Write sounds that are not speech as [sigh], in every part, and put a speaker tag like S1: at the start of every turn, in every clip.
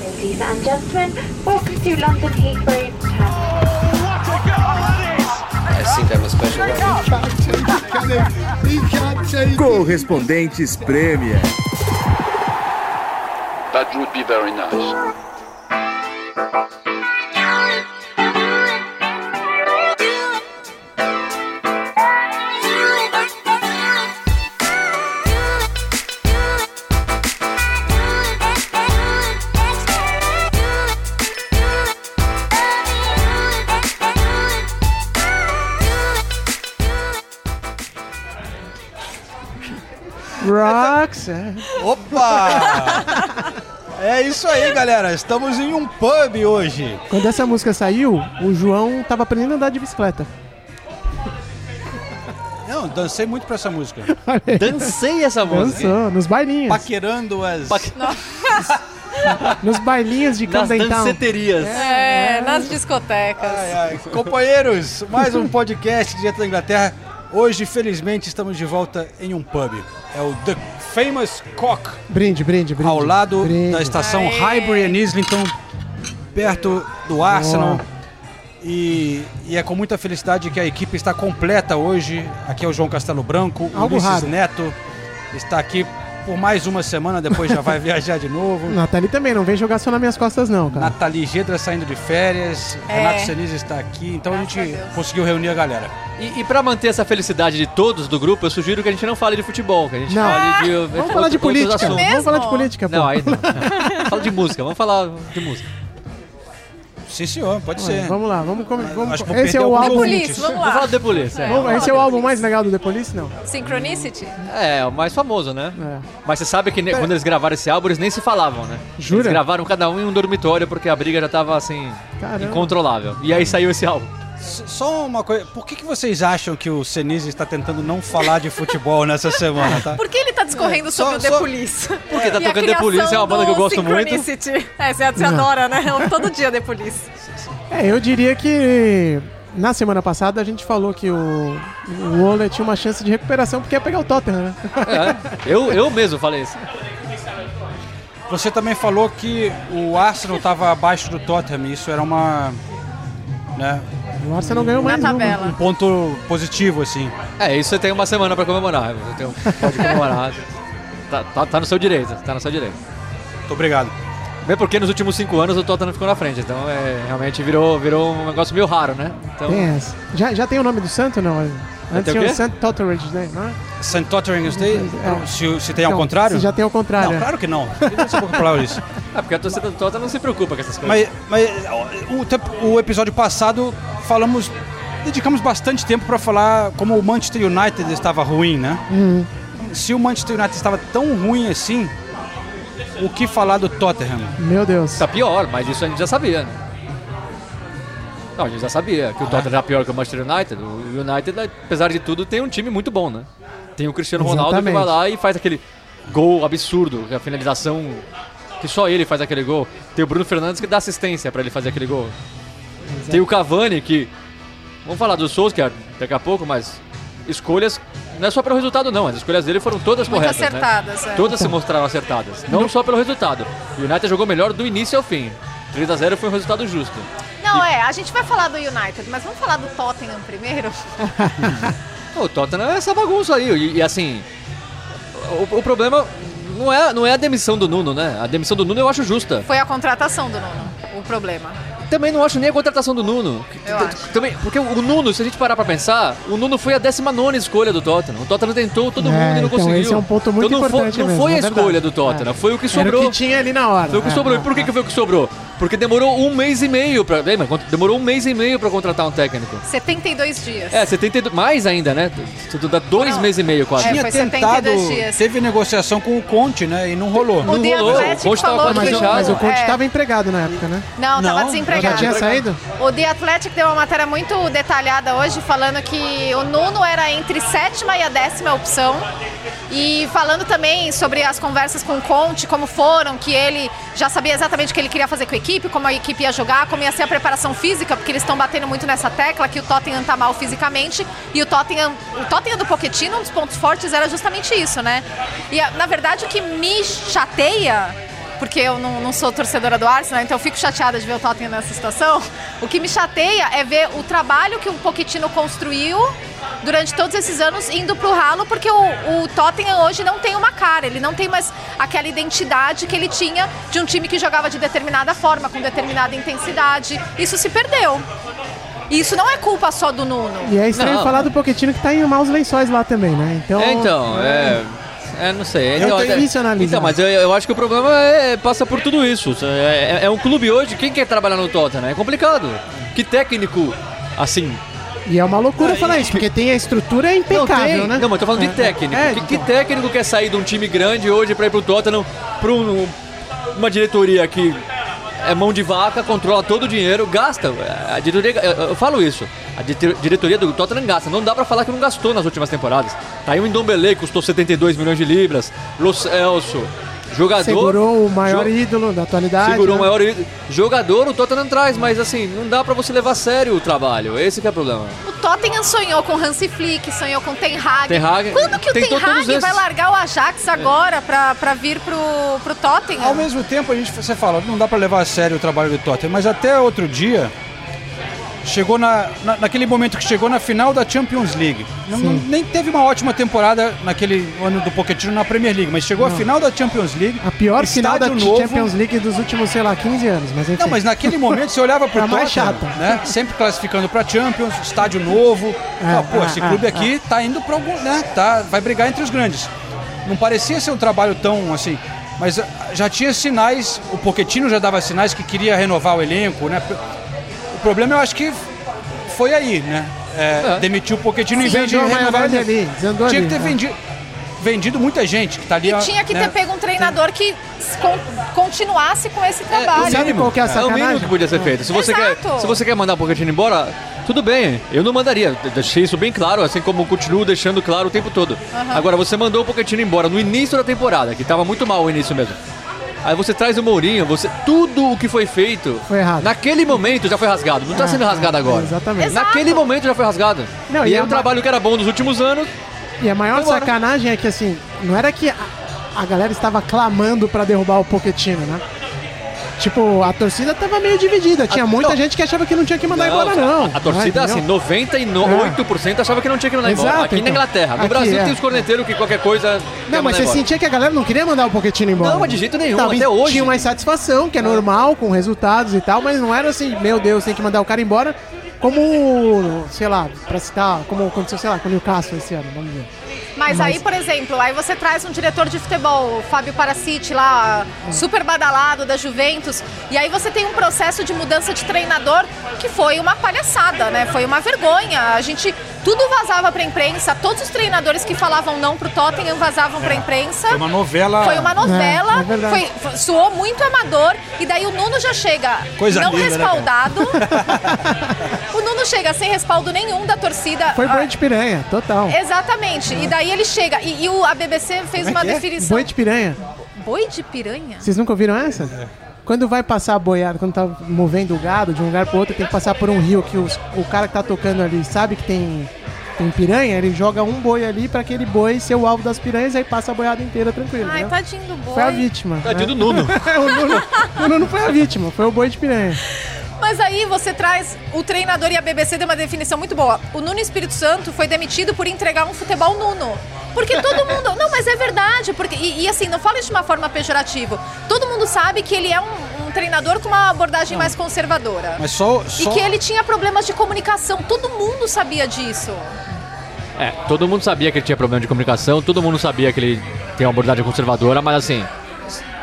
S1: Ladies and gentlemen, welcome to London Heathrow Terminal.
S2: I think I'm a special weapon.
S3: Correspondentes Prêmio.
S4: That would be very nice.
S5: Roxanne.
S6: Opa! É isso aí, galera. Estamos em um pub hoje.
S5: Quando essa música saiu, o João tava aprendendo a andar de bicicleta.
S6: Não, dancei muito pra essa música.
S7: [laughs] Dancei essa música.
S5: Dançou, nos bailinhos.
S6: [laughs] Paquerando as.
S7: Paque-
S5: Nos bailinhos de
S7: Das
S5: Camden Town.
S7: danceterias.
S8: É, nas discotecas.
S6: Ai, ai. Companheiros, mais um podcast direto da Inglaterra. Hoje, felizmente, estamos de volta em um pub. É o The Famous Cock,
S5: Brinde, brinde, brinde.
S6: ao lado
S5: brinde.
S6: da estação
S8: Aê.
S6: Highbury and Islington, perto do Arsenal. Oh. E, e é com muita felicidade que a equipe está completa hoje. Aqui é o João Castelo Branco, o
S5: Algo
S6: Ulisses
S5: raro.
S6: Neto está aqui por mais uma semana, depois já vai [laughs] viajar de novo.
S5: Nathalie também, não vem jogar só nas minhas costas, não, cara.
S6: Nathalie Gedra saindo de férias,
S8: tá. É.
S6: Renato Senise está aqui, então
S8: Graças
S6: a gente
S8: a Deus.
S6: conseguiu reunir a galera.
S7: E, e pra manter essa felicidade de todos do grupo, eu sugiro que a gente não fale de futebol, que a gente
S5: Não.
S7: fale de.
S5: Vamos falar de política. Vamos
S8: É Mesmo?
S5: falar de política, pô.
S7: Não, aí não.
S5: [laughs]
S7: Fala de música, vamos falar de música.
S6: Sim, senhor, pode ser.
S5: Vamos lá, vamos comer. Vamos...
S6: acho que eu
S5: Esse
S6: perdi
S5: é o
S6: alguns
S5: álbum.
S6: ouvintes.
S8: Polícia, vamos
S7: Vamos falar
S8: lá.
S7: de polícia. É.
S5: Vamos- Esse é o álbum mais legal do The Police, não?
S8: Synchronicity?
S7: É, o mais famoso, né?
S5: É.
S7: Mas você sabe que ne- quando eles gravaram esse álbum, eles nem se falavam, né?
S5: Jura?
S7: Eles gravaram cada um em um dormitório porque a briga já tava assim,
S5: Caramba.
S7: incontrolável. E aí saiu esse
S5: [laughs]
S7: álbum.
S6: S- Só uma coisa, por que, que vocês acham que o Senise está tentando não falar de futebol nessa semana, tá?
S8: Por que ele tá discorrendo
S6: Só-
S8: sobre o The
S6: só-
S8: Police?
S7: Porque tá
S8: [laughs] E a
S7: tocando The Police, é uma
S8: criação
S7: banda que eu
S8: do
S7: gosto muito.
S8: Synchronicity. É, você você adora, né? Todo dia The Police.
S5: É, eu diria que na semana passada a gente falou que o, o Ole tinha uma chance de recuperação porque ia pegar o Tottenham, né? [laughs]
S7: É, eu, eu mesmo falei isso.
S6: Você também falou que o Arsenal estava abaixo do Tottenham, isso era uma. Né,
S5: O Arsenal ganhou mais né? uma.
S8: tabela.
S6: um ponto positivo, assim.
S7: É, isso você tem uma semana pra comemorar. Você tem um, pode comemorar. Tá, tá- tá no seu direito, tá no seu direito.
S6: Muito obrigado.
S7: Bem porque nos últimos cinco anos o Tottenham ficou na frente, então é, realmente virou, virou um negócio meio raro, né? Então,
S5: Tem essa. Já, já tem o nome do santo, não? Antes
S7: tem o
S5: tinha o
S7: quê?
S5: Santo Totteridge, né? Não é?
S6: St. Tottenham Day,
S5: É.
S6: se, se tem ao
S5: Então,
S6: contrário?
S5: Se já né? tem ao contrário. é.
S6: Não, claro que não. Eu não sei por que falava isso.
S7: é porque a torcida do Tottenham não se preocupa com essas coisas.
S6: Mas, mas o, tempo- o episódio passado falamos. Dedicamos bastante tempo para falar como o Manchester United estava ruim, né?
S5: Uhum.
S6: Se o Manchester United estava tão ruim assim, o que falar do Tottenham?
S5: é. Meu Deus.
S7: Tá pior, mas isso a gente já sabia, né? Não, a gente já sabia que o Tottenham era pior que o Manchester United. O United, apesar de tudo, tem um time muito bom, né? Tem o Cristiano Ronaldo
S5: Exatamente.
S7: que vai lá e faz aquele gol absurdo, é a finalização que só ele faz aquele gol. Tem o Bruno Fernandes que dá assistência pra ele fazer aquele gol. Tem o Cavani que vamos falar do Solskjaer daqui a pouco, mas escolhas não é só pelo resultado não, as escolhas dele foram todas
S8: Muito
S7: corretas, né?
S8: acertadas, é.
S7: Todas se mostraram acertadas, não só pelo resultado. O United jogou melhor do início ao fim. 3 a 0 foi um resultado justo.
S8: Não, é, a gente vai falar do United, mas vamos falar do Tottenham primeiro?
S7: O Tottenham é essa bagunça aí, e, e assim, o, o problema não é, não é a demissão do Nuno, né? A demissão do Nuno eu acho justa.
S8: [laughs] Foi a contratação do Nuno, o problema.
S7: Também não acho nem a contratação do Nuno.
S8: Eu
S7: T-
S8: acho.
S7: Também, porque o Nuno, se a gente parar pra pensar, o Nuno foi a 19 escolha do Tottenham. O Tottenham tentou todo
S5: É,
S7: mundo e não
S5: então,
S7: conseguiu.
S5: esse é um ponto muito
S7: então, não
S5: importante
S7: Foi, não
S5: mesmo,
S7: foi
S5: é
S7: a escolha
S5: verdade.
S7: do Tottenham,
S5: É.
S7: foi o que
S5: Era
S7: sobrou.
S5: o que tinha ali na hora.
S7: Foi o que
S5: É,
S7: sobrou. E
S5: é,
S7: por que,
S5: é.
S7: que foi o que sobrou? Porque demorou um mês e meio pra. Lembra? Quanto- Demorou um mês e meio pra contratar um técnico.
S8: 72 dias.
S7: É, 72. Mais ainda, né? Tudo dá dois
S8: Não.
S7: meses e meio quase.
S8: É,
S6: Tinha
S8: foi
S6: tentado.
S8: 72 dias.
S6: Teve negociação com o Conte, né? E não rolou.
S8: O
S7: não
S8: The
S7: rolou, o
S8: Athletic
S7: Conte tava
S8: falou
S7: quase
S8: que...
S5: Mas,
S7: fechado.
S5: mas o Conte
S8: É.
S5: estava empregado na época, né?
S8: Não,
S6: Não,
S8: tava
S5: Já
S8: desempregado.
S5: tinha saído?
S8: O The Athletic deu uma matéria muito detalhada hoje, falando que o Nuno era entre sétima e a décima opção. E falando também sobre as conversas com o Conte, como foram, que ele já sabia exatamente o que ele queria fazer com a equipe, como a equipe ia jogar, como ia ser a preparação física, porque eles estão batendo muito nessa tecla que o Tottenham tá mal fisicamente. E o Tottenham, o Tottenham do Pochettino, um dos pontos fortes era justamente isso, né? E a- na verdade o que me chateia porque eu não, não sou torcedora do Arsenal, então eu fico chateada de ver o Tottenham nessa situação. O que me chateia é ver o trabalho que o Pochettino construiu durante todos esses anos indo pro ralo, porque o, o Tottenham hoje não tem uma cara, ele não tem mais aquela identidade que ele tinha de um time que jogava de determinada forma, com determinada intensidade. Isso se perdeu. E isso não é culpa só do Nuno.
S5: E é estranho
S7: Não.
S5: falar do Pochettino que tá em maus lençóis lá também, né? Então,
S7: É, então, é. É, não sei. Então,
S5: tô
S7: é-
S5: difícil analisar.
S7: Então, mas eu, eu acho que o problema é- passa por tudo isso. É, é- é um clube hoje, quem quer trabalhar no Tottenham? É complicado. Que técnico, assim.
S5: E é uma loucura falar isso, porque tem a estrutura impecável,
S7: não, tem-
S5: né?
S7: não, mas eu tô falando
S5: É.
S7: de técnico.
S5: É,
S7: que, que técnico quer sair de um time grande hoje pra ir pro Tottenham, pra um- uma diretoria que é mão de vaca, controla todo o dinheiro, gasta. É, A diretoria, eu, eu falo isso. A dire- diretoria do Tottenham gasta. Não dá pra falar que não gastou nas últimas temporadas. Tá aí o Ndombele, custou 72 milhões de libras. Lo Celso, jogador...
S5: Segurou o maior
S7: jo-
S5: ídolo da atualidade.
S7: Segurou o
S5: né?
S7: maior ídolo. jogador, o Tottenham traz, mas assim, não dá pra você levar a sério o trabalho. Esse que é o problema.
S8: O Tottenham sonhou com Hansi Flick, sonhou com Ten Hag.
S7: Ten Hag.
S8: Quando que o
S7: Tentou
S8: Ten
S7: todos
S8: Hag
S7: esses.
S8: vai largar o Ajax agora pra, pra vir pro, pro Tottenham?
S6: Ao mesmo tempo, a gente, você fala, não dá pra levar a sério o trabalho do Tottenham, mas até outro dia, chegou na, na- naquele momento que chegou na final da Champions League. Não- não- nem teve uma ótima temporada naquele ano do Pochettino na Premier League, mas chegou à final da Champions League.
S5: A pior final da
S6: estádio novo.
S5: Champions League dos últimos, sei lá, 15 anos, mas enfim.
S6: Não, mas naquele momento você olhava pro
S5: Era mais
S6: Tottenham,
S5: chata.
S6: né? Sempre classificando pra Champions, estádio novo.
S5: É,
S6: Ah, pô,
S5: é,
S6: esse
S5: é,
S6: clube
S5: é.
S6: aqui tá indo pra algum, né? Tá, vai brigar entre os grandes. Não parecia ser um trabalho tão assim, mas ah, já tinha sinais, o Pochettino já dava sinais que queria renovar o elenco, né? O problema eu acho que foi aí, né? É,
S7: É.
S6: Demitiu o Pochettino
S5: Sim,
S6: em vez de
S5: desandou a
S6: renovar o
S5: maionese
S6: elenco.
S5: ali, desandou
S6: Tinha que
S5: ali,
S6: ter
S5: é.
S6: vendido, vendido muita gente que tá ali.
S8: E
S6: ó,
S8: tinha que
S7: É.
S6: né?
S8: ter pego um treinador que s- con- continuasse com esse trabalho.
S5: Sabe qual que é a
S7: É o mínimo que
S5: sacanagem?
S7: podia ser feito. Se você, quer,
S8: Exato.
S7: se você quer mandar um o Pochettino embora, tudo bem. Eu não mandaria. De- Deixei isso bem claro, assim como continuo deixando claro o tempo todo. Agora, você mandou um o Pochettino embora no início da temporada, que tava muito mal o início mesmo. Aí você traz o Mourinho, você tudo o que foi feito...
S5: Foi errado.
S7: Naquele momento já foi rasgado. Não tá sendo
S5: É,
S7: rasgado
S5: é,
S7: agora.
S5: exatamente.
S8: Exato.
S7: Naquele momento já foi rasgado.
S5: Não,
S7: e
S5: e
S7: é
S5: a
S7: um
S5: ma-
S7: trabalho que era bom nos últimos anos.
S5: E a maior
S7: Agora-
S5: sacanagem é que, assim, não era que a, a galera estava clamando pra derrubar o Pochettino, né? Tipo, a torcida tava meio dividida. Tinha
S7: A-
S5: muita
S7: não.
S5: gente que achava que não é tinha que mandar embora,
S7: a-
S5: não.
S7: A, torcida,
S5: Ah,
S7: assim,
S5: entendeu?
S7: 98% achava que não tinha que mandar embora.
S5: Exato,
S7: Aqui na
S5: então.
S7: Inglaterra. No
S5: Aqui,
S7: Brasil
S5: é.
S7: tem os corneteiros que qualquer coisa. quer
S5: Não, mas
S7: mandar
S5: você
S7: embora.
S5: sentia que a galera não queria mandar o Pochettino embora.
S7: Não, mas de jeito nenhum, até hoje.
S5: Tinha uma insatisfação, que é normal, com resultados e tal, mas não era assim, meu Deus, tem que mandar o cara embora. Como, sei lá, pra citar, como aconteceu, sei lá, com o Newcastle esse ano, vamos ver.
S8: Mas, aí, por exemplo, aí você traz um diretor de futebol, o Fábio Paraciti, lá,
S6: Uhum.
S8: super badalado da Juventus, e aí você tem um processo de mudança de treinador que foi uma palhaçada, né? Foi uma vergonha. A gente tudo vazava pra imprensa, todos os treinadores que falavam não pro Tottenham vazavam pra imprensa.
S6: É. Foi uma Ah, novela.
S8: Foi uma novela,
S5: é verdade.
S8: foi- foi- suou muito amador, e daí o Nuno já chega
S6: Coisa
S8: não
S6: linda, né, cara? [laughs]
S8: respaldado. o Nuno chega sem respaldo nenhum da torcida.
S5: Foi
S8: Ah,
S5: boi de piranha, total.
S8: Exatamente. E daí ele chega. E, e o, a BBC fez uma definição.
S5: é Boi de piranha.
S8: Boi de piranha?
S5: Vocês nunca ouviram essa?
S7: É.
S5: Quando vai passar a boiada, quando tá movendo o gado de um lugar pro outro, tem que passar por um rio que os- o cara que tá tocando ali sabe que tem, tem piranha, ele joga um boi ali pra aquele boi ser o alvo das piranhas, aí passa a boiada inteira tranquilo.
S8: Ai,
S5: né?
S8: tadinho do boi.
S5: Foi a vítima.
S7: Tadinho do
S5: né?
S7: Nuno.
S5: [laughs] o, Nuno, o Nuno foi a vítima, foi o boi de piranha.
S8: Mas aí você traz o treinador e a BBC deu uma definição muito boa. O Nuno Espírito Santo foi demitido por entregar um futebol Nuno. Porque
S5: [laughs]
S8: todo mundo. Não, mas é verdade. Porque, e, e assim, não falo isso de uma forma pejorativa. Todo mundo sabe que ele é um, um treinador com uma abordagem mais conservadora.
S6: Mas só,
S8: E
S6: só...
S8: que ele tinha problemas de comunicação. Todo mundo sabia disso.
S7: É, todo mundo sabia que ele tinha problema de comunicação, todo mundo sabia que ele tem uma abordagem conservadora, mas assim,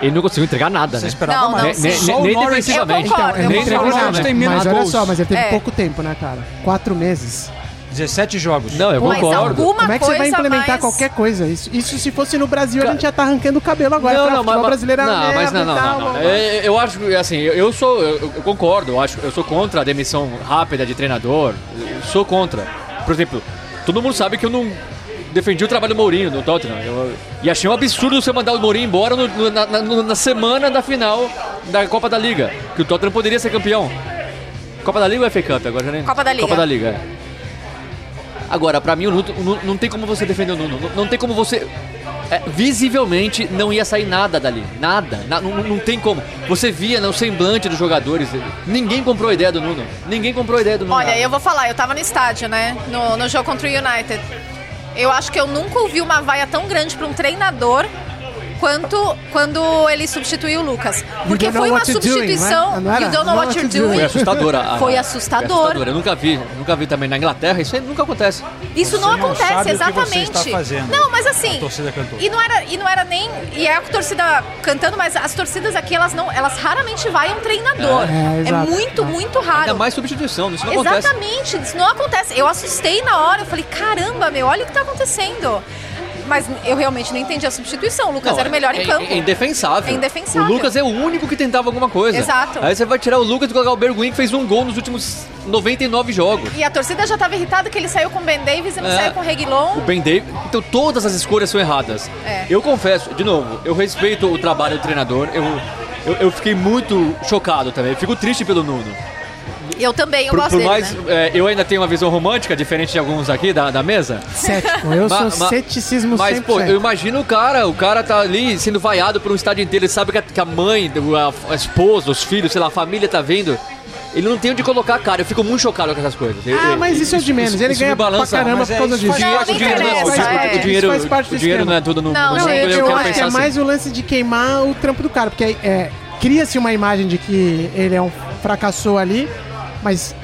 S7: ele não conseguiu entregar nada,
S6: Você
S7: né?
S6: esperava
S8: Não,
S6: mais.
S8: não,
S7: Ne- ne-
S6: Só
S7: ne-
S6: o
S7: nem
S6: Norwich-
S7: defensivamente.
S8: Eu concordo, eu
S7: nem
S8: concordo.
S7: entregou nada.
S6: Tem menos
S5: Mas olha
S6: gols.
S5: só, mas ele teve
S8: É.
S5: pouco tempo, né, cara? Quatro meses.
S6: 17 jogos.
S7: Não, eu
S8: Mas
S7: concordo.
S8: alguma
S5: Como é que você vai
S8: coisa a
S5: implementar
S8: mais-
S5: qualquer coisa? Isso, isso se fosse no Brasil, a gente já tá arrancando o cabelo agora.
S7: Não,
S5: pra
S7: não, mas,
S5: futebol brasileiro é uma
S7: não, mas não,
S5: merda e
S7: não,
S5: tal, né?
S7: não, não.
S5: blá, blá, blá.
S7: É, Eu acho que, assim, eu- eu sou, eu, eu concordo, eu, acho, eu sou contra a demissão rápida de treinador, eu sou contra. Por exemplo, todo mundo sabe que eu não defendi o trabalho do Mourinho no Tottenham, eu- e achei um absurdo você mandar o Mourinho embora no- no- na- na- na semana da final da Copa da Liga, que o Tottenham poderia ser campeão. Copa da Liga ou FA Cup agora, já nem?
S8: Copa da Liga.
S7: Copa da Liga. é. Agora, pra mim, o Nuno, o Nuno- não tem como você defender o Nuno. Não, não tem como você é, visivelmente não ia sair nada dali. Nada. Na- não, não tem como. Você via no semblante dos jogadores. Ninguém comprou a ideia do Nuno. Ninguém comprou a ideia do Nuno.
S8: Olha, eu vou falar, eu tava no estádio, né? No, no jogo contra o United. Eu acho que eu nunca ouvi uma vaia tão grande pra um treinador quanto quando ele substituiu o Lucas. Porque
S5: don't know
S8: foi uma
S5: what you're doing,
S8: substituição.
S5: né? Não era?
S8: You don't know what you're
S7: Foi
S8: doing.
S7: assustadora. a-
S8: Foi
S7: a-
S8: assustador.
S7: Eu nunca vi. Nunca vi também. Na Inglaterra, isso aí nunca acontece.
S8: Isso não
S6: Você não
S8: acontece,
S6: sabe o que você
S8: exatamente.
S6: está fazendo.
S8: Não, mas assim.
S6: A torcida cantou.
S8: E não era, e não era nem. E é a torcida cantando, mas as torcidas aqui, elas não, elas raramente vai um treinador.
S5: É,
S8: É,
S5: exato.
S8: muito, muito
S7: Ainda
S8: raro.
S7: mais substituição. Isso não acontece.
S8: Exatamente, isso não acontece. Eu assustei na hora, eu falei, caramba, meu, olha o que tá acontecendo. Mas eu realmente não entendi a substituição. O Lucas
S7: Não,
S8: era o melhor
S7: é-
S8: em campo.
S7: É indefensável.
S8: É indefensável.
S7: O Lucas é o único que tentava alguma coisa.
S8: Exato.
S7: Aí você vai tirar o Lucas e colocar o Bergwijn, que fez um gol nos últimos 99 jogos.
S8: E a torcida já tava irritada que ele saiu com o Ben Davis e não
S7: É.
S8: saiu com o Reguilon.
S7: O Ben Davis. Então todas as escolhas são erradas.
S8: É.
S7: Eu confesso, de novo, eu respeito o trabalho do treinador. Eu, eu, eu fiquei muito chocado também. Eu fico triste pelo Nuno.
S8: Eu também, eu
S7: Por,
S8: gosto
S7: por
S8: dele.
S7: mais,
S8: né?
S7: é, eu ainda tenho uma visão romântica, diferente de alguns aqui da, da mesa.
S5: Cético. Eu
S7: Ma-
S5: sou um
S7: ma-
S5: ceticismo
S7: Mas,
S5: 100%.
S7: pô, eu imagino o cara, o cara tá ali sendo vaiado por um estádio inteiro, ele sabe que a, que a mãe, o- a, a esposa, os filhos, sei lá, a família tá vendo. Ele não tem onde colocar a cara, eu fico muito chocado com essas coisas. Eu-
S5: Ah,
S7: eu-
S5: mas isso é de menos. Ele
S7: isso
S5: ganha
S7: me balança,
S5: pra caramba
S6: mas
S5: por
S6: é
S5: causa
S6: isso
S5: disso.
S7: o dinheiro,
S8: Não,
S7: o dinheiro né? não,
S8: interessa, é.
S7: o dinheiro,
S5: Isso faz parte
S7: o
S5: do
S7: dinheiro
S5: esquema.
S7: não é tudo no
S8: Não,
S7: no
S8: não,
S7: mundo,
S8: eu-
S7: eu
S5: eu
S7: quero
S5: acho que é
S7: pensar assim.
S5: mais o lance de queimar o trampo do cara, porque aí, é, cria-se uma imagem de que ele é um fracassou ali, mas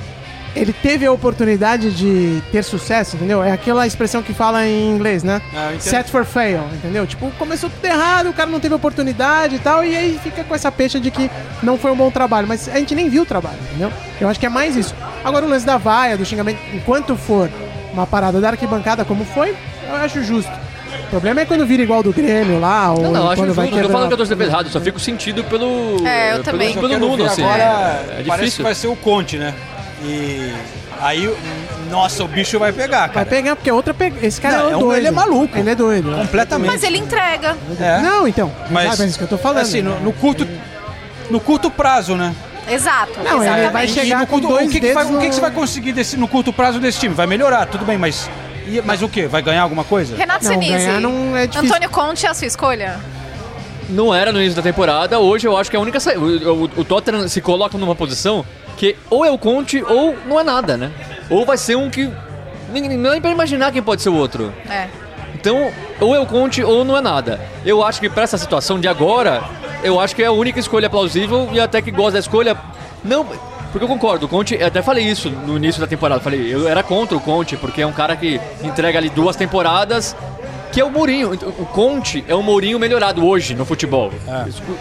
S5: ele teve a oportunidade de ter sucesso, entendeu? É aquela expressão que fala em inglês, né?
S6: Ah, eu entendo.
S5: Set for fail, entendeu? Tipo, começou tudo errado, o cara não teve oportunidade e tal, e aí fica com essa peixa de que não foi um bom trabalho, mas a gente nem viu o trabalho, entendeu? Eu acho que é mais isso. Agora o lance da vaia, do xingamento, enquanto for uma parada da arquibancada como foi, eu acho justo. O problema é quando vira igual do Grêmio lá, ou
S7: Não, não, eu acho
S5: um quando
S7: justo,
S5: vai
S7: não tô falando que eu tô sendo
S5: quebrar-
S7: errado, só fico sentido pelo.
S8: É, eu também.
S7: Pelo, pelo
S6: Quero
S7: Nuno,
S6: ver
S7: assim.
S6: Agora,
S7: é, é
S6: Parece que
S7: difícil.
S6: vai ser o Conte, né? E aí, nossa, o bicho vai pegar,
S5: Vai
S6: cara.
S5: pegar, porque é outra pega. Esse cara
S6: Não,
S5: é
S6: é
S5: um
S6: um-
S5: doido.
S6: ele é maluco.
S5: Ele é doido.
S6: Completamente.
S8: Mas ele entrega.
S6: É.
S5: Não, então. Mas,
S6: mas
S5: sabe, é isso que eu tô falando.
S6: Assim, no, no curto, no curto prazo, né?
S8: Exato.
S5: Não, é, ele
S8: exatamente.
S5: vai chegar-
S6: no
S5: com
S6: curto,
S5: dois
S6: o que, que
S5: dedos
S6: vai- o que que
S5: no-
S6: você vai conseguir desse, no curto prazo desse time? Vai melhorar, tudo bem, mas e- mas o quê? Vai ganhar alguma coisa?
S8: Renato
S5: Não,
S8: Sinise.
S5: ganhar não é difícil.
S8: Antônio Conte é a sua escolha?
S7: Não era no início da temporada, hoje eu acho que é a única saída. O, o- o Tottenham se coloca numa posição que ou é o Conte ou não é nada, né? Ou vai ser um que. Ninguém, nem pra imaginar quem pode ser o outro.
S8: É.
S7: Então, ou é o Conte ou não é nada. Eu acho que pra essa situação de agora, eu acho que é a única escolha plausível e até que gosto da escolha. Não. Porque eu concordo, o Conte, eu até falei isso no início da temporada. eu Falei, eu era contra o Conte, porque é um cara que entrega ali duas temporadas, que é o Mourinho. O Conte é o Mourinho melhorado hoje no futebol. Escu-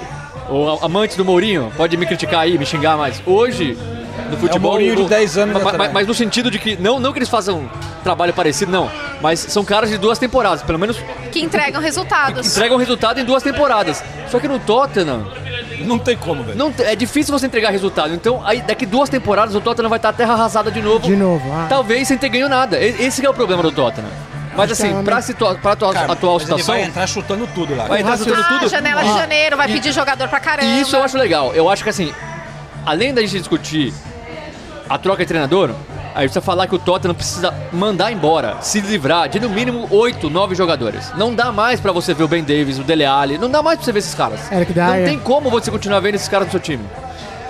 S7: O amante do Mourinho, pode me criticar aí, me xingar, mas hoje, no futebol.
S6: É Mourinho de 10 anos
S7: ma- ma-
S6: atrás.
S7: mas no sentido de que, não, não que eles façam um trabalho parecido, não. Mas são caras de duas temporadas, pelo menos
S8: Que entregam resultados.
S7: entregam resultado em duas temporadas. Só que no Tottenham,
S6: Não tem como, velho.
S7: não, te- é difícil você entregar resultado. Então, aí, daqui duas temporadas, o Tottenham vai estar a terra arrasada de novo.
S5: De novo, ah.
S8: Então,
S7: Talvez sem ter ganho nada. E- Esse que é o problema do Tottenham. Mas
S5: Acho que é
S7: assim,
S5: uma-
S7: pra, situa pra atual, atual
S6: mas ele
S7: situação,
S6: vai entrar chutando tudo lá.
S7: vai entrar
S5: raciocínio-
S7: chutando
S8: Ah,
S7: tudo.
S8: janela de janeiro, vai pedir jogador pra caramba.
S5: É,
S7: E isso é eu acho legal. Eu acho que assim, além da gente discutir a troca de treinador, aí precisa falar que o Tottenham precisa mandar embora, se livrar de no mínimo 8, 9 jogadores. Não dá mais pra você ver o Ben Davis, o Dele Alli, não dá mais pra você ver esses caras.
S5: Eric Dyer.
S7: Não tem como você continuar vendo esses caras no seu time.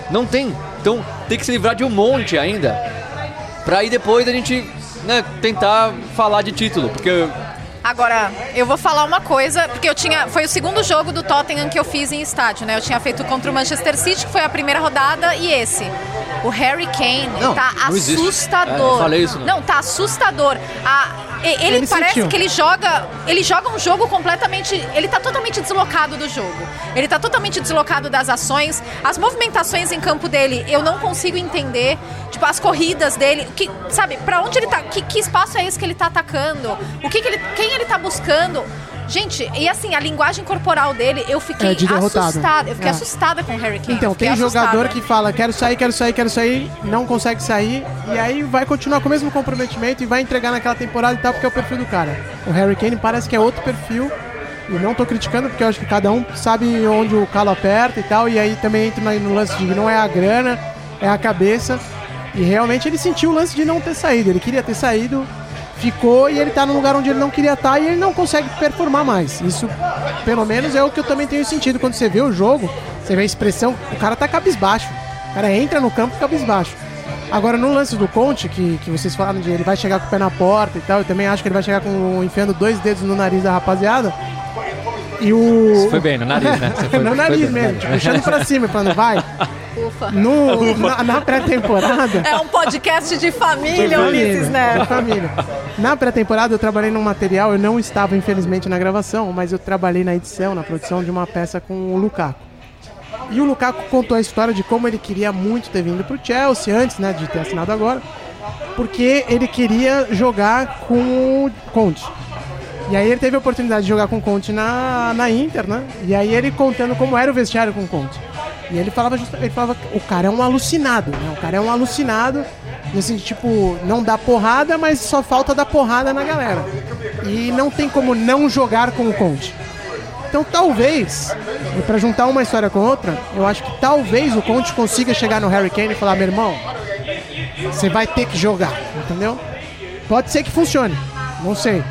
S7: Não tem. Então tem que se livrar de um monte ainda. Pra aí depois a gente né, tentar falar de título. Porque
S8: Agora, eu vou falar uma coisa, porque eu tinha. Foi o segundo jogo do Tottenham que eu fiz em estádio, né? Eu tinha feito contra o Manchester City, que foi a primeira rodada, e esse. O Harry Kane
S7: Não,
S8: tá
S7: não existe.
S8: assustador.
S7: É, eu falei isso, né?
S8: Não, tá assustador. A- e- ele,
S5: Ele
S8: parece
S5: sentiu.
S8: que ele joga. Ele joga um jogo completamente. Ele tá totalmente deslocado do jogo. Ele tá totalmente deslocado das ações. As movimentações em campo dele, eu não consigo entender. Tipo, as corridas dele. Que, sabe, pra onde ele tá. Que, que espaço é esse que ele tá atacando? O que, que ele. Quem ele tá buscando? Gente, e assim, a linguagem corporal dele, eu fiquei
S5: É, de derrotado.
S8: assustada. Eu fiquei
S5: É.
S8: assustada com o Harry Kane.
S5: Então,
S8: eu fiquei
S5: tem jogador
S8: assustada.
S5: que fala, quero sair, quero sair, quero sair, não consegue sair, e aí vai continuar com o mesmo comprometimento e vai entregar naquela temporada e tal, porque é o perfil do cara. O Harry Kane parece que é outro perfil, e não tô criticando, porque eu acho que cada um sabe onde o calo aperta e tal, e aí também entra na- no lance de que não é a grana, é a cabeça, e realmente ele sentiu o lance de não ter saído, ele queria ter saído, ficou e ele tá num lugar onde ele não queria estar e ele não consegue performar mais. Isso, pelo menos, é o que eu também tenho sentido. Quando você vê o jogo, você vê a expressão, o cara tá cabisbaixo. O cara entra no campo cabisbaixo. Agora, no lance do Conte, que, que vocês falaram de ele vai chegar com o pé na porta e tal, eu também acho que ele vai chegar com enfiando dois dedos no nariz da rapaziada. E o. [laughs]
S7: Foi bem, no nariz, né? Você foi-
S5: no
S7: foi bem.
S5: nariz mesmo, tipo, puxando pra cima, falando, vai.
S8: Ufa.
S5: No, na, na pré-temporada.
S8: É um podcast de família, Ulisses
S5: de
S8: Neto.
S5: família. Na pré-temporada eu trabalhei num material, eu não estava infelizmente na gravação, mas eu trabalhei na edição, na produção de uma peça com o Lukaku. E o Lukaku contou a história de como ele queria muito ter vindo pro Chelsea antes, né, de ter assinado agora, porque ele queria jogar com o Conte. E aí ele teve a oportunidade de jogar com o Conte na, na Inter, né? E aí ele contando como era o vestiário com o Conte. E ele falava, justa- ele falava que o cara é um alucinado, né? O cara é um alucinado, assim, tipo, não dá porrada, mas só falta dar porrada na galera. E não tem como não jogar com o Conte. Então talvez, e pra juntar uma história com outra, eu acho que talvez o Conte consiga chegar no Harry Kane e falar, meu irmão, você vai ter que jogar, entendeu? Pode ser que funcione, não sei.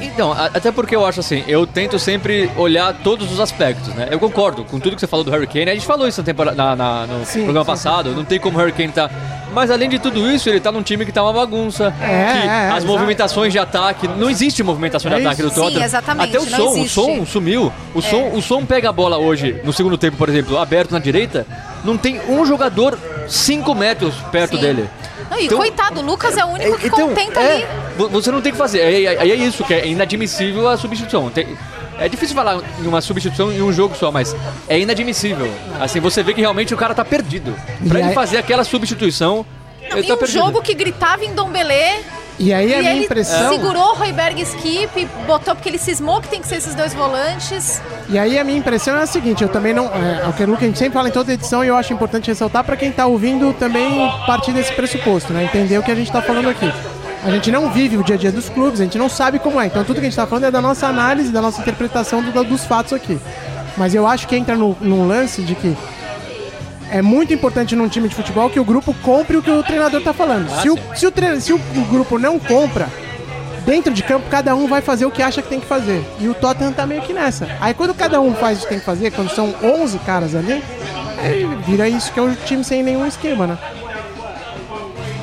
S7: Então, a- até porque eu acho assim, eu tento sempre olhar todos os aspectos, né? Eu concordo com tudo que você falou do Hurricane. A gente falou isso na temporada, na- na- no
S5: Sim,
S7: programa
S5: sim,
S7: passado, não tem como o Hurricane tá. Mas além de tudo isso, ele tá num time que tá uma bagunça.
S5: É,
S7: que
S5: é, é,
S7: as
S5: exato.
S7: movimentações de ataque. Não existe movimentação
S5: É
S7: de ataque
S5: isso.
S7: do Tottenham.
S8: Sim, exatamente,
S7: Até o
S8: não
S7: som,
S8: existe. É.
S7: o som sumiu. O, som, o som pega a bola hoje, no segundo tempo, por exemplo, aberto na direita. Não tem um jogador 5 metros perto
S8: Sim.
S7: dele.
S8: Não, e
S7: Então-
S8: coitado, o Lucas é o único que contenta
S7: é,
S8: ali.
S7: vo- Você não tem o que fazer. Aí é, é, é isso, que é inadmissível a substituição. Tem- é difícil falar em uma substituição em um jogo só, mas é inadmissível. Assim, você vê que realmente o cara tá perdido. Pra
S5: E
S7: ele
S5: aí-
S7: fazer aquela substituição, ele
S8: E
S7: tá
S8: um
S7: perdido.
S8: jogo que gritava em Dom Belê.
S5: E aí
S8: E
S5: a minha
S8: ele
S5: impressão.
S8: segurou o Royberg Skip, botou porque ele cismou que tem que ser esses dois volantes.
S5: E aí a minha impressão é a seguinte, eu também não. É, é o que o Luca a gente sempre fala em toda edição e eu acho importante ressaltar para quem tá ouvindo também partir desse pressuposto, né? Entender o que a gente tá falando aqui. A gente não vive o dia a dia dos clubes, a gente não sabe como é. Então tudo que a gente tá falando é da nossa análise, da nossa interpretação do- dos fatos aqui. Mas eu acho que entra no, num lance de que é muito importante num time de futebol que o grupo compre o que o treinador tá falando. se, o, se, o tre- se o grupo não compra, dentro de campo, cada um vai fazer o que acha que tem que fazer. E o Tottenham tá meio que nessa. Aí quando cada um faz o que tem que fazer, quando são 11 caras ali, aí vira isso que é um time sem nenhum esquema, né?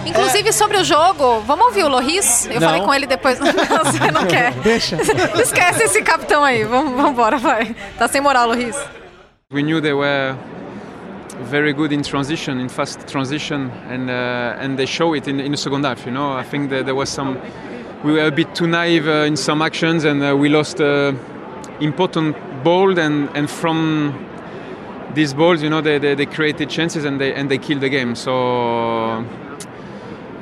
S8: Inclusive sobre o jogo, vamos ouvir o Loris? Eu
S7: Não.
S8: falei com ele depois. [laughs] Não, você não
S5: [laughs]
S8: quer.
S5: Deixa.
S8: Esquece esse capitão aí. Vamos vamos embora, vai. Tá sem moral, Loris.
S9: We knew they were very good in transition, in fast transition, and uh, and they show it in, in the second half. You know, I think that there was some we were a bit too naive uh, in some actions, and uh, we lost uh, important ball, and and from these balls, you know, they, they, they created chances and they and they killed the game. So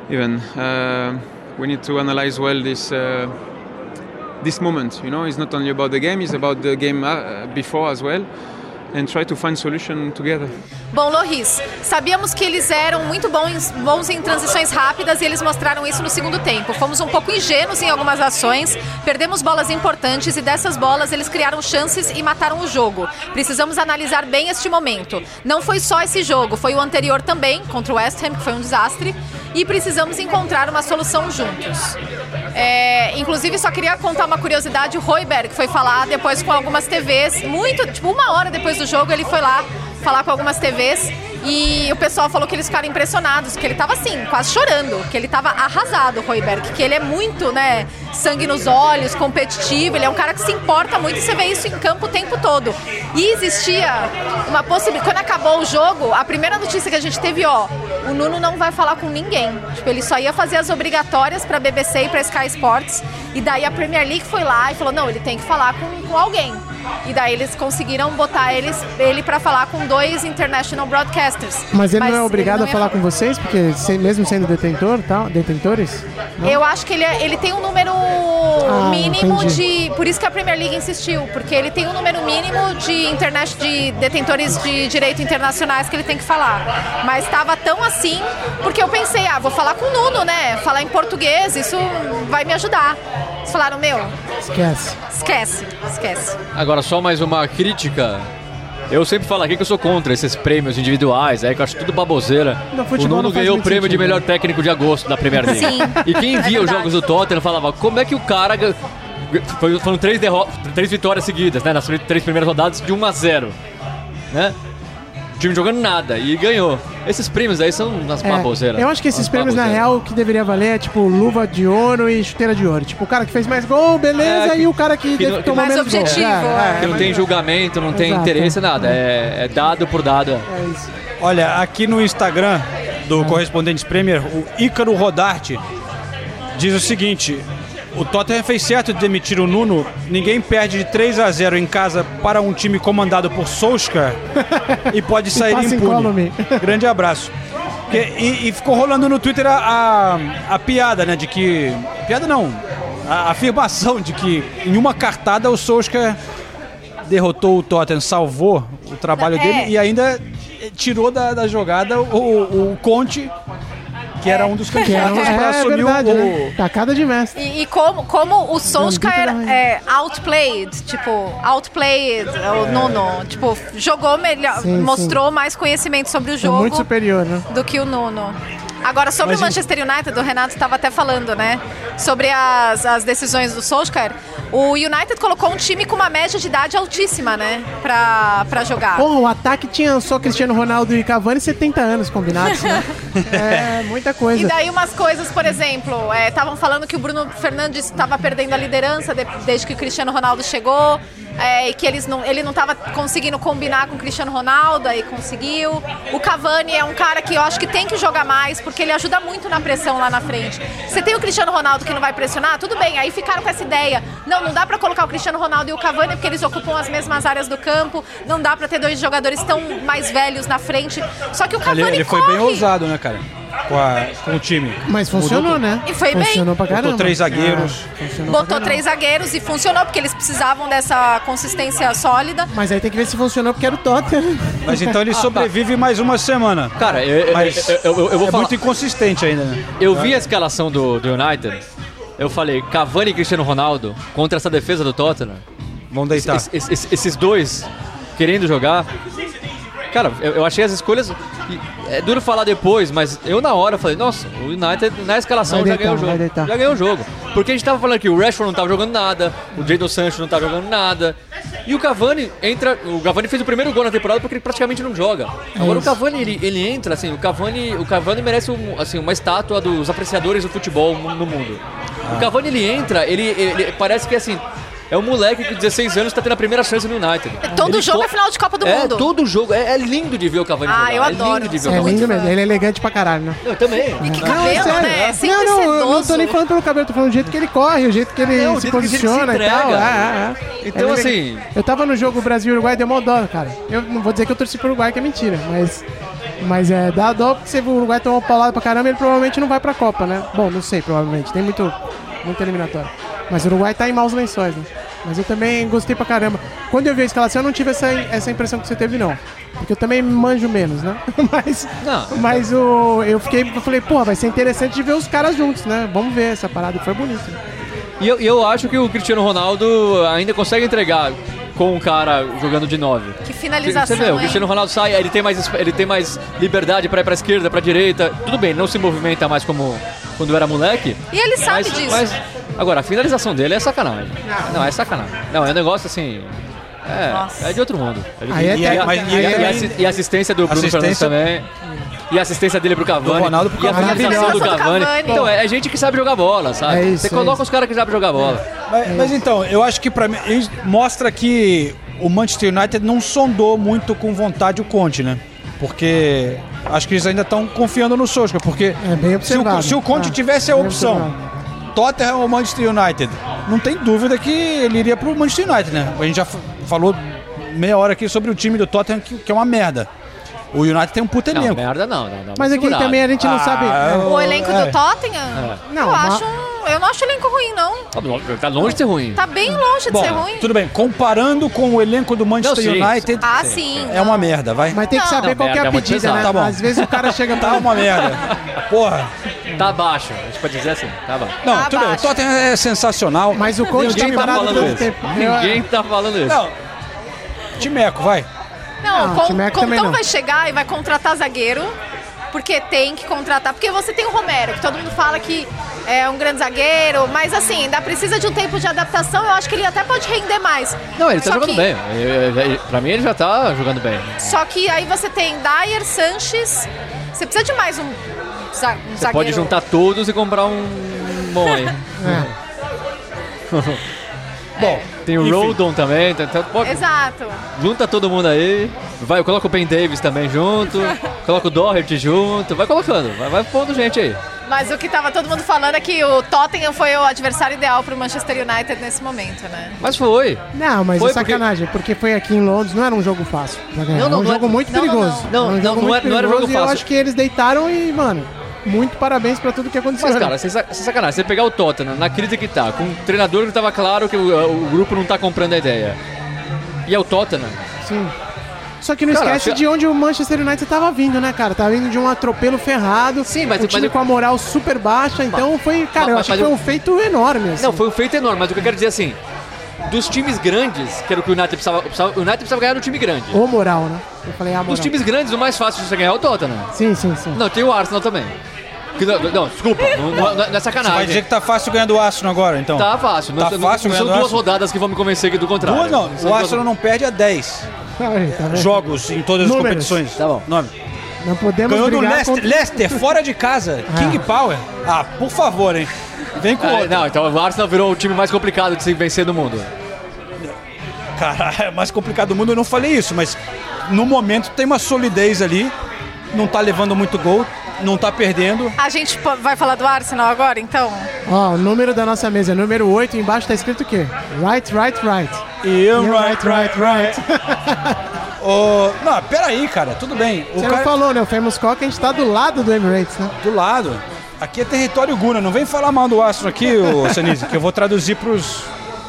S9: even uh, we need to analyze well this. Uh, this moment, you know, it's not only about the game; it's about the game uh, before as well and try to find solution together.
S8: Bom, Loris, sabíamos que eles eram muito bons, bons em transições rápidas e eles mostraram isso no segundo tempo. Fomos um pouco ingênuos em algumas ações, perdemos bolas importantes e dessas bolas eles criaram chances e mataram o jogo. Precisamos analisar bem este momento. Não foi só esse jogo, foi o anterior também, contra o West Ham, que foi um desastre, e precisamos encontrar uma solução juntos. É, inclusive, só queria contar uma curiosidade: o Royberg foi falar depois com algumas TVs, muito, tipo, uma hora depois do jogo, ele foi lá falar com algumas TVs e o pessoal falou que eles ficaram impressionados, que ele tava assim, quase chorando, que ele tava arrasado, o Royberg, que ele é muito, né, sangue nos olhos, competitivo, ele é um cara que se importa muito e você vê isso em campo o tempo todo. E existia uma possibilidade, quando acabou o jogo, a primeira notícia que a gente teve, ó, o Nuno não vai falar com ninguém. Tipo, ele só ia fazer as obrigatórias pra BBC e pra Sky Sports, e daí a Premier League foi lá e falou: "Não, ele tem que falar com, com alguém". E daí eles conseguiram botar eles, ele pra falar com dois international broadcasters.
S5: Mas ele não é obrigado
S8: ele
S5: a
S8: não ia
S5: falar com vocês, porque se- mesmo sendo detentor, tal, detentores, não?
S8: Eu acho que ele, é- ele tem um número mínimo de. Por isso que a Premier League insistiu, porque ele tem um número mínimo de, internet, de detentores de direito internacionais que ele tem que falar. Mas estava tão assim, porque eu pensei, ah, vou falar com o Nuno, né? Falar em português, isso vai me ajudar. Eles falaram, meu,
S5: esquece.
S8: esquece, esquece.
S7: Agora, só mais uma crítica. Eu sempre falo aqui que eu sou contra esses prêmios individuais, aí que eu acho tudo baboseira.
S5: Não, futebol
S7: o Nuno
S5: não faz
S7: ganhou o
S5: muito
S7: prêmio de
S5: sentido,
S7: melhor
S5: né?
S7: técnico de agosto da Premier League.
S10: Sim,
S7: [laughs] E quem
S10: é
S7: via os
S10: verdade.
S7: jogos do Tottenham falava, como é que o cara. gan- Foi- Foram três, derro- três vitórias seguidas, né? Nas tri- três primeiras rodadas de 1 a 0 né? O time jogando nada e ganhou. Esses prêmios aí são umas
S5: É,
S7: baboseiras.
S5: eu acho que esses
S7: Umas
S5: prêmios, na
S7: baboseiras.
S5: real, o que deveria valer é tipo luva de ouro e chuteira de ouro. Tipo, o cara que fez mais gol, beleza,
S7: É,
S5: e o cara que,
S7: que não-
S5: deve
S7: que
S5: tomou
S10: mais
S5: menos
S10: objetivo,
S5: gol.
S10: é.
S5: É, é,
S7: Que não tem julgamento, não tem
S5: Exato.
S7: interesse, nada. É, é dado por dado.
S5: é isso.
S6: Olha, aqui no Instagram do correspondente Premier, o Ícaro Rodarte diz o seguinte: o Tottenham fez certo de demitir o Nuno. Ninguém perde de 3 a 0 em casa para um time comandado por Solskjaer e pode sair
S5: passa
S6: impune.
S5: incólume.
S6: Grande abraço. Que- e, e ficou rolando no Twitter a, a, a piada, né? De que. Piada não. A afirmação de que em uma cartada o Solskjaer derrotou o Tottenham, salvou o trabalho
S8: É.
S6: dele e ainda eh, tirou da, da jogada o, o Conte, que era um dos [laughs] candidatos
S5: é,
S6: para assumir
S5: verdade,
S6: o.
S5: né? Tacada de mestre.
S8: E, e como, como o Solskjaer
S5: Gambito da
S8: é, outplayed, tipo, outplayed é, o Nuno. Tipo, jogou melhor,
S5: Sim, sim.
S8: mostrou mais conhecimento sobre o
S5: É
S8: jogo
S5: muito superior, né?
S8: do que o Nuno. Agora, sobre
S6: Mas,
S8: o Manchester United, o Renato estava até falando, né? Sobre as, as decisões do Solskjaer. O United colocou um time com uma média de idade altíssima, né? Pra, pra jogar.
S5: Porra, o ataque tinha só Cristiano Ronaldo e Cavani 70 anos combinados,
S8: [laughs]
S5: né? é, muita
S8: E
S5: coisa.
S8: daí umas coisas, por exemplo, estavam falando que o Bruno Fernandes estava perdendo a liderança de- desde que o Cristiano Ronaldo chegou, é, e que eles não, ele não estava conseguindo combinar com o Cristiano Ronaldo, aí conseguiu. O Cavani é um cara que eu acho que tem que jogar mais, porque ele ajuda muito na pressão lá na frente. Você tem o Cristiano Ronaldo que não vai pressionar, tudo bem, aí ficaram com essa ideia. Não, não dá para colocar o Cristiano Ronaldo e o Cavani porque eles ocupam as mesmas áreas do campo, não dá para ter dois jogadores tão mais velhos na frente. Só que o Cavani
S6: Ele, ele foi bem
S8: corre.
S6: ousado, né, cara? Com, a- com o time.
S5: Mas funcionou, né?
S8: E foi bem.
S5: Funcionou pra
S6: Botou
S5: caramba.
S6: três zagueiros.
S5: Ah, funcionou pra
S8: Botou
S5: caramba.
S8: três zagueiros e funcionou, porque eles precisavam dessa consistência sólida.
S5: Mas aí tem que ver se funcionou porque era o Tottenham.
S6: Mas então ele sobrevive mais uma semana.
S7: Cara, eu, eu-
S6: Mas
S7: eu- eu- eu vou
S6: é
S7: falar.
S6: muito inconsistente ainda, né?
S7: Eu vi a escalação do, do United. Eu falei, Cavani e Cristiano Ronaldo contra essa defesa do Tottenham.
S6: Vamos deitar.
S5: Tá.
S7: Es- es- es- esses dois querendo jogar. Cara, eu, eu achei as escolhas. e É duro falar depois, mas eu na hora falei, nossa, o United na escalação
S5: Vai
S7: já
S5: deitar,
S7: ganhou o
S5: vai
S7: jogo.
S5: deitar.
S7: Já ganhou o um jogo. Porque a gente tava falando que o Rashford não tava jogando nada, o Jadon Sancho não tava jogando nada. E o Cavani entra. O Cavani fez o primeiro gol na temporada porque ele praticamente não joga. Agora o Cavani, ele, ele entra, assim, o Cavani, o Cavani merece um, assim, uma estátua dos apreciadores do futebol mu- no mundo.
S5: Ah.
S7: O Cavani ele entra, ele, ele- parece que assim. É um moleque que com 16 anos tá tendo a primeira chance no United.
S8: Todo
S7: Ele
S8: jogo
S7: co-
S8: é final de Copa do
S7: é,
S8: Mundo.
S7: todo jogo. É, é lindo de ver o Cavani
S8: Ah,
S7: jogar.
S8: eu
S7: é
S8: adoro.
S7: lindo de ver o
S5: É
S7: Cavani.
S5: lindo
S8: fã.
S5: mesmo. Ele é elegante pra caralho, né?
S7: Eu também.
S8: Que
S5: Não, é
S8: cabelo,
S5: sério.
S8: né? É sempre
S5: não, não, eu não tô
S8: sedoso.
S5: nem falando pelo cabelo, tô falando do jeito que ele corre, o jeito que ele
S7: É, o
S5: se
S7: jeito que ele se
S5: posiciona e tal.
S7: entrega.
S5: É, é, é.
S7: Então,
S5: Ele-
S7: assim-
S5: Eu tava no jogo Brasil-Uruguai, deu mó dó, cara. Eu não vou dizer que eu torci pro Uruguai, que é mentira, mas. Mas é, dá dó porque se o Uruguai tomar uma paulada pra caramba, ele provavelmente não vai pra Copa, né? Bom, não sei, provavelmente. Tem muito, muito eliminatório. Mas o Uruguai tá em maus lençóis, né? Mas eu também gostei pra caramba. Quando eu vi a escalação, eu não tive essa, essa impressão que você teve, não. Porque eu também manjo menos, né? [laughs] Mas,
S7: Não.
S5: mas o, eu fiquei, eu falei, porra, vai ser interessante de ver os caras juntos, né? Vamos ver essa parada, foi bonito. né?
S7: E eu, e eu acho que o Cristiano Ronaldo ainda consegue entregar com o cara jogando de 9. Você
S8: Que finalização,
S7: vê, o
S8: hein?
S7: Cristiano Ronaldo sai, ele tem mais, ele tem mais liberdade pra ir pra esquerda, pra direita. Tudo bem, não se movimenta mais como quando era moleque.
S8: E ele sabe
S7: mas,
S8: disso.
S7: mas- agora, a finalização dele é sacanagem. Não, é sacanagem. Não, é um negócio assim.
S8: Nossa.
S7: É, é de outro mundo. É de-
S5: Aí é
S7: e, a,
S5: técnica,
S7: mas- e a-
S5: aí é-
S7: e a assi- e a assistência do Bruno Fernandes
S6: Assistência-
S7: também. E a assistência dele pro Cavani.
S6: Do Ronaldo pro
S7: e a
S6: Cavani.
S7: finalização do
S8: Maravilhosa.
S7: Cavani.
S8: Cavani.
S7: Então, é, é gente que sabe jogar bola, sabe?
S5: É isso,
S7: Você
S5: é
S7: coloca
S5: isso.
S7: os caras que sabem jogar bola.
S6: Mas, mas então, eu acho que pra mim isso mostra que o Manchester United não sondou muito com vontade o Conte, né? Porque acho que eles ainda estão confiando no Solskjaer, porque
S5: É, bem
S6: se, o,
S5: observado.
S6: se o Conte
S5: Ah,
S6: tivesse a
S5: bem
S6: opção Tottenham ou Manchester United, não tem dúvida que ele iria pro Manchester United, né? A gente já f- falou meia hora aqui sobre o time do Tottenham que, que é uma merda. O United tem um puta
S7: Não,
S6: elenco.
S7: merda não. não, não
S5: É Mas aqui
S7: segurado.
S5: também é- a gente não
S6: Ah,
S5: sabe. né?
S6: eu-
S8: O elenco
S6: É.
S8: do Tottenham?
S5: Não,
S8: eu,
S5: mas-
S8: acho um- eu não acho o elenco ruim, não.
S7: Tá longe- Tá longe de ser ruim.
S8: Tá bem longe de
S6: Bom,
S8: ser ruim.
S6: tudo bem, comparando com o elenco do Manchester
S7: Não, sim.
S6: United,
S8: Ah, sim.
S6: é uma merda, vai.
S5: Mas tem que
S8: Não,
S5: saber
S7: não,
S5: qual que é
S7: merda,
S5: a
S7: é muito
S5: pedida, né?
S7: pesado.
S6: Tá bom.
S5: Às vezes o cara chega pra.
S6: Tá
S5: [laughs]
S6: uma merda. Porra.
S7: Tá baixo. A gente pode dizer assim, tá baixo.
S6: Não,
S8: Tá
S6: tudo bem. O
S8: abaixo.
S6: Tottenham é sensacional.
S5: Mas o
S6: Ninguém
S5: Conte tá
S6: tá
S5: parado
S6: falando
S5: todo
S6: isso.
S5: tempo. Eu-
S7: Ninguém tá falando isso.
S6: Não. Timeco, vai.
S8: Não,
S7: Ah,
S5: Não,
S8: o Con-
S5: Timec
S8: Concão
S5: também não.
S8: vai chegar e vai contratar zagueiro, porque tem que contratar. Porque você tem o Romero, que todo mundo fala que é um grande zagueiro, mas assim, ainda precisa de um tempo de adaptação, eu acho que ele até pode render mais.
S7: Não, ele tá
S8: Só
S7: jogando
S8: que-
S7: bem. Ele- ele- Pra mim ele já tá jogando bem.
S8: Só que aí você tem Dyer, Sanches, você precisa de mais um, za- um
S7: Você
S8: zagueiro.
S7: pode juntar todos e comprar um bom aí.
S8: É.
S7: [laughs] bom, tem o
S6: Enfim.
S7: Rodon também. Tá, tá- pô,
S8: Exato.
S7: junta todo mundo aí. Vai, coloca o Ben Davis também
S8: [laughs]
S7: junto. coloca o Doherty junto. Vai colocando, vai, vai pondo gente aí.
S8: Mas o que tava todo mundo falando é que o Tottenham foi o adversário ideal pro Manchester United nesse momento, né?
S7: Mas foi.
S5: Não, mas
S7: Foi
S5: é sacanagem, porque... foi aqui em Londres, não era um jogo fácil. pra ganhar,
S7: Não,
S5: era
S7: não,
S5: um
S7: não
S5: jogo
S7: é-
S5: muito
S8: não, não,
S5: perigoso.
S8: não.
S5: Era um
S7: Não,
S5: jogo
S7: não
S5: muito
S7: é- não era jogo
S5: perigoso e Eu
S7: fácil.
S5: acho que eles deitaram e, mano, muito parabéns pra tudo que aconteceu.
S7: Mas,
S5: né?
S7: cara, sem sa- sem sacanagem, você pegar o Tottenham na crise que tá, com um treinador que tava claro que o, o grupo não tá comprando a ideia. E é o Tottenham.
S5: Sim. Só que não
S7: Cara,
S5: esquece
S7: se-
S5: de onde o Manchester United tava vindo, né, cara? Tava vindo de um atropelo ferrado.
S7: Sim, mas-
S5: o time
S7: mas-
S5: com a moral super baixa. Então foi, cara, eu
S7: mas-
S5: acho que
S7: mas
S5: foi
S7: eu-
S5: um feito enorme, assim.
S7: Não, foi um feito enorme, mas o que eu quero dizer assim, dos times grandes, que era o que o United precisava, precisava- o United precisava ganhar do time grande.
S5: Ou moral, né? Eu falei, ah, moral.
S7: Dos times grandes, o mais fácil de você ganhar é o Tottenham.
S5: Sim, sim, sim.
S7: Não, tem o Arsenal também. Que não, não, desculpa, não, não- não é
S6: Vai dizer
S7: sacanagem.
S6: que tá fácil ganhar do Arsenal agora, então.
S7: Tá fácil, não,
S6: Tá
S7: não-
S6: fácil
S7: não são
S6: ganhar do
S7: duas
S6: Arsenal?
S7: rodadas que vão me convencer aqui do contrário.
S6: Duas não.
S7: São
S6: O
S7: duas-
S6: Arsenal não perde há 10
S5: Aí, tá vendo?
S6: jogos em todas as
S5: Números.
S6: competições.
S7: Tá bom.
S6: Nome.
S5: Não podemos
S6: Ganhou do
S5: brigar
S6: Leicester,
S5: contra-
S6: Leicester, fora de casa. King Power. Ah, por favor, hein. Vem com
S7: Ah,
S6: outro.
S7: não, então o Arsenal virou o time mais complicado de se vencer do mundo.
S6: Cara, é o mais complicado do mundo. Eu não falei isso, mas no momento tem uma solidez ali. Não tá levando muito gol, não tá perdendo.
S8: A gente po- vai falar do Arsenal agora, então?
S5: Ó, o número da nossa mesa é número 8. Embaixo tá escrito o quê? Right, right, right.
S6: E eu,
S5: You're
S6: right, right, right. [laughs] Ô, não, peraí, cara, tudo bem. O
S5: Você
S6: cara
S5: não falou, né? O Famous Coca, a gente tá do lado do Emirates, né?
S6: do lado. Aqui é território Guna, não vem falar mal do Astro aqui,
S7: [laughs]
S6: ô Senise, que eu vou traduzir pros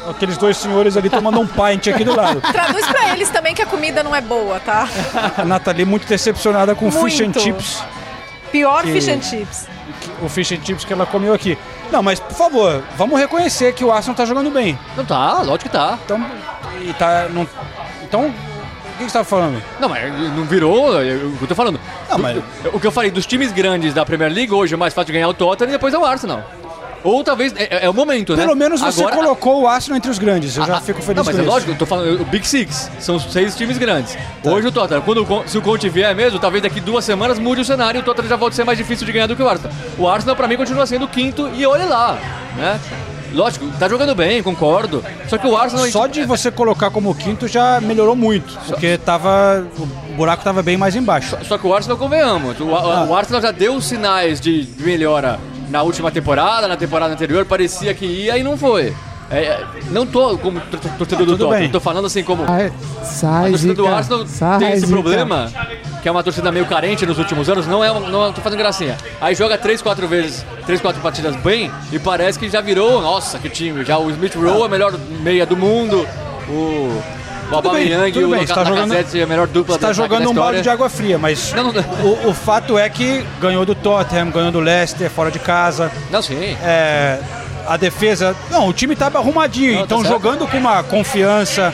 S6: aqueles dois senhores ali tomando um pint aqui do lado.
S8: Traduz pra eles também que a comida não é boa, tá?
S6: A Nathalie muito decepcionada com o fish and
S8: Muito.
S6: chips,
S8: Pior
S6: Que-
S8: fish and chips.
S6: o fish and chips que ela comeu aqui. Não, mas por favor, vamos reconhecer que o Arsenal tá jogando bem.
S7: Não tá, lógico que tá.
S6: Então, e tá, não, então o que você tá falando?
S7: Não, mas não virou, é o que eu tô falando.
S6: Não, mas-
S7: O que eu falei, dos times grandes da Premier League, hoje é mais fácil de ganhar o Tottenham e depois é o Arsenal. Ou talvez, é, é o momento, né?
S6: Pelo menos você
S7: Agora-
S6: colocou o Arsenal entre os grandes, eu já
S7: Ah,
S6: fico feliz
S7: Não, mas
S6: com
S7: é
S6: isso. Tá.
S7: lógico, eu tô falando, o Big Six, são os seis times grandes. Hoje o Tottenham, quando o Con- se o Conte vier mesmo, talvez daqui duas semanas mude o cenário e o Tottenham já volta a ser mais difícil de ganhar do que o Arsenal. O Arsenal, pra mim, continua sendo o quinto e olha lá, né? Lógico, tá jogando bem, concordo. Só que o Arsenal...
S6: Só de você colocar como quinto já melhorou muito, porque tava o buraco tava bem mais embaixo.
S7: Só que o Arsenal, convenhamos, o, o- o
S6: Ah.
S7: Arsenal já deu sinais de melhora na última temporada, na temporada anterior, parecia que ia e não foi. É, é, não tô como tor- tor- torcedor do
S6: tudo bem.
S7: Tottenham, tô falando assim como...
S5: Ai,
S7: A
S5: sai,
S7: torcida do
S5: Zica.
S7: Arsenal
S5: Sai,
S7: tem esse
S5: Zica.
S7: problema, que é uma torcida meio carente nos últimos anos, não é, um- não é- tô fazendo gracinha. Aí joga três, quatro vezes, três, quatro partidas bem e parece que já virou, nossa, que time, já o Smith Rowe é a melhor meia do mundo, o o Aubameyang
S6: tudo
S7: e o
S6: bem, você tá jogando-
S7: Lacazette é a melhor dupla
S6: Você
S7: do
S6: tá
S7: ataque
S6: jogando
S7: da
S6: um balde
S7: história.
S6: de água fria, mas
S7: Não, não-
S6: o, o fato é que ganhou do Tottenham, ganhou do Leicester, fora de casa.
S7: Não, sim.
S6: É, a defesa. Não, o time tava arrumadinho,
S7: Não, tá
S6: então
S7: certo.
S6: jogando com uma confiança,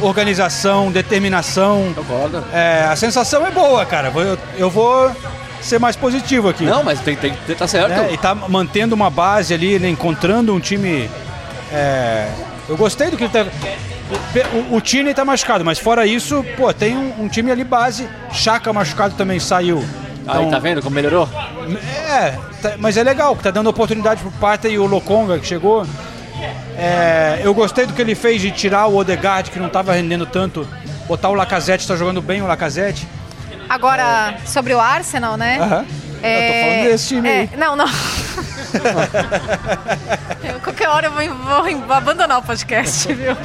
S6: organização, determinação.
S7: Concordo.
S6: É, a sensação é boa, cara. Eu, eu vou ser mais positivo aqui.
S7: Não, mas tem, tem, tem- tá certo.
S6: né? E tá mantendo uma base ali, né? encontrando um time. é, Eu gostei do que ele tá. O, o Tine tá machucado, mas fora isso, pô, tem um, um time ali base. Chaka machucado também saiu. Então,
S7: Aí tá vendo como melhorou?
S6: É, tá- mas é legal, que tá dando oportunidade pro Pata e o Lokonga que chegou. É, eu gostei do que ele fez de tirar o Odegaard, que não tava rendendo tanto, botar o Lacazette, tá jogando bem o Lacazette.
S8: Agora, sobre o Arsenal, né?
S6: Aham. Eu tô falando desse time aí.
S8: é, Não, [laughs] não. Eu, qualquer hora eu vou, vou- vou abandonar o podcast, [laughs] viu?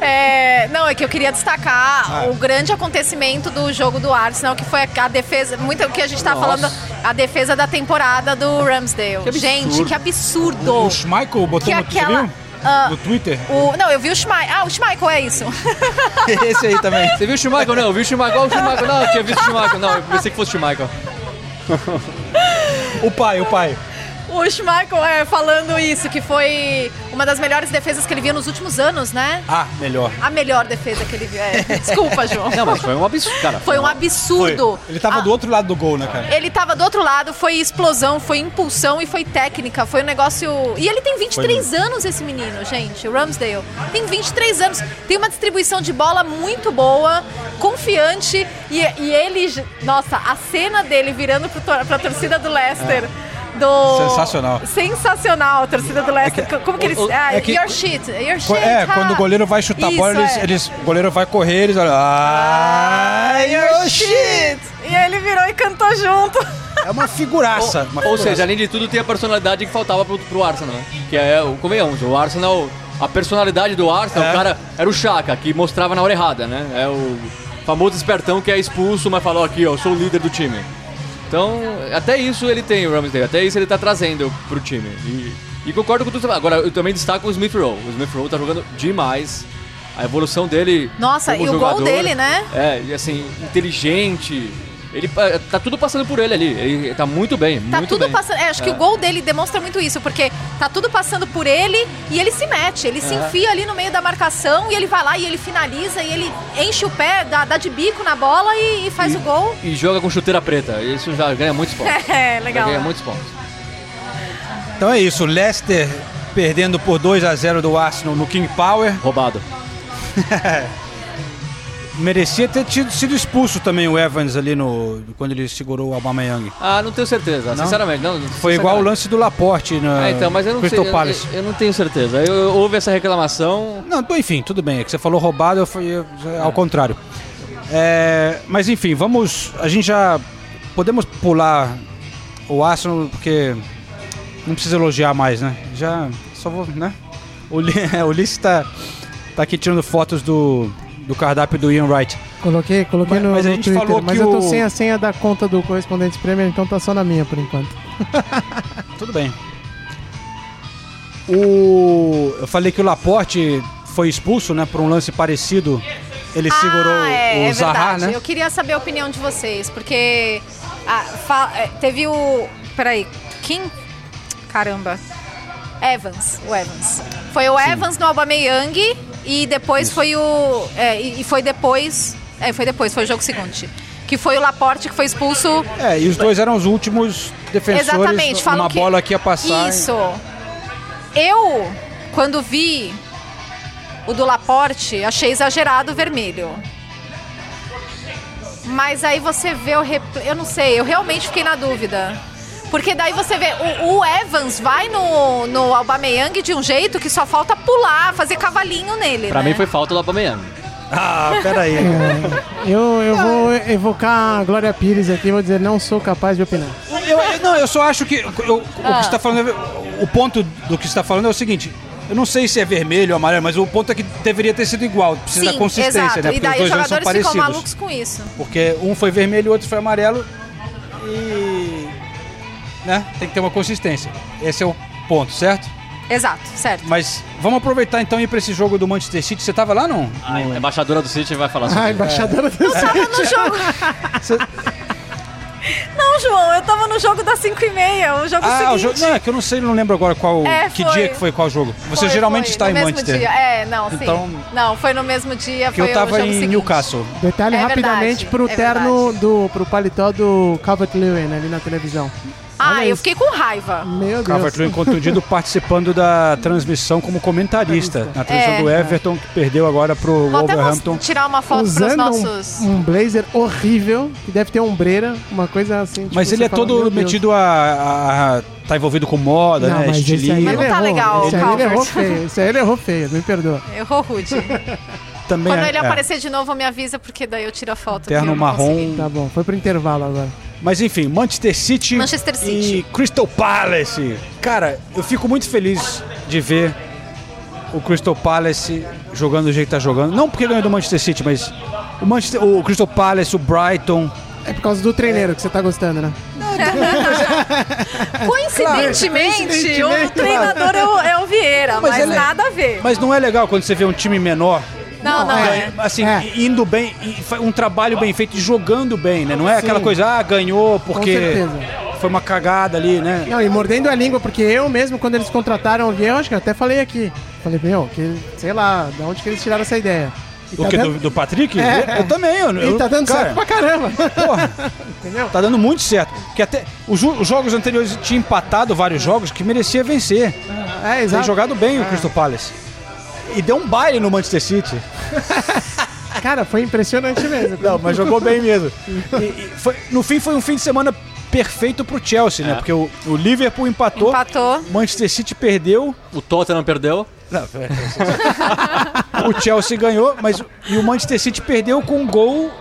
S8: É, não, é que eu queria destacar
S6: Ah.
S8: o grande acontecimento do jogo do Arsenal, que foi a, a defesa, muito o que a gente tava
S7: Nossa.
S8: falando, a defesa da temporada do Ramsdale.
S7: Que
S8: gente,
S7: absurdo.
S8: que absurdo!
S6: Schmeichel botou
S8: Que
S6: no
S8: aquela.
S6: viu?
S8: ah,
S6: No Twitter.
S8: o, não, eu vi o Schmeichel. Ah, o Schmeichel é isso.
S6: [laughs] Esse aí também.
S7: Você viu o Schumacher? Não, eu vi o Schumacher. Olha o Schumacher. Não, eu tinha visto o Schumacher. Não, eu pensei que fosse o Schumacher.
S6: O pai, o pai.
S8: o Schmeichel é, falando isso, que foi uma das melhores defesas que ele viu nos últimos anos, né?
S6: Ah, melhor.
S8: A melhor defesa que ele viu. É, desculpa, João.
S7: Não, mas foi um absurdo, cara.
S8: Foi um absurdo.
S6: Ele tava
S8: Ah,
S6: do outro lado do gol, né, cara?
S8: Ele tava do outro lado, foi explosão, foi impulsão e foi técnica. Foi um negócio. E ele tem 23 anos, esse menino, gente, o Ramsdale. Tem 23 anos, tem uma distribuição de bola muito boa, confiante. E, e ele. j- Nossa, a cena dele virando pro tor pra torcida do Leicester. Do...
S6: É. Sensacional.
S8: Sensacional a torcida do Leicester.
S6: É que-
S8: Como que eles.
S6: o- o-
S8: Ah,
S6: é que-
S8: your shit, your
S6: Co-
S8: shit.
S6: É,
S8: ha.
S7: ah,
S6: quando o goleiro vai chutar a bola,
S8: Isso,
S6: eles,
S8: é.
S6: eles- o goleiro vai correr, eles olham. Ai,
S8: Your
S6: oxi!
S8: shit! E ele virou e cantou junto.
S6: É uma figuraça. uma
S7: Ou
S6: figuraça.
S7: seja, além de tudo, tem a personalidade que faltava pro, pro Arsenal, né? Que é, o convenhamos, o Arsenal, a personalidade do Arsenal,
S6: É.
S7: o cara era o Chaka, que mostrava na hora errada, né? É o famoso espertão que é expulso, mas falou aqui, ó, eu sou o líder do time. Então, até isso ele tem, o Ramsdale, até isso ele tá trazendo pro time. E, e concordo com tudo. que você falou. Agora, eu também destaco o Smith Rowe. O Smith Rowe tá jogando demais. A evolução dele.
S8: Nossa,
S7: como
S8: e o gol
S7: jogador,
S8: dele, né?
S7: É, e assim, inteligente. Ele pa- tá tudo passando por ele ali. Ele tá muito bem.
S8: Tá
S7: muito
S8: tudo
S7: bem.
S8: passando. É, acho que
S7: É.
S8: o gol dele demonstra muito isso, porque tá tudo passando por ele e ele se mete, ele
S7: É.
S8: se enfia ali no meio da marcação e ele vai lá e ele finaliza e ele enche o pé, dá, dá de bico na bola e, e faz o gol. [laughs]
S7: E joga com chuteira preta. Isso já ganha muitos pontos.
S8: É,
S7: Já
S8: legal.
S7: ganha
S8: né?
S7: muitos pontos.
S6: Então é isso, o Leicester perdendo por 2 a 0 do Arsenal no King Power.
S7: Roubado.
S6: Merecia ter tido, sido expulso também o Evans ali no quando ele segurou o Aubameyang.
S7: Ah, não tenho certeza.
S6: Não?
S7: Sinceramente, não. não
S6: Foi
S7: sei
S6: igual o
S7: sacanagem.
S6: lance do Laporte na
S7: é Ah, então, mas eu não
S6: Crystal
S7: sei. eu-
S6: Palace.
S7: Eu, eu não tenho certeza. Eu, eu- houve essa reclamação.
S6: Não, bom, enfim, tudo bem. É que você falou roubado, eu fui eu- ao contrário. É, mas enfim, vamos. A gente já podemos pular o Arsenal porque não precisa elogiar mais, né? Já só vou, né? O Li- [laughs] o Ulisses tá, tá aqui tirando fotos do, do cardápio do Ian Wright.
S5: Coloquei, coloquei
S6: Mas-
S5: no,
S6: mas a
S5: no
S6: gente
S5: Twitter,
S6: falou
S5: mas
S6: que
S5: eu tô
S6: o-
S5: sem a senha da conta do correspondente Premier, então tá só na minha por enquanto.
S6: Tudo bem. O eu falei que o Laporte foi expulso, né, por um lance parecido. Ele segurou
S8: ah, é,
S6: o
S8: é
S6: Zaha,
S8: verdade.
S6: né?
S8: Eu queria saber a opinião de vocês, porque ah, fa- eh, teve o. Peraí, Kim? Caramba. Evans, o Evans. Foi o Evans no Aubameyang e depois foi o. é, e e foi depois. É, foi depois, foi o jogo seguinte. Que foi o Laporte que foi expulso.
S6: É, e os dois eram os últimos defensores.
S8: Exatamente, falam
S6: uma
S8: que...
S6: bola que ia passar.
S8: Isso. Eu, quando vi o do Laporte, achei exagerado o vermelho. Mas aí você vê o replay. Eu não sei, eu realmente fiquei na dúvida. Porque daí você vê, o, o Evans vai no, no Aubameyang de um jeito que só falta pular, fazer cavalinho nele,
S7: Pra
S8: né?
S7: mim foi falta do Aubameyang.
S6: Ah, peraí.
S5: Eu, eu vou evocar a Glória Pires aqui, vou dizer, não sou capaz de opinar.
S6: [laughs] eu, eu- não, eu só acho que. eu- o que
S8: Ah.
S6: você tá falando. é- O ponto do que você tá falando é o seguinte. Eu não sei se é vermelho ou amarelo, mas o ponto é que deveria ter sido igual. Precisa da consistência,
S8: exato.
S6: né? Porque
S8: e daí
S6: os dois
S8: os
S6: jogos são
S8: jogadores ficam
S6: parecidos.
S8: malucos com isso.
S6: Porque um foi vermelho e o outro foi amarelo. E. Né? Tem que ter uma consistência. Esse é o ponto, certo?
S8: Exato, certo.
S6: Mas vamos aproveitar então e ir pra esse jogo do Manchester City. Você tava lá, não?
S7: A embaixadora do City vai falar sobre
S5: Ah,
S7: isso.
S5: embaixadora do
S8: Eu tava no jogo. Não, João, eu tava no jogo das 5 e meia, o jogo
S6: Ah,
S8: seguinte.
S6: o jogo. Não, é que eu não sei, não lembro agora qual.
S8: É,
S6: que
S8: foi.
S6: dia que foi qual jogo. Você
S8: Foi,
S6: geralmente
S8: foi,
S6: está
S8: no
S6: em
S8: mesmo
S6: Manchester.
S8: Dia. É, não, sim.
S6: Então-
S8: não, foi no mesmo dia,
S6: Que
S8: foi
S6: eu
S8: o
S6: tava
S8: jogo
S6: em
S8: seguinte.
S6: Newcastle.
S5: Detalhe
S8: É
S5: rapidamente
S8: verdade,
S5: pro
S8: é
S5: terno
S8: verdade.
S5: do pro paletó do Calvert Lewin ali na televisão.
S8: Ah,
S5: Olha
S8: eu
S5: isso.
S8: fiquei com raiva.
S5: Meu Deus. [laughs]
S6: Calvert-Lewin contundido participando da transmissão como comentarista. Na transmissão
S8: É.
S6: do Everton, que perdeu agora pro
S8: Vou até
S6: Wolverhampton.
S8: mos- tirar uma foto pros
S5: Usando
S8: nossos.
S5: um, um blazer horrível, que deve ter ombreira, uma coisa assim. tipo,
S6: Mas
S5: você
S6: ele é
S5: fala,
S6: todo
S5: meu Deus.
S6: metido a, a- a- tá envolvido com moda,
S5: Não,
S6: né?
S5: mas esse aí é
S6: Estilinho.
S8: Mas não
S5: ele
S8: tá
S5: errou,
S8: legal,
S5: Esse aí ele
S8: Calvert.
S5: errou feio, esse aí ele errou feio, me perdoa.
S8: Errou
S6: [laughs]
S8: rude.
S6: Também
S8: Quando
S6: é-
S8: ele
S6: é.
S8: aparecer de novo, me avisa, porque daí eu tiro a foto. que
S6: Terno
S8: eu não
S6: marrom.
S8: consegui.
S5: Tá bom, foi pro intervalo agora.
S6: Mas enfim, Manchester City,
S8: Manchester City.
S6: e Crystal Palace. Cara, eu fico muito feliz de ver o Crystal Palace jogando do jeito que tá jogando. Não porque ganhou do Manchester City, mas o, Manchester, o Crystal Palace, o Brighton.
S5: É por causa do treineiro que você tá gostando, né?
S6: É,
S8: Coincidentemente,
S5: Claro,
S8: o treinador é o, é o Vieira, mas,
S6: Mas ele é-
S8: nada a ver.
S6: Mas não é legal quando você vê um time menor.
S8: não, não é.
S6: Assim,
S5: É.
S6: indo bem, e fa- um trabalho bem feito, e jogando bem, né? Não é aquela
S5: Sim.
S6: coisa, ah, ganhou
S5: Com
S6: porque
S5: certeza.
S6: foi uma cagada ali, né?
S5: Não, e mordendo a língua, porque eu mesmo, quando eles contrataram o Viel, acho que eu até falei aqui. Falei, meu, que, sei lá, da onde que eles tiraram essa ideia. E
S6: O
S5: tá
S6: que?
S5: dando-
S6: Do, do Patrick?
S5: É.
S6: Eu, eu também, eu,
S5: E
S6: eu-
S5: tá dando certo
S6: cara,
S5: pra caramba.
S6: porra,
S5: [laughs] Entendeu?
S6: tá dando muito certo. Porque até os, jo- os jogos anteriores tinha empatado vários jogos que merecia vencer.
S5: É,
S6: Tem
S5: exato.
S6: jogado bem o Crystal Palace. E deu um baile no Manchester City.
S5: Cara, foi impressionante mesmo.
S6: Não, mas jogou bem mesmo. E- e foi- no fim, foi um fim de semana perfeito pro Chelsea, né? Porque o, o Liverpool empatou,
S8: Empatou.
S6: o Manchester City perdeu,
S7: O Tottenham perdeu.
S6: [laughs] é, o Chelsea ganhou, mas o- e o Manchester City perdeu com um gol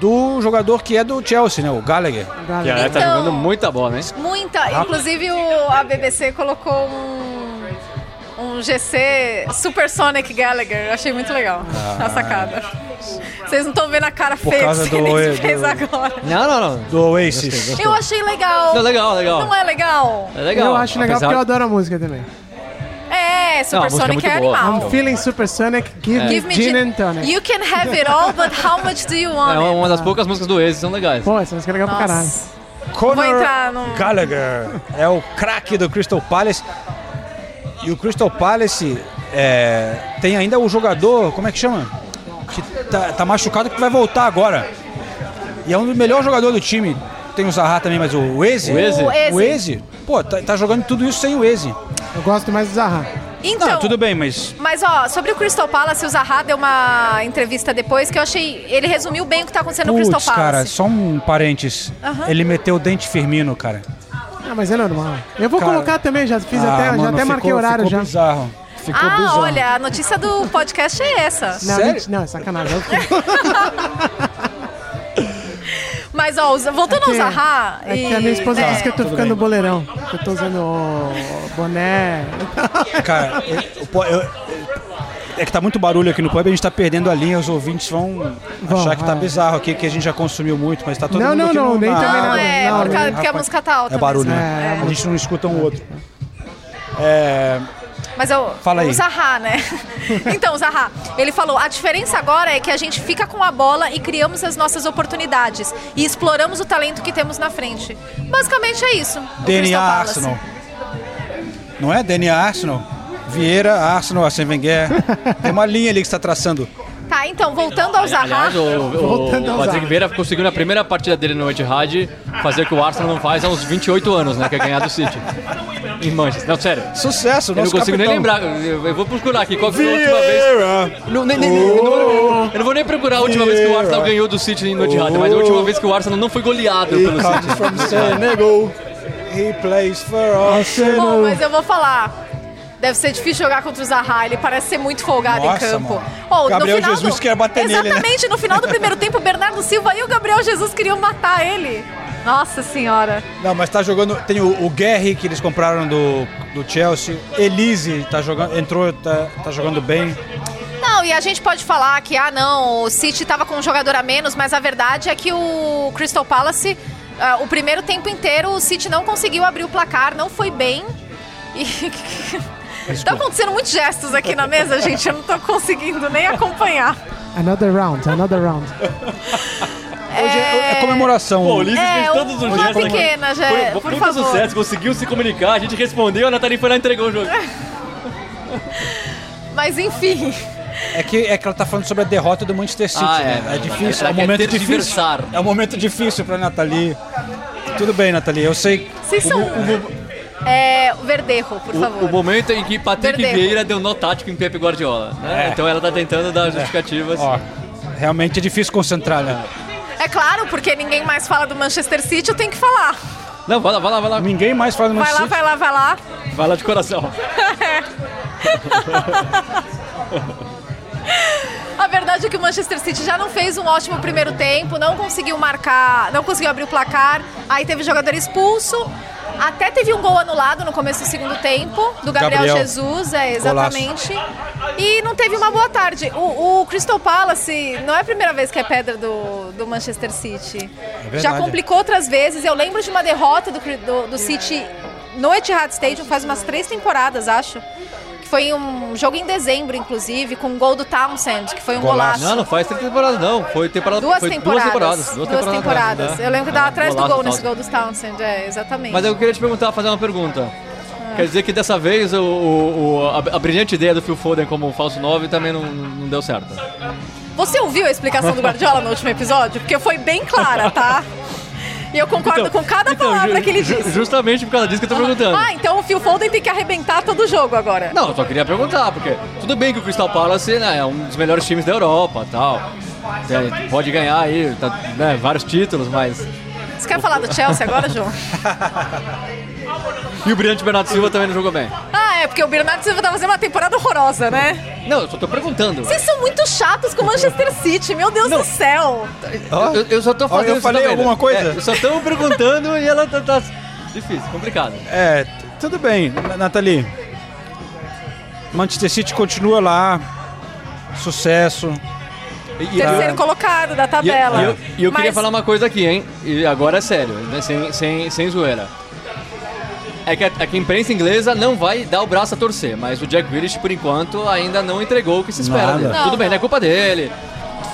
S6: do jogador que é do Chelsea, né? O Gallagher.
S7: Que
S5: Galera,
S7: a tá
S8: Então-
S7: jogando muita bola, né?
S8: Muita. Inclusive o, a BBC colocou um, um GC Supersonic Gallagher. Eu achei muito legal a sacada. Vocês não estão vendo a cara feia que
S6: Ah. causa
S8: o
S6: do-
S8: Felipe
S6: do-
S8: fez agora.
S7: Não, não, não.
S6: Do Oasis.
S8: Eu achei legal.
S7: Não, legal,
S8: Não
S7: legal.
S8: é legal?
S7: É legal.
S5: Eu acho legal
S7: Apesar-
S5: porque eu adoro a música também.
S8: É, Supersonic
S7: música é
S8: é,
S7: muito boa.
S8: animal.
S5: Feeling Supersonic, give
S8: Give
S5: me
S8: me
S5: gin
S8: gin-
S5: and tonic.
S8: You can have it all, but how much do you want
S7: É
S8: it?
S7: uma das poucas músicas do Oasis, são legais.
S5: Pô, essa música é legal pra caralho.
S8: Nossa.
S6: Conor
S8: Vou entrar no-
S6: Gallagher é o craque do Crystal Palace. E o Crystal Palace é, tem ainda o jogador, como é que chama? Que tá, tá machucado que vai voltar agora. E é um dos melhores jogadores do time. Tem o Zaha também, mas o Eze.
S7: O Eze?
S6: O Eze. Pô, tá, tá jogando tudo isso sem o Eze.
S5: Eu gosto mais do Zaha.
S8: Então,
S6: Não, tudo bem, mas
S8: Mas ó, sobre o Crystal Palace, o Zaha deu uma entrevista depois que eu achei. Ele resumiu bem o que tá acontecendo no
S6: Putz,
S8: Crystal
S6: cara,
S8: Palace.
S6: só um parênteses.
S8: Aham.
S6: Ele meteu o dente firmino, cara.
S5: Ah, mas é normal. Eu vou
S6: Cara,
S5: colocar também, já fiz
S6: Ah,
S5: até, já
S6: mano,
S5: até
S6: ficou-
S5: marquei horário
S6: ficou
S5: já.
S6: Bizarro.
S5: É
S6: Ficou
S8: ah,
S6: bizarro.
S8: olha, a notícia do podcast é essa.
S5: Não,
S6: Sério?
S5: mentira, não, é sacanagem. Eu-
S8: Mas ó, os- voltando ao
S5: que-
S8: Zaha.
S5: É
S8: e-
S5: que a minha esposa
S8: é,
S5: disse que eu tô ficando boleirão. que Eu tô usando o boné.
S6: Cara, eu- eu- eu- é que tá muito barulho aqui no pub, a gente tá perdendo a linha, os ouvintes vão,
S5: Vão,
S6: achar que tá
S5: é.
S6: bizarro aqui, que a gente já consumiu muito, mas tá todo
S5: Não,
S6: mundo
S5: não,
S6: aqui
S5: não,
S6: no-
S5: nem
S6: na-
S5: também
S8: Não,
S5: não, não,
S8: é, por causa-
S5: não,
S8: porque a música tá alta.
S6: É barulho,
S8: mesmo.
S6: né?
S5: É.
S6: A gente não escuta um outro. É,
S8: Mas eu,
S6: Fala aí.
S8: o Zaha, né? [laughs] então, o Zaha, ele falou: a diferença agora é que a gente fica com a bola e criamos as nossas oportunidades e exploramos o talento que temos na frente. Basicamente é isso. o
S6: DNA
S8: Crystal Palace.
S6: Arsenal. Não é DNA Arsenal? Vieira, Arsenal,
S5: [laughs]
S6: Arsene Wenger. Tem uma linha ali que você tá traçando.
S8: Tá, então, voltando ao Zaha.
S7: Aliás, É o, o,
S5: Voltando
S7: o
S5: aos
S7: Patrick Vieira conseguiu na primeira partida dele no Etihad fazer o que o Arsenal não faz há uns 28 anos, né? Que é ganhar do City. Em Manchester. Não, sério.
S6: Sucesso,
S7: Eu não
S6: nosso
S7: consigo nem
S6: capitão.
S7: lembrar. Eu, eu vou procurar aqui qual que foi a última vez.
S6: Vieira. Oh!
S7: Não, nem- nem- nem- eu não vou- eu não vou nem procurar a última vez que o Arsenal ganhou do City no Etihad,
S6: Oh!
S7: mas a última vez que o Arsenal não foi goleado
S6: He
S7: pelo City.
S6: comes from Senegal. He plays for Arsenal.
S8: Bom, mas eu vou falar. Deve ser difícil jogar contra o Zaha, ele parece ser muito folgado
S6: Nossa,
S8: em campo.
S6: mano.
S8: Ó, no
S6: Gabriel
S8: final
S6: Jesus quer bater nele, né?
S8: Exatamente, no final do
S6: [laughs]
S8: primeiro tempo, o Bernardo Silva e o Gabriel Jesus queriam matar ele. Nossa senhora.
S6: Não, mas tá jogando. Tem o, o Guerri que eles compraram do, do Chelsea. Elise tá jogando. Entrou, tá, tá jogando bem.
S8: Não, e a gente pode falar que, ah, não, o City tava com um jogador a menos, mas a verdade é que o Crystal Palace, ah, o primeiro tempo inteiro, o City não conseguiu abrir o placar, não foi bem. E. [laughs] Tá acontecendo muitos gestos aqui na mesa, gente. Eu não tô conseguindo nem acompanhar.
S5: Another round, another round.
S6: Tá Hoje é, é comemoração.
S8: É, uma
S7: né?
S8: pequena, já, É, por favor.
S7: conseguiu se comunicar, a gente respondeu, a Nathalie foi lá e entregou o jogo.
S8: Mas enfim.
S6: É que, é que ela tá falando sobre a derrota do Manchester City.
S7: Ah,
S6: né?
S7: é.
S6: difícil.
S7: Ela
S6: É, um
S7: quer
S6: momento difícil.
S7: tergiversar.
S6: É um momento difícil pra Nathalie. Tudo bem, Nathalie. Eu sei.
S8: Vocês são. É, o Verderro, por favor.
S7: O, o momento em que Patrick
S8: Verdejo.
S7: Vieira deu nó tático em Pepe Guardiola. né? Então ela tá tentando dar justificativas.
S6: É. Ó, realmente é difícil concentrar, né?
S8: É claro, porque ninguém mais fala do Manchester City, eu tenho que falar.
S7: Não, vai lá, vai lá, vai lá.
S6: Ninguém mais fala do
S8: Vai lá,
S6: Manchester
S8: vai lá, vai lá.
S7: Vai lá de coração.
S8: A verdade é que o Manchester City já não fez um ótimo primeiro tempo, não conseguiu marcar, não conseguiu abrir o placar. Aí teve jogador expulso. Até teve um gol anulado no começo do segundo tempo, do Gabriel,
S6: Gabriel.
S8: Jesus, é, exatamente. E não teve uma boa tarde. O, o Crystal Palace não é a primeira vez que é pedra do, do Manchester City.
S7: É
S6: verdade.
S8: Já complicou outras vezes. Eu lembro de uma derrota do, Cri- do, do City no Etihad Stadium faz umas três temporadas, acho. Que que foi um jogo em dezembro, inclusive, com o gol do Townsend, que foi um golaço.
S7: Não, não faz três temporadas, não. Foi temporada.
S8: Duas,
S7: foi
S8: temporadas,
S7: Duas temporadas.
S8: Duas temporadas.
S7: atrás, né?
S8: Eu lembro que eu tava atrás do
S7: Golaço
S8: gol
S7: do
S8: nesse gol dos Townsend, é, exatamente.
S7: Mas eu queria te perguntar, fazer uma pergunta.
S8: Ah.
S7: Quer dizer que dessa vez o, o- o- a, a brilhante ideia do Phil Foden como um falso 9 também não, não deu certo.
S8: Você ouviu a explicação do Guardiola no último episódio? Porque foi bem clara, tá? E eu concordo
S7: Então,
S8: com cada
S7: então,
S8: palavra
S7: ju-
S8: que ele
S7: ju-
S8: disse.
S7: Justamente por causa disso que eu tô perguntando.
S8: Ah, então o Phil Foden tem que arrebentar todo jogo agora.
S7: Não, eu só queria perguntar, porque tudo bem que o Crystal Palace né, é um dos melhores times da Europa tal. É, pode ganhar aí tá, né, vários títulos, mas.
S8: Você quer falar do Chelsea agora, João?
S7: E o brilhante Bernardo Silva também não jogou bem.
S8: Ah, é, porque o Bernardo Silva tá fazendo uma temporada horrorosa, né?
S7: Não, eu só tô perguntando.
S8: Vocês são muito chatos com o Manchester City, meu Deus do céu.
S6: Ó,
S7: Eu, eu só tô fazendo.
S6: eu
S7: isso
S6: falei
S7: também, né?
S6: alguma coisa?
S7: É, eu só tão perguntando e ela tá. tá- Difícil, complicado.
S6: É, t- tudo bem, Na- Nathalie. Manchester City continua lá. Sucesso.
S7: E-
S8: Terceiro colocado da
S7: E,
S8: tabela.
S7: e eu, e eu queria
S8: Mas-
S7: falar um- uma coisa aqui, hein? E agora é sério, né? sem, sem, sem zoeira. É que a, é que a imprensa inglesa não vai dar o braço a torcer, mas o Jack Grealish, por enquanto, ainda não entregou o que se espera
S6: Nada.
S7: dele.
S8: Não,
S7: Tudo bem,
S8: não.
S7: não é culpa dele.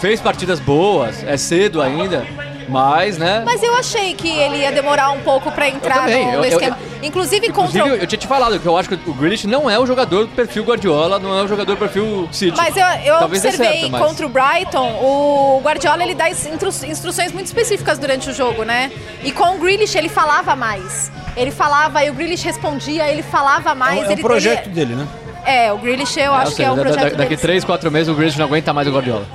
S7: Fez partidas boas, é cedo ainda, mas, né?
S8: Mas eu achei que ele ia demorar um pouco pra entrar
S7: também,
S8: no
S7: eu- eu-
S8: esquema. inclusive, contra
S7: Inclusive, eu,
S8: o...
S7: eu tinha te falado que eu acho que o Grealish não é o jogador do perfil Guardiola, não é o jogador do perfil City.
S8: Mas eu, eu
S7: Talvez dê
S8: observei
S7: certo, mas-
S8: contra o Brighton, o Guardiola ele dá instru- instruções muito específicas durante o jogo, né? E com o Grealish ele falava mais. Ele falava e o Grealish respondia, ele falava
S6: É
S8: mais.
S6: um- é um
S8: ele-
S6: projeto
S8: ele-
S6: dele, né?
S8: É, o Grealish eu acho
S7: Ou
S8: que
S7: seja,
S8: é um
S7: da- da-
S8: projeto
S7: Daqui
S8: deles.
S7: 3, 4 meses o Grealish não aguenta mais o Guardiola.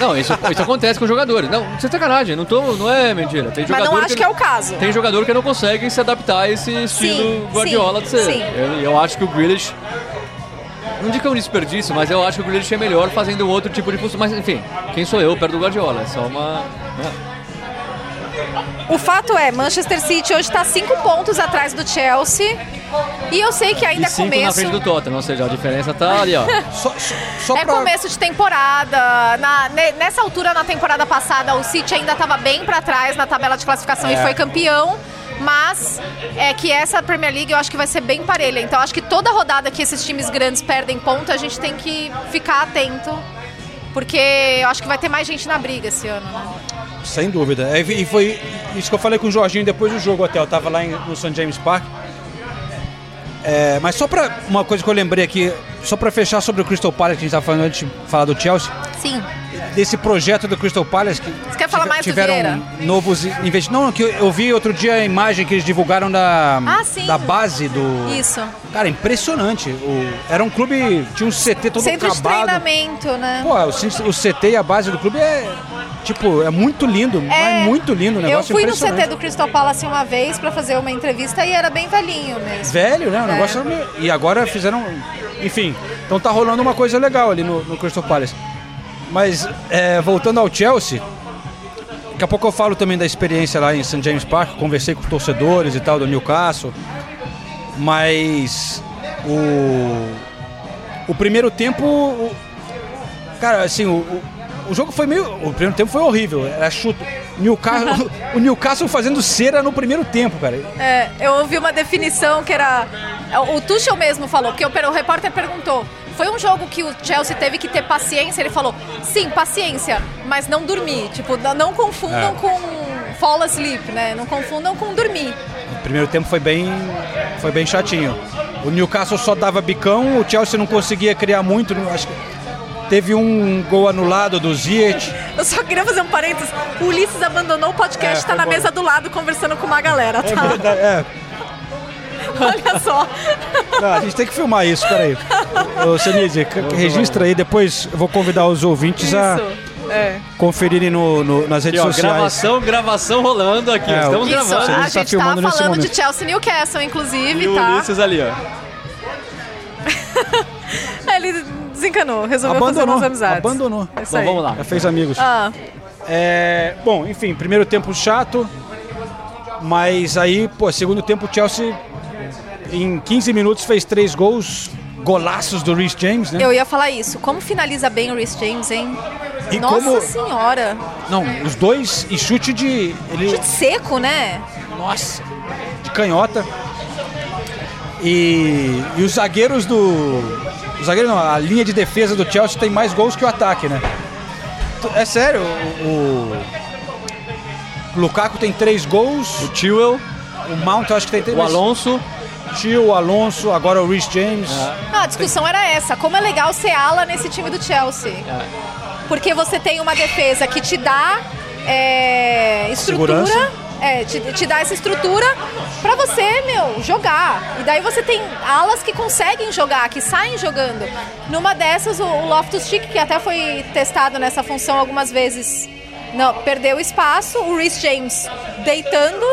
S7: Não, isso, isso acontece com os jogadores. Não, isso é sacanagem, não, tô, não é mentira. Tem
S8: Mas
S7: jogador
S8: não acho que é o caso.
S7: Tem jogador que não consegue se adaptar a esse estilo
S8: sim,
S7: Guardiola de ser.
S8: sim.
S7: Eu, eu acho que o Grealish... Não digo que é um desperdício, mas eu acho que o Grealish é melhor fazendo outro tipo de função. Mas, enfim, quem sou eu perto do Guardiola? É só uma... né?
S8: O fato é, Manchester City hoje tá 5 pontos atrás do Chelsea. E eu sei que ainda
S7: E
S8: é
S7: cinco na
S8: começo.
S7: frente do Tottenham, ou seja, a diferença tá
S6: [laughs]
S7: ali, ó.
S6: Só, só, só
S8: é
S6: pra-
S8: começo de temporada. Na- ne- nessa altura, na temporada passada, o City ainda estava bem para trás na tabela de classificação
S7: É.
S8: e foi campeão. Mas é que essa Premier League eu acho que vai ser bem parelha. Então acho que toda rodada que esses times grandes perdem ponto, a gente tem que ficar atento. Porque eu acho que vai ter mais gente na briga esse ano, né?
S6: Sem dúvida. É, E foi isso que eu falei com o Jorginho depois do jogo até. Eu tava lá em- no St. James Park. É, mas só pra uma coisa que eu lembrei aqui, só pra fechar sobre o Crystal Palace, que a gente tava falando antes de falar do Chelsea,
S8: Sim.
S6: desse projeto do Crystal Palace que
S8: Você quer falar mais do
S6: tiveram
S8: Vieira?
S6: novos investimentos. Não, que eu, eu vi outro dia a imagem que eles divulgaram da,
S8: Ah, sim.
S6: da base do.
S8: Isso.
S6: Cara, impressionante. O, era um clube, tinha um CT todo
S8: Centro de
S6: acabado.
S8: treinamento, né?
S6: Pô, o, cin- o CT e a base do clube é. Tipo, é muito lindo. É, muito lindo o negócio.
S8: Eu fui no
S6: impressionante.
S8: CT do Crystal Palace uma vez para fazer uma entrevista e era bem velhinho mesmo.
S6: Velho, né? O negócio. é meio- E agora fizeram. Enfim, então tá rolando uma coisa legal ali no, no Crystal Palace. Mas, é, voltando ao Chelsea. Daqui a pouco eu falo também da experiência lá em St. James Park. Conversei com torcedores e tal do Newcastle. Mas. O. O primeiro tempo. o- cara, assim, o. o- o jogo foi meio. O primeiro tempo foi horrível. Era chute. Newcastle, [laughs] o Newcastle fazendo cera no primeiro tempo, cara.
S8: É, eu ouvi uma definição que era. é, O Tuchel mesmo falou, porque o, per- o repórter perguntou. Foi um jogo que o Chelsea teve que ter paciência. Ele falou, sim, paciência, mas não dormir. Tipo, n- não confundam
S6: É.
S8: com fall asleep, né? Não confundam com dormir.
S6: O primeiro tempo foi bem, foi bem chatinho. O Newcastle só dava bicão, o Chelsea não conseguia criar muito. não- Acho que teve um gol anulado do Ziyech.
S8: Eu só queria fazer um parênteses. O Ulisses abandonou o podcast,
S6: É,
S8: tá na
S6: foi
S8: mesa do lado conversando com uma galera, tá?
S6: É,
S8: Olha só.
S6: não, a gente tem que filmar isso, peraí. Ô, Senise, c- registra aí, depois eu vou convidar os ouvintes a
S8: Isso. É.
S6: conferirem no, no- nas
S7: Aqui,
S6: redes
S7: ó,
S6: sociais.
S7: gravação, gravação rolando aqui.
S6: É,
S7: Estamos
S6: o-
S8: Isso,
S7: gravando.
S6: Você
S8: a
S6: está
S8: gente
S6: filmando
S8: tava
S6: nesse
S8: falando
S6: momento.
S8: de Chelsea e Newcastle, inclusive,
S7: E o
S8: tá?
S7: Ulisses ali, ó.
S8: Ele desencanou, resolveu
S6: Abandonou,
S8: fazer umas amizades.
S6: abandonou.
S8: É isso
S7: Bom,
S8: aí.
S7: vamos lá.
S6: Já fez amigos.
S8: Ah,
S6: É, bom, enfim, primeiro tempo chato, mas aí, pô, segundo tempo o Chelsea em 15 minutos fez três gols, golaços do Rhys James, né?
S8: eu ia falar isso. Como finaliza bem o Rhys James, hein?
S6: E
S8: Nossa
S6: como-
S8: senhora.
S6: Não, os dois e chute de ele,
S8: Chute seco, né?
S6: nossa, de canhota. E, e os zagueiros do. Os zagueiros não, a linha de defesa do Chelsea tem mais gols que o ataque, né? T- É sério, o. o Lukaku tem três gols,
S7: O Tewell,
S6: o Mount eu acho que tem três.
S7: o
S6: mas
S7: Alonso.
S6: o Tio, o Alonso, agora o Rich James.
S8: Não, Ah, a discussão era essa. Como é legal ser ala nesse time do Chelsea?
S7: É.
S8: Porque você tem uma defesa que te dá é, estrutura.
S6: Segurança.
S8: É, te, te dá essa estrutura pra você, meu, jogar. E daí você tem alas que conseguem jogar, que saem jogando. Numa dessas, o, o Loftus Cheek, que até foi testado nessa função algumas vezes, não, perdeu espaço. O Rhys James deitando.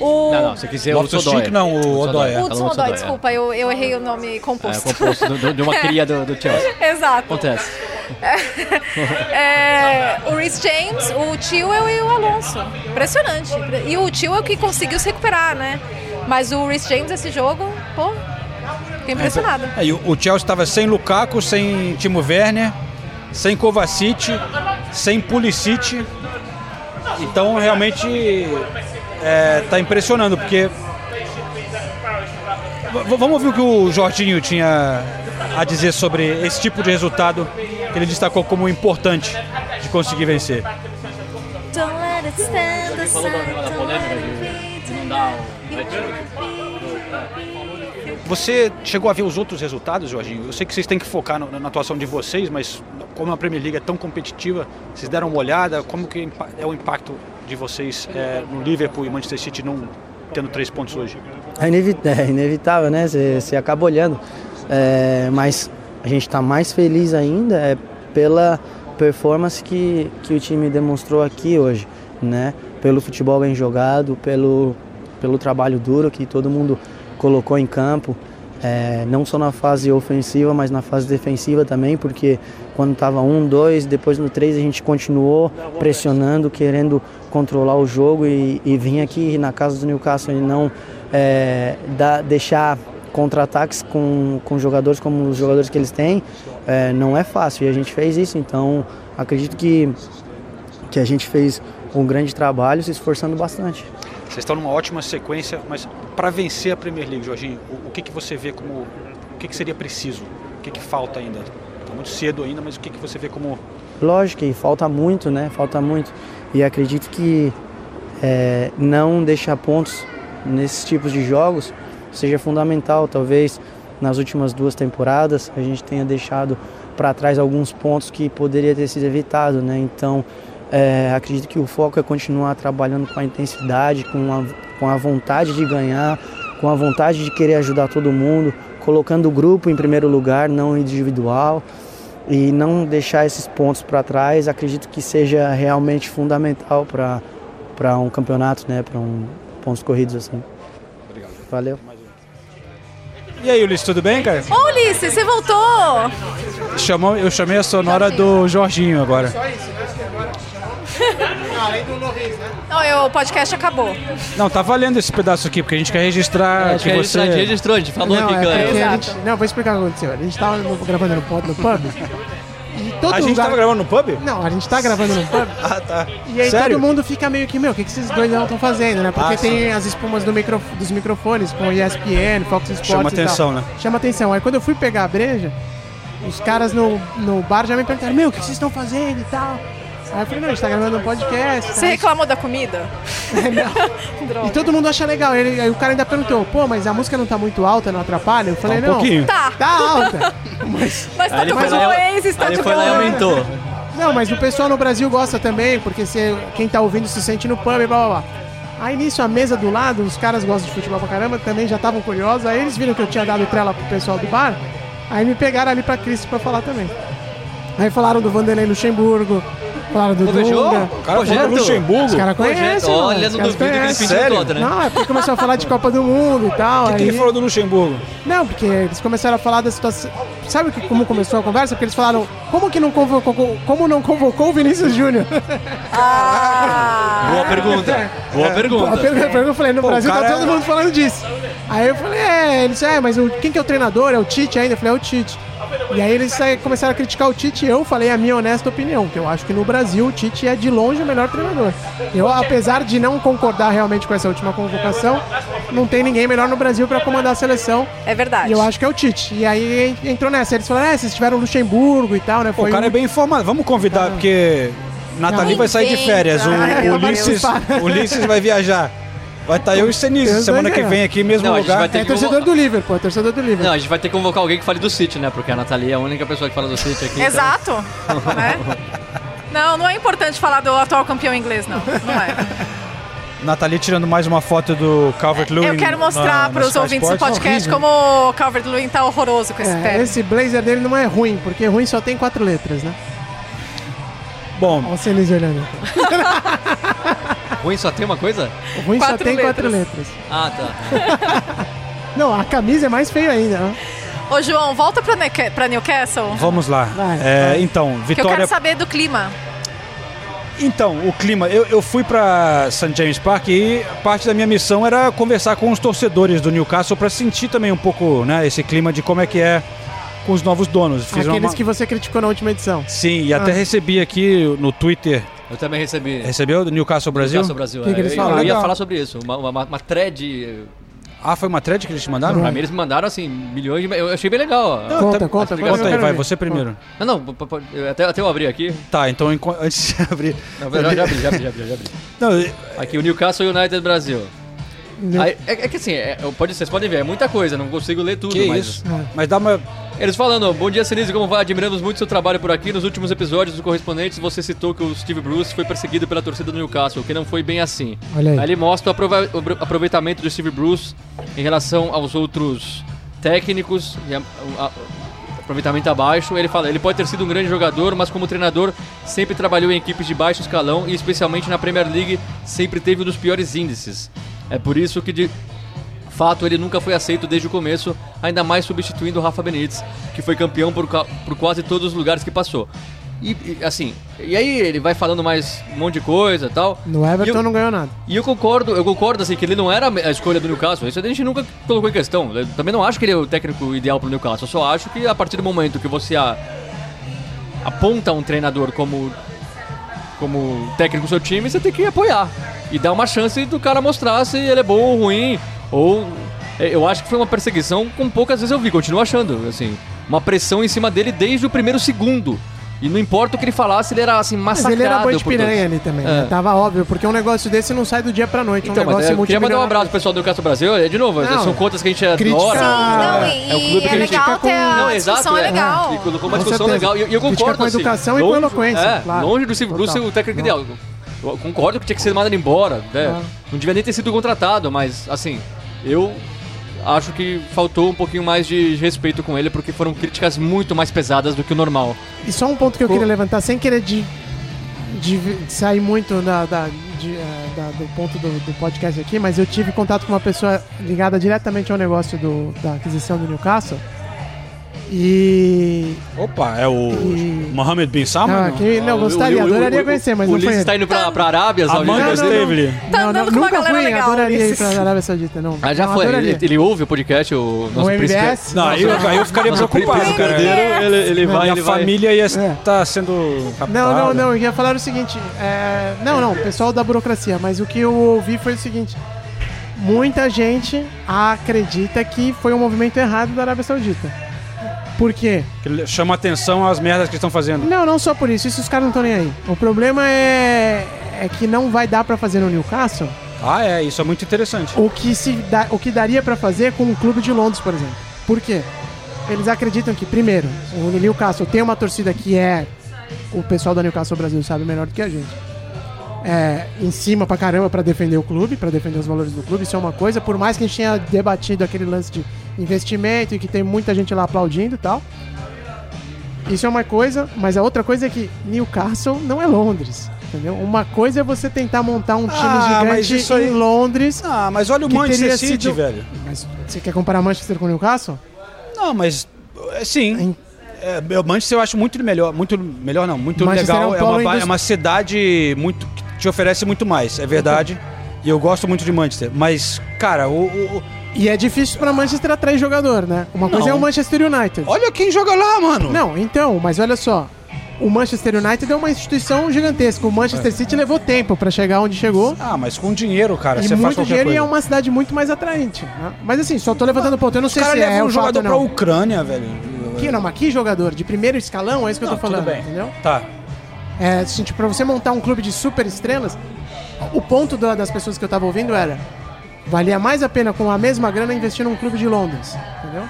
S8: O,
S7: Não, não, você quiser o
S6: Loftus-Cheek
S7: Sodói.
S6: não, o Odói, é.
S8: o Hudson
S7: Alonso
S8: Odoi,
S7: Odói, é.
S8: desculpa, eu, eu errei o nome
S7: É,
S8: composto.
S7: composto de- de uma cria do, do Chelsea.
S8: [laughs] Exato.
S7: Acontece.
S8: [laughs] É, o Rhys James, o Tewell e o Alonso. Impressionante. E o Tewell que conseguiu se recuperar, né? Mas o Rhys James, esse jogo, pô, fiquei impressionada.
S6: Aí, o o Chelsea estava sem Lukaku, sem Timo Werner, sem Kovacic, sem Pulisic. Então realmente está impressionando, porque V- v- vamos ouvir o que o Jorginho tinha a dizer sobre esse tipo de resultado que ele destacou como importante de conseguir vencer.
S10: Don't let it stand the sun. Don't let it
S6: Você chegou a ver os outros resultados, Jorginho? Eu sei que vocês têm que focar no- na atuação de vocês, mas como a Premier League é tão competitiva, vocês deram uma olhada, como que impa- é o impacto de vocês é, no Liverpool e Manchester City não tendo três pontos hoje?
S11: É, inevit- [laughs] é inevitável, né? Você acaba olhando. É, mas a gente está mais feliz ainda é, pela performance que, que o time demonstrou aqui hoje, né? Pelo futebol bem jogado, pelo, pelo trabalho duro que todo mundo colocou em campo, é, não só na fase ofensiva, mas na fase defensiva também, porque quando estava um, dois, depois no três a gente continuou pressionando, querendo controlar o jogo e, e vir aqui na casa do Newcastle e não é, dar- deixar contra-ataques com, com jogadores como os jogadores que eles têm é, não é fácil e a gente fez isso, então acredito que, que a gente fez um grande trabalho se esforçando bastante.
S6: Vocês estão numa ótima sequência, mas para vencer a Premier League, Jorginho, o, o que, que você vê como. O que, que seria preciso? O que, que falta ainda? Está muito cedo ainda, mas o que, que você vê como.
S11: Lógico, e falta muito, né? Falta muito. E acredito que é, não deixar pontos nesses tipos de jogos seja fundamental. Talvez nas últimas duas temporadas a gente tenha deixado para trás alguns pontos que poderia ter sido evitado, né? Então é, acredito que o foco é continuar trabalhando com a intensidade, com a, com a vontade de ganhar, com a vontade de querer ajudar todo mundo, colocando o grupo em primeiro lugar, não o individual e não deixar esses pontos para trás, acredito que seja realmente fundamental para para um campeonato, né, para um pontos corridos assim.
S6: Obrigado.
S11: Valeu.
S6: E aí, Ulisses, tudo bem, cara?
S8: Ô, Ulisses, você voltou!
S6: Chamou, eu chamei a sonora do Jorginho agora.
S5: Além do Norris, né?
S8: Não, eu, o podcast acabou.
S6: Não, tá valendo esse pedaço aqui, porque a gente quer
S8: É,
S7: Acho
S6: registrar É que,
S7: que a gente
S6: você...
S7: já registrou, a gente falou
S5: não,
S7: que
S5: é
S7: ganhou.
S5: porque a
S8: Exato.
S5: gente, não, vou explicar o que aconteceu. A gente tava no- gravando no pod, no pub. E todo
S6: A gente
S5: lugar...
S6: tava gravando no pub?
S5: Não, a gente tá gravando no pub.
S6: [laughs] Ah, tá.
S5: E aí
S6: Sério?
S5: todo mundo fica meio que, meu, o que, que esses dois estão fazendo, né? Porque
S6: Ah,
S5: tem as espumas do micro- dos microfones com ESPN, Fox Sports
S6: Chama
S5: e tal.
S6: atenção, né?
S5: Chama atenção. Aí quando eu fui pegar a breja, os caras no, no bar já me perguntaram, meu, o que vocês estão fazendo e tal? Aí eu falei, não, a gente tá gravando um podcast. [laughs]
S8: Você
S5: tá?"
S8: reclamou da comida?
S5: [laughs] E todo mundo acha legal. Ele, aí o cara ainda perguntou, pô, mas a música não tá muito alta, não atrapalha? Eu falei,
S6: Um
S5: não.
S6: pouquinho.
S8: Tá,
S5: Tá alta.
S8: mas tá
S7: Aí ele foi
S8: tocando
S7: lá e-
S8: Oasis, tá
S7: Aí
S8: de
S7: foi lá e
S8: boa.
S7: aumentou.
S5: Não, mas o pessoal no Brasil gosta também, porque se, quem tá ouvindo se sente no pub e blá blá blá. Aí nisso, a mesa do lado, os caras gostam de futebol pra caramba, também já estavam curiosos. Aí eles viram que eu tinha dado trela pro pessoal do bar, aí me pegaram ali pra Cristo pra falar também. Aí falaram do Vanderlei Luxemburgo, falaram do Dunga.
S7: O
S6: cara falou do Luxemburgo.
S5: Os caras conhecem, mano,
S7: Olha,
S5: os
S7: não
S5: caras
S7: duvido que ele
S5: conhecem.
S7: pediu
S6: Sério?
S7: toda, né?
S5: Não, é porque começou a falar de Copa do Mundo e tal.
S6: O que, que ele
S5: aí-
S6: falou do Luxemburgo?
S5: não, porque eles começaram a falar da situação. Sabe que- como começou a conversa? Porque eles falaram como que não convocou, como não convocou o Vinícius Júnior?
S8: Ah,
S7: Boa pergunta. Boa
S5: A
S7: pergunta.
S5: pergunta, a pergunta, eu falei, no
S6: Pô, o
S5: Brasil tá
S6: cara-
S5: todo mundo falando disso. Aí eu falei, é, eles, é, mas o- quem que é o treinador? É o Tite ainda? Eu falei, é o Tite. E aí eles saí- começaram a criticar o Tite e eu falei a minha honesta opinião, que eu acho que no Brasil o Tite é de longe o melhor treinador. Eu, apesar de não concordar realmente com essa última convocação, não tem ninguém melhor no Brasil para comandar a seleção.
S12: É verdade.
S5: E eu acho que é o Tite. E aí entrou nessa. Eles falaram, é, vocês tiveram o Luxemburgo e tal, né?
S6: O
S8: um-
S6: cara é bem informado. Vamos convidar, porque Nathalie
S5: Não.
S6: vai sair de
S5: Inventa.
S8: tá.
S6: férias.
S8: [laughs]
S6: O,
S5: Ai,
S6: o
S5: meu
S6: Ulisses,
S5: Deus.
S6: o Ulisses vai viajar. Vai estar eu e o Senise
S5: Deus
S6: semana
S5: vai
S6: que
S5: ganhar.
S6: vem aqui, mesmo
S7: Não, a gente
S6: lugar.
S7: vai ter É que torcedor
S5: torcedor do Liverpool, é torcedor do Liverpool.
S7: Não, a gente vai ter que convocar alguém que fale do City, né? Porque a Nathalie é a única pessoa que fala do City aqui. então-
S8: Exato. Né? Não, não é importante falar do atual campeão inglês, não. Não é.
S6: Nathalie tirando mais uma foto do Calvert Lewin.
S8: Eu quero mostrar para os ouvintes do podcast
S6: é
S8: como o Calvert Lewin tá horroroso com esse
S5: É,
S8: pé.
S5: esse blazer dele não é ruim, porque ruim só tem quatro letras, né?
S6: Bom.
S5: Olha o Senise olhando.
S7: Ruim só tem uma coisa?
S5: Ruim só Quatro tem quatro letras. letras.
S7: Ah, tá.
S5: Não, a camisa é mais feia ainda. né?
S8: Ô, João, volta para Newcastle.
S6: Vamos lá. É, Então,
S8: Que eu
S6: Vitória.
S8: quero saber do clima.
S6: Então, o clima. Eu, eu fui para St. James Park e parte da minha missão era conversar com os torcedores do Newcastle para sentir também um pouco né, esse clima de como é que é com os novos donos. Fiz uma-
S5: Aqueles que você criticou na última edição.
S6: Sim, e até
S5: Ah.
S6: recebi aqui no Twitter.
S7: Eu também recebi.
S6: Recebeu do Newcastle Brasil?
S7: Newcastle Brasil.
S6: O que
S7: é.
S6: que eles
S7: Eu-
S6: falaram?
S7: Eu ia
S6: Legal.
S7: falar sobre isso. Uma, uma, uma thread.
S6: Ah, foi uma thread que eles te mandaram?
S7: Pra mim, eles me mandaram assim, milhões de. Eu achei bem legal. ó.
S6: Não, Conta, tá- conta,
S7: Obrigado.
S6: conta aí, vai, você primeiro.
S7: Não, não, p- p- eu- até, até eu abrir aqui.
S6: Tá, então enqu- [laughs] antes de abrir.
S7: Não, já, já abri, já abri, já abri. Já abri.
S6: Não, eu-
S7: Aqui, o Newcastle United Brasil. Aí, é, é que assim, é, eu- pode, vocês podem ver, é muita coisa, não consigo ler tudo.
S6: Que
S7: mas...
S6: isso? Mas dá uma.
S7: Eles falando, bom dia Sinise, como vai? Admiramos muito seu trabalho por aqui. Nos últimos episódios do Correspondentes, você citou que o Steve Bruce foi perseguido pela torcida do Newcastle, o que não foi bem assim.
S5: Olha aí.
S7: ele mostra o aprova- o br- aproveitamento do Steve Bruce em relação aos outros técnicos, e a- a- a- aproveitamento abaixo. Ele fala, ele pode ter sido um grande jogador, mas como treinador sempre trabalhou em equipes de baixo escalão e especialmente na Premier League sempre teve um dos piores índices. É por isso que de fato ele nunca foi aceito desde o começo, ainda mais substituindo o Rafa Benítez, que foi campeão por, ca- por quase todos os lugares que passou. E, e, assim, e aí ele vai falando mais um monte de coisa e tal.
S5: No Everton
S7: E eu-
S5: não ganhou nada.
S7: e eu concordo, eu concordo assim que ele não era a escolha do Newcastle. Isso a gente nunca colocou em questão. Eu também não acho que ele é o técnico ideal para o Newcastle. Eu só acho que a partir do momento que você a- aponta um treinador como como técnico do seu time, você tem que apoiar e dar uma chance do cara mostrar se ele é bom ou ruim ou é, eu acho que foi uma perseguição com poucas vezes eu vi, continuo achando, assim, uma pressão em cima dele desde o primeiro segundo. E não importa o que ele falasse, ele era assim
S5: Mas
S7: massacrado
S5: ele era boi de
S7: por todos.
S5: piranha ali também. né?
S7: É.
S5: Tava óbvio, porque um negócio desse não sai do dia pra noite. é
S7: Então,
S5: um
S7: mas
S5: negócio
S7: eu queria mandar um
S5: multimilionário.
S7: abraço pro pessoal do Caso Brasil. É, de novo,
S5: Não.
S7: são contas que a gente
S5: Crítica-
S7: adora.
S5: Sim, não,
S7: é o clube
S5: e
S7: que
S5: é
S7: a gente
S5: legal ter a
S7: Não, exato,
S5: discussão
S7: é.
S5: legal.
S7: E colocou uma
S5: Com
S7: discussão
S5: certeza.
S7: legal. E eu, eu
S5: Crítica
S7: concordo
S5: com a
S7: assim,
S5: educação e com a eloquência,
S7: É,
S5: claro.
S7: longe do Steve Bruce ser
S5: Total.
S7: o técnico
S5: Não. Ah.
S7: ideal. Eu concordo que tinha que ser mandado embora. né?
S5: Claro.
S7: Não devia nem ter sido contratado, mas assim, eu acho que faltou um pouquinho mais de respeito com ele, porque foram críticas muito mais pesadas do que o normal.
S5: E só um ponto que eu queria levantar, sem querer de, de vi- sair muito da, da- de, eh, da- do ponto do, do podcast aqui, mas eu tive contato com uma pessoa ligada diretamente ao negócio do- da aquisição do Newcastle. E.
S6: Opa, é o Mohamed Bin Salman?
S5: Ah, que- não, gostaria, adoraria conhecer, mas
S7: o
S5: não foi
S7: Ulisses
S5: ele.
S7: tá indo pra, pra Arábia, Saudita.
S6: Amanda Stavely.
S5: Tá andando
S12: com uma
S5: nunca
S12: galera
S5: fui,
S12: legal,
S5: adoraria ir
S12: Ulisses.
S5: pra Arábia Saudita, não.
S7: Ah, já
S5: Não,
S7: foi.
S5: adoraria.
S7: Ele, ele ouve o podcast, o nosso
S5: O
S7: príncipe. é
S5: MBS?
S6: é- Não, aí eu, aí eu ficaria
S7: Nosso
S6: preocupado,
S7: príncipe
S6: cara.
S7: herdeiro, né? Ele, ele vai,
S6: Minha
S7: ele vai.
S6: família ia estar sendo.
S5: É. Não,
S6: né?
S5: não,
S6: raptada.
S5: não, eu ia falar o seguinte. é, Não, não, pessoal da burocracia, mas o que eu ouvi foi o seguinte. Muita gente acredita que foi um movimento errado da Arábia Saudita. Por quê?
S6: Que Chama atenção às merdas que estão fazendo.
S5: Não, não só por isso, isso os caras não estão nem aí. O problema é, é que não vai dar pra fazer no Newcastle
S6: Ah, é, isso é muito interessante.
S5: o que, se dá, o que daria pra fazer com o clube de Londres, por exemplo. Por quê? Eles acreditam que, primeiro, o Newcastle tem uma torcida que é. O pessoal da Newcastle Brasil sabe melhor do que a gente. É, em cima pra caramba pra defender o clube, pra defender os valores do clube, isso é uma coisa. Por mais que a gente tenha debatido aquele lance de investimento e que tem muita gente lá aplaudindo e tal. Isso é uma coisa, mas a outra coisa é que Newcastle não é Londres, entendeu? Uma coisa é você tentar montar um time
S6: Ah, mas
S5: gigante
S6: isso aí-
S5: em Londres.
S6: Ah, mas olha o
S5: que
S6: Manchester
S5: teria
S6: City,
S5: sido-
S6: velho.
S5: Mas você quer comparar Manchester com Newcastle?
S6: Não, mas é, sim. É, meu, Manchester eu acho muito melhor, muito melhor não, muito
S5: Manchester
S6: legal.
S5: é um
S6: É, uma,
S5: polo
S6: ba-
S5: indus-
S6: é uma cidade muito que te oferece muito mais, é verdade. E eu gosto muito de Manchester, mas cara, o, o- o-
S5: E é difícil pra Manchester atrair jogador, né? Uma coisa
S6: Não.
S5: é o Manchester United.
S6: Olha quem joga lá, mano.
S5: Não, então, mas olha só. O Manchester United é uma instituição gigantesca. O
S6: É.
S5: Manchester City levou tempo pra chegar onde chegou.
S6: Ah, mas com dinheiro, cara,
S5: e
S6: você faz
S5: muito
S6: qualquer
S5: dinheiro
S6: coisa.
S5: e é uma cidade muito mais atraente. né? Mas assim, só tô levantando o ponto. Eu não
S6: Os
S5: sei
S6: caras
S5: se é
S6: levam
S5: o
S6: um
S5: fato
S6: jogador
S5: ou
S6: pra
S5: não.
S6: Ucrânia, velho.
S5: Que, não, mas que jogador? De primeiro escalão? É isso que eu
S6: Não,
S5: tô falando,
S6: tudo bem.
S5: entendeu?
S6: Tá.
S5: É, assim, tipo, pra você montar um clube de super estrelas, o ponto da- das pessoas que eu tava ouvindo era valia mais a pena com a mesma grana investir num clube de Londres, entendeu?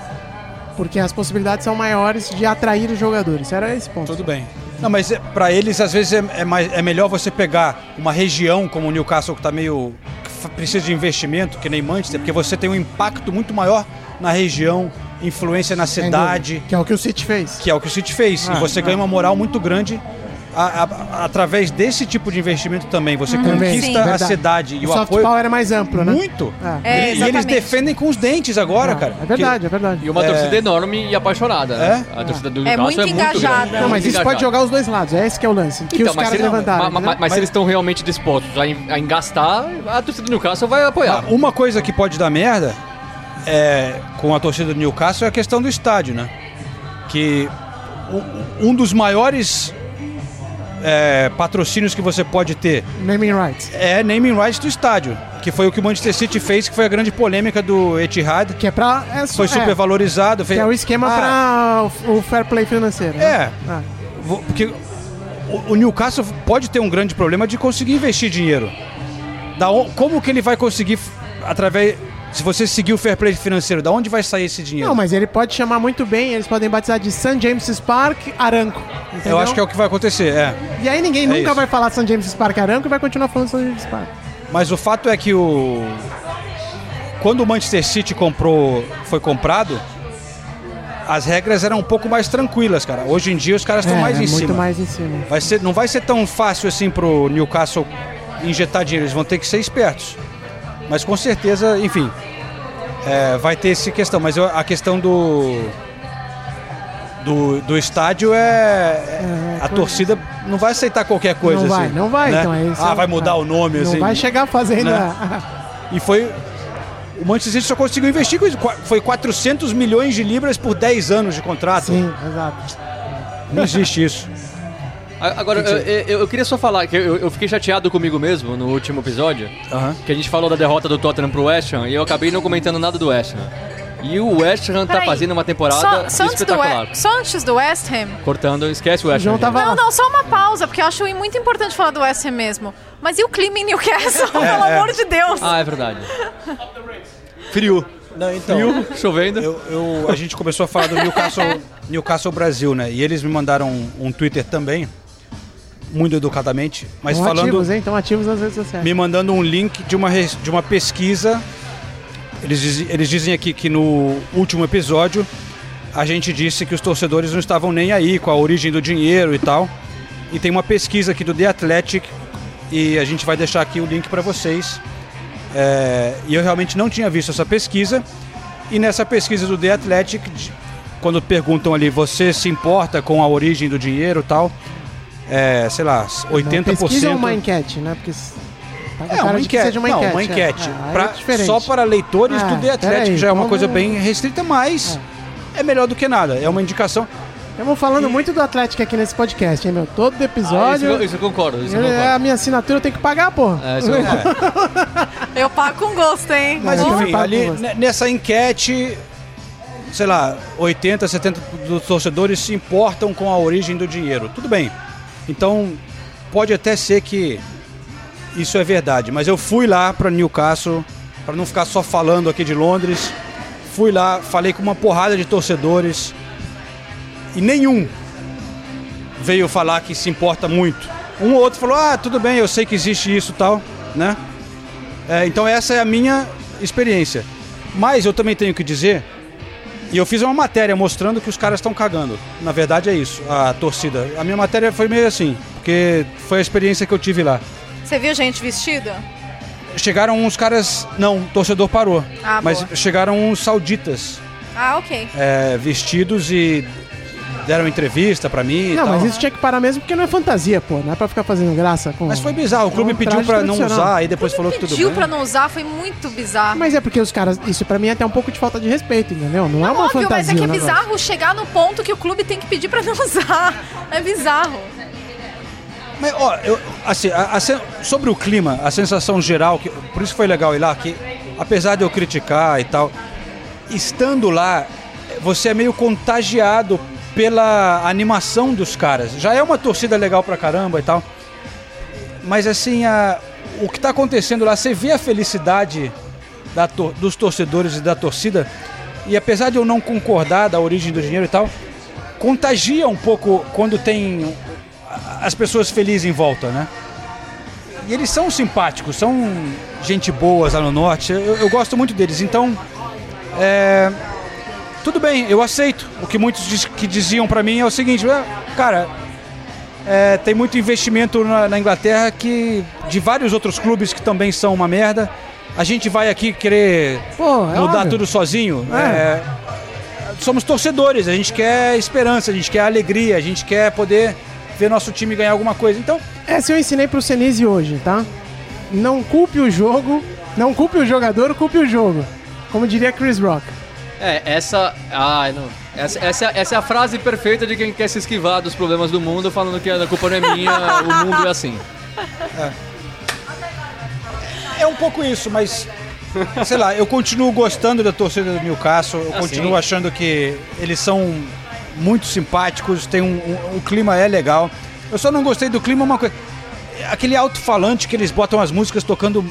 S5: Porque as possibilidades são maiores de atrair os jogadores. Era esse ponto.
S6: Tudo bem. Não, mas é- pra eles, às vezes, é, é mais, é melhor você pegar uma região como o Newcastle, que tá meio. que fa- precisa de investimento, que nem Manchester, porque você tem um impacto muito maior na região, influência na
S5: Sem
S6: cidade,
S5: dúvida. Que é o que o City fez.
S6: que é o que o City fez.
S5: Ah,
S6: e você
S5: ah.
S6: ganha uma moral muito grande. a- a- através desse tipo de investimento também, você
S5: Sim.
S6: conquista a
S5: Verdade.
S6: cidade e o,
S5: soft
S6: apoio.
S5: power era mais amplo, né?
S6: Muito.
S5: É.
S8: É,
S6: E- e eles
S8: exatamente.
S6: defendem com os dentes agora,
S5: Ah,
S6: cara.
S5: É verdade, é verdade.
S7: E uma
S6: É.
S7: torcida enorme e apaixonada. né? A torcida do Newcastle
S8: muito
S7: é muito
S8: engajada.
S7: grande, é
S5: Não,
S7: muito
S5: mas isso
S7: engajada.
S5: pode jogar os dois lados. É esse que é o lance. Que
S7: Então,
S5: os
S7: mas
S5: caras né?
S7: se-
S5: levantaram.
S7: ma- ma-
S5: entendeu?
S7: mas se eles estão realmente dispostos a, en- a engastar, a torcida do Newcastle vai apoiar.
S6: Ah, Uma coisa que pode dar merda é, com a torcida do Newcastle é a questão do estádio, né? Que o- um dos maiores é, patrocínios que você pode ter
S5: Naming rights.
S6: é naming rights do estádio, que foi o que o Manchester City fez, que foi a grande polêmica do Etihad.
S5: Que é pra. É,
S6: Foi Ah,
S5: é,
S6: super valorizado.
S5: Que é o esquema pra o, o fair play financeiro. né?
S6: É.
S5: Ah,
S6: Vo- Porque o- o Newcastle pode ter um grande problema de conseguir investir dinheiro. Da on- como que ele vai conseguir f- através se você seguir o fair play financeiro, da onde vai sair esse dinheiro?
S5: Não, mas ele pode chamar muito bem, eles podem batizar de St. James's Park Aranco.
S6: Eu acho que é o que vai acontecer, é.
S5: E aí ninguém
S6: É
S5: nunca
S6: isso.
S5: vai falar St. James's Park Aranco e vai continuar falando St. James's Park.
S6: Mas o fato é que o quando o Manchester City comprou, foi comprado, as regras eram um pouco mais tranquilas, cara. Hoje em dia os caras estão mais em
S5: É, muito
S6: cima.
S5: mais em cima.
S6: Vai ser, não vai ser tão fácil assim pro Newcastle injetar dinheiro, eles vão ter que ser espertos. Mas com certeza, enfim, é, vai ter essa questão. Mas eu- a questão do, do, do estádio é. é- a torcida não vai aceitar qualquer coisa
S5: não vai,
S6: assim,
S5: não vai.
S6: né?
S5: Então é isso.
S6: ah, vai mudar
S5: Ah,
S6: o nome,
S5: Não
S6: assim.
S5: vai chegar fazendo.
S6: né?
S5: a- [laughs]
S6: E foi. O Manchester City só conseguiu investir com isso. Qua- Foi 400 milhões de libras por 10 anos de contrato.
S5: Sim, exato.
S6: Não existe isso.
S7: A- Agora, eu, eu- eu queria só falar que eu, eu fiquei chateado comigo mesmo no último episódio,
S6: Aham.
S7: que a gente falou da derrota do Tottenham pro West Ham e eu acabei não comentando nada do West Ham. E o West Ham tá
S8: Peraí.
S7: fazendo uma
S8: Só,
S7: temporada
S8: só antes do,
S7: espetacular.
S8: We- só antes do West Ham.
S7: Cortando, esquece o West Ham.
S5: João tava-
S7: gente.
S8: Não, não, só uma pausa, porque eu acho muito importante falar do West Ham mesmo. Mas e o clima em Newcastle,
S6: [laughs]
S8: pelo
S6: é.
S8: amor de Deus?
S7: Ah, é verdade.
S6: Frio. Não, então.
S7: Frio, chovendo.
S6: Eu, eu- a gente começou a falar do Newcastle, Newcastle Brasil, né? E eles me mandaram um, um Twitter também, muito educadamente, mas
S5: Estão
S6: falando,
S5: ativos, hein? Estão ativos assim, nas redes sociais.
S6: me mandando um link de uma, res- de uma pesquisa. Eles, dizi- eles dizem aqui que no último episódio a gente disse que os torcedores não estavam nem aí com a origem do dinheiro e tal. E tem uma pesquisa aqui do The Athletic e a gente vai deixar aqui o link para vocês. É, e eu realmente não tinha visto essa pesquisa. E nessa pesquisa do The Athletic, de- quando perguntam ali, você se importa com a origem do dinheiro e tal? É, sei lá, 80%.
S5: Pesquisa ou uma enquete, né? Porque. s- tá com
S6: É,
S5: cara
S6: uma
S5: de que seja
S6: enquete. Não, uma
S5: é.
S6: enquete.
S5: Ah, aí é
S6: Pra-
S5: diferente.
S6: só para leitores
S5: Ah,
S6: do The Athletic
S5: peraí, Ah.
S6: já é uma
S5: vamos-
S6: coisa bem restrita, mas é. melhor do que nada. É uma indicação.
S5: Estamos falando muito do Atlético aqui nesse podcast, hein, meu? Todo
S7: Ah, isso,
S5: episódio.
S7: eu- isso eu concordo, isso eu
S5: É,
S7: concordo.
S5: a minha assinatura eu tenho que pagar, porra.
S7: É, isso eu concordo.
S8: Eu pago com gosto, hein?
S6: Mas
S5: eu
S8: Bom,
S5: também
S6: enfim,
S5: pago
S6: ali
S5: com você.
S6: ne- nessa enquete, sei lá, 80, 70 dos torcedores se importam com a origem do dinheiro. Tudo bem. Então, pode até ser que isso é verdade, mas eu fui lá para Newcastle para não ficar só falando aqui de Londres. Fui lá, falei com uma porrada de torcedores e nenhum veio falar que se importa muito. Um ou outro falou: "Ah, tudo bem, eu sei que existe isso, e tal", né? É, então essa é a minha experiência. Mas eu também tenho que dizer, e eu fiz uma matéria mostrando que os caras estão cagando. Na verdade é isso, a torcida. A minha matéria foi meio assim, porque foi a experiência que eu tive lá.
S8: Você viu gente vestida?
S6: Chegaram uns caras. Não, o torcedor parou.
S8: Ah,
S6: mas
S8: boa.
S6: chegaram uns sauditas
S8: Ah, ok.
S6: é, vestidos e deram entrevista pra mim e
S5: Não,
S6: tal.
S5: mas isso tinha que parar mesmo porque não é fantasia, pô. Não é pra ficar fazendo graça com.
S6: Mas foi bizarro, o clube
S5: É um
S6: pediu
S5: traje
S6: pra não
S5: tradicional.
S6: usar, aí depois falou que tudo
S8: Pediu
S6: bem.
S8: pra não usar, foi muito bizarro.
S5: Mas é porque os caras. Isso pra mim é até um pouco de falta de respeito, entendeu? Não, é uma
S8: Óbvio,
S5: fantasia.
S8: mas é que é
S5: o negócio.
S8: bizarro chegar no ponto que o clube tem que pedir pra não [laughs] usar. É bizarro.
S6: Mas, ó, eu, assim, a- a sen- sobre o clima, a sensação geral, que, por isso que foi legal ir lá, que apesar de eu criticar e tal, estando lá, você é meio contagiado pela animação dos caras. Já é uma torcida legal pra caramba e tal. Mas, assim, a- o que tá acontecendo lá, você vê a felicidade da tor- dos torcedores e da torcida. E apesar de eu não concordar da origem do dinheiro e tal, contagia um pouco quando tem as pessoas felizes em volta, né? E eles são simpáticos, são gente boas lá no norte. Eu, eu gosto muito deles. Então, é, tudo bem, eu aceito. O que muitos diz- que diziam pra mim é o seguinte, "Ah, cara, é, tem muito investimento na, na Inglaterra que de vários outros clubes que também são uma merda. A gente vai aqui querer
S5: Pô, é
S6: mudar
S5: óbvio.
S6: tudo sozinho.
S5: É.
S6: É, somos torcedores, a gente quer esperança, a gente quer alegria, a gente quer poder ver nosso time ganhar alguma coisa. Então,
S5: Essa É, eu ensinei pro Senise hoje, tá? Não culpe o jogo, não culpe o jogador, culpe o jogo. Como diria Chris Rock.
S7: É, essa. Ah, não. Essa, essa, essa é a frase perfeita de quem quer se esquivar dos problemas do mundo, falando que a culpa não é minha, o mundo é assim.
S6: é um pouco isso, mas sei lá, eu continuo gostando da torcida do Newcastle, eu
S7: Ah,
S6: continuo
S7: sim.
S6: achando que eles são muito simpáticos, tem um, um- o clima é legal. Eu só não gostei do clima é uma coisa. Aquele alto-falante que eles botam as músicas tocando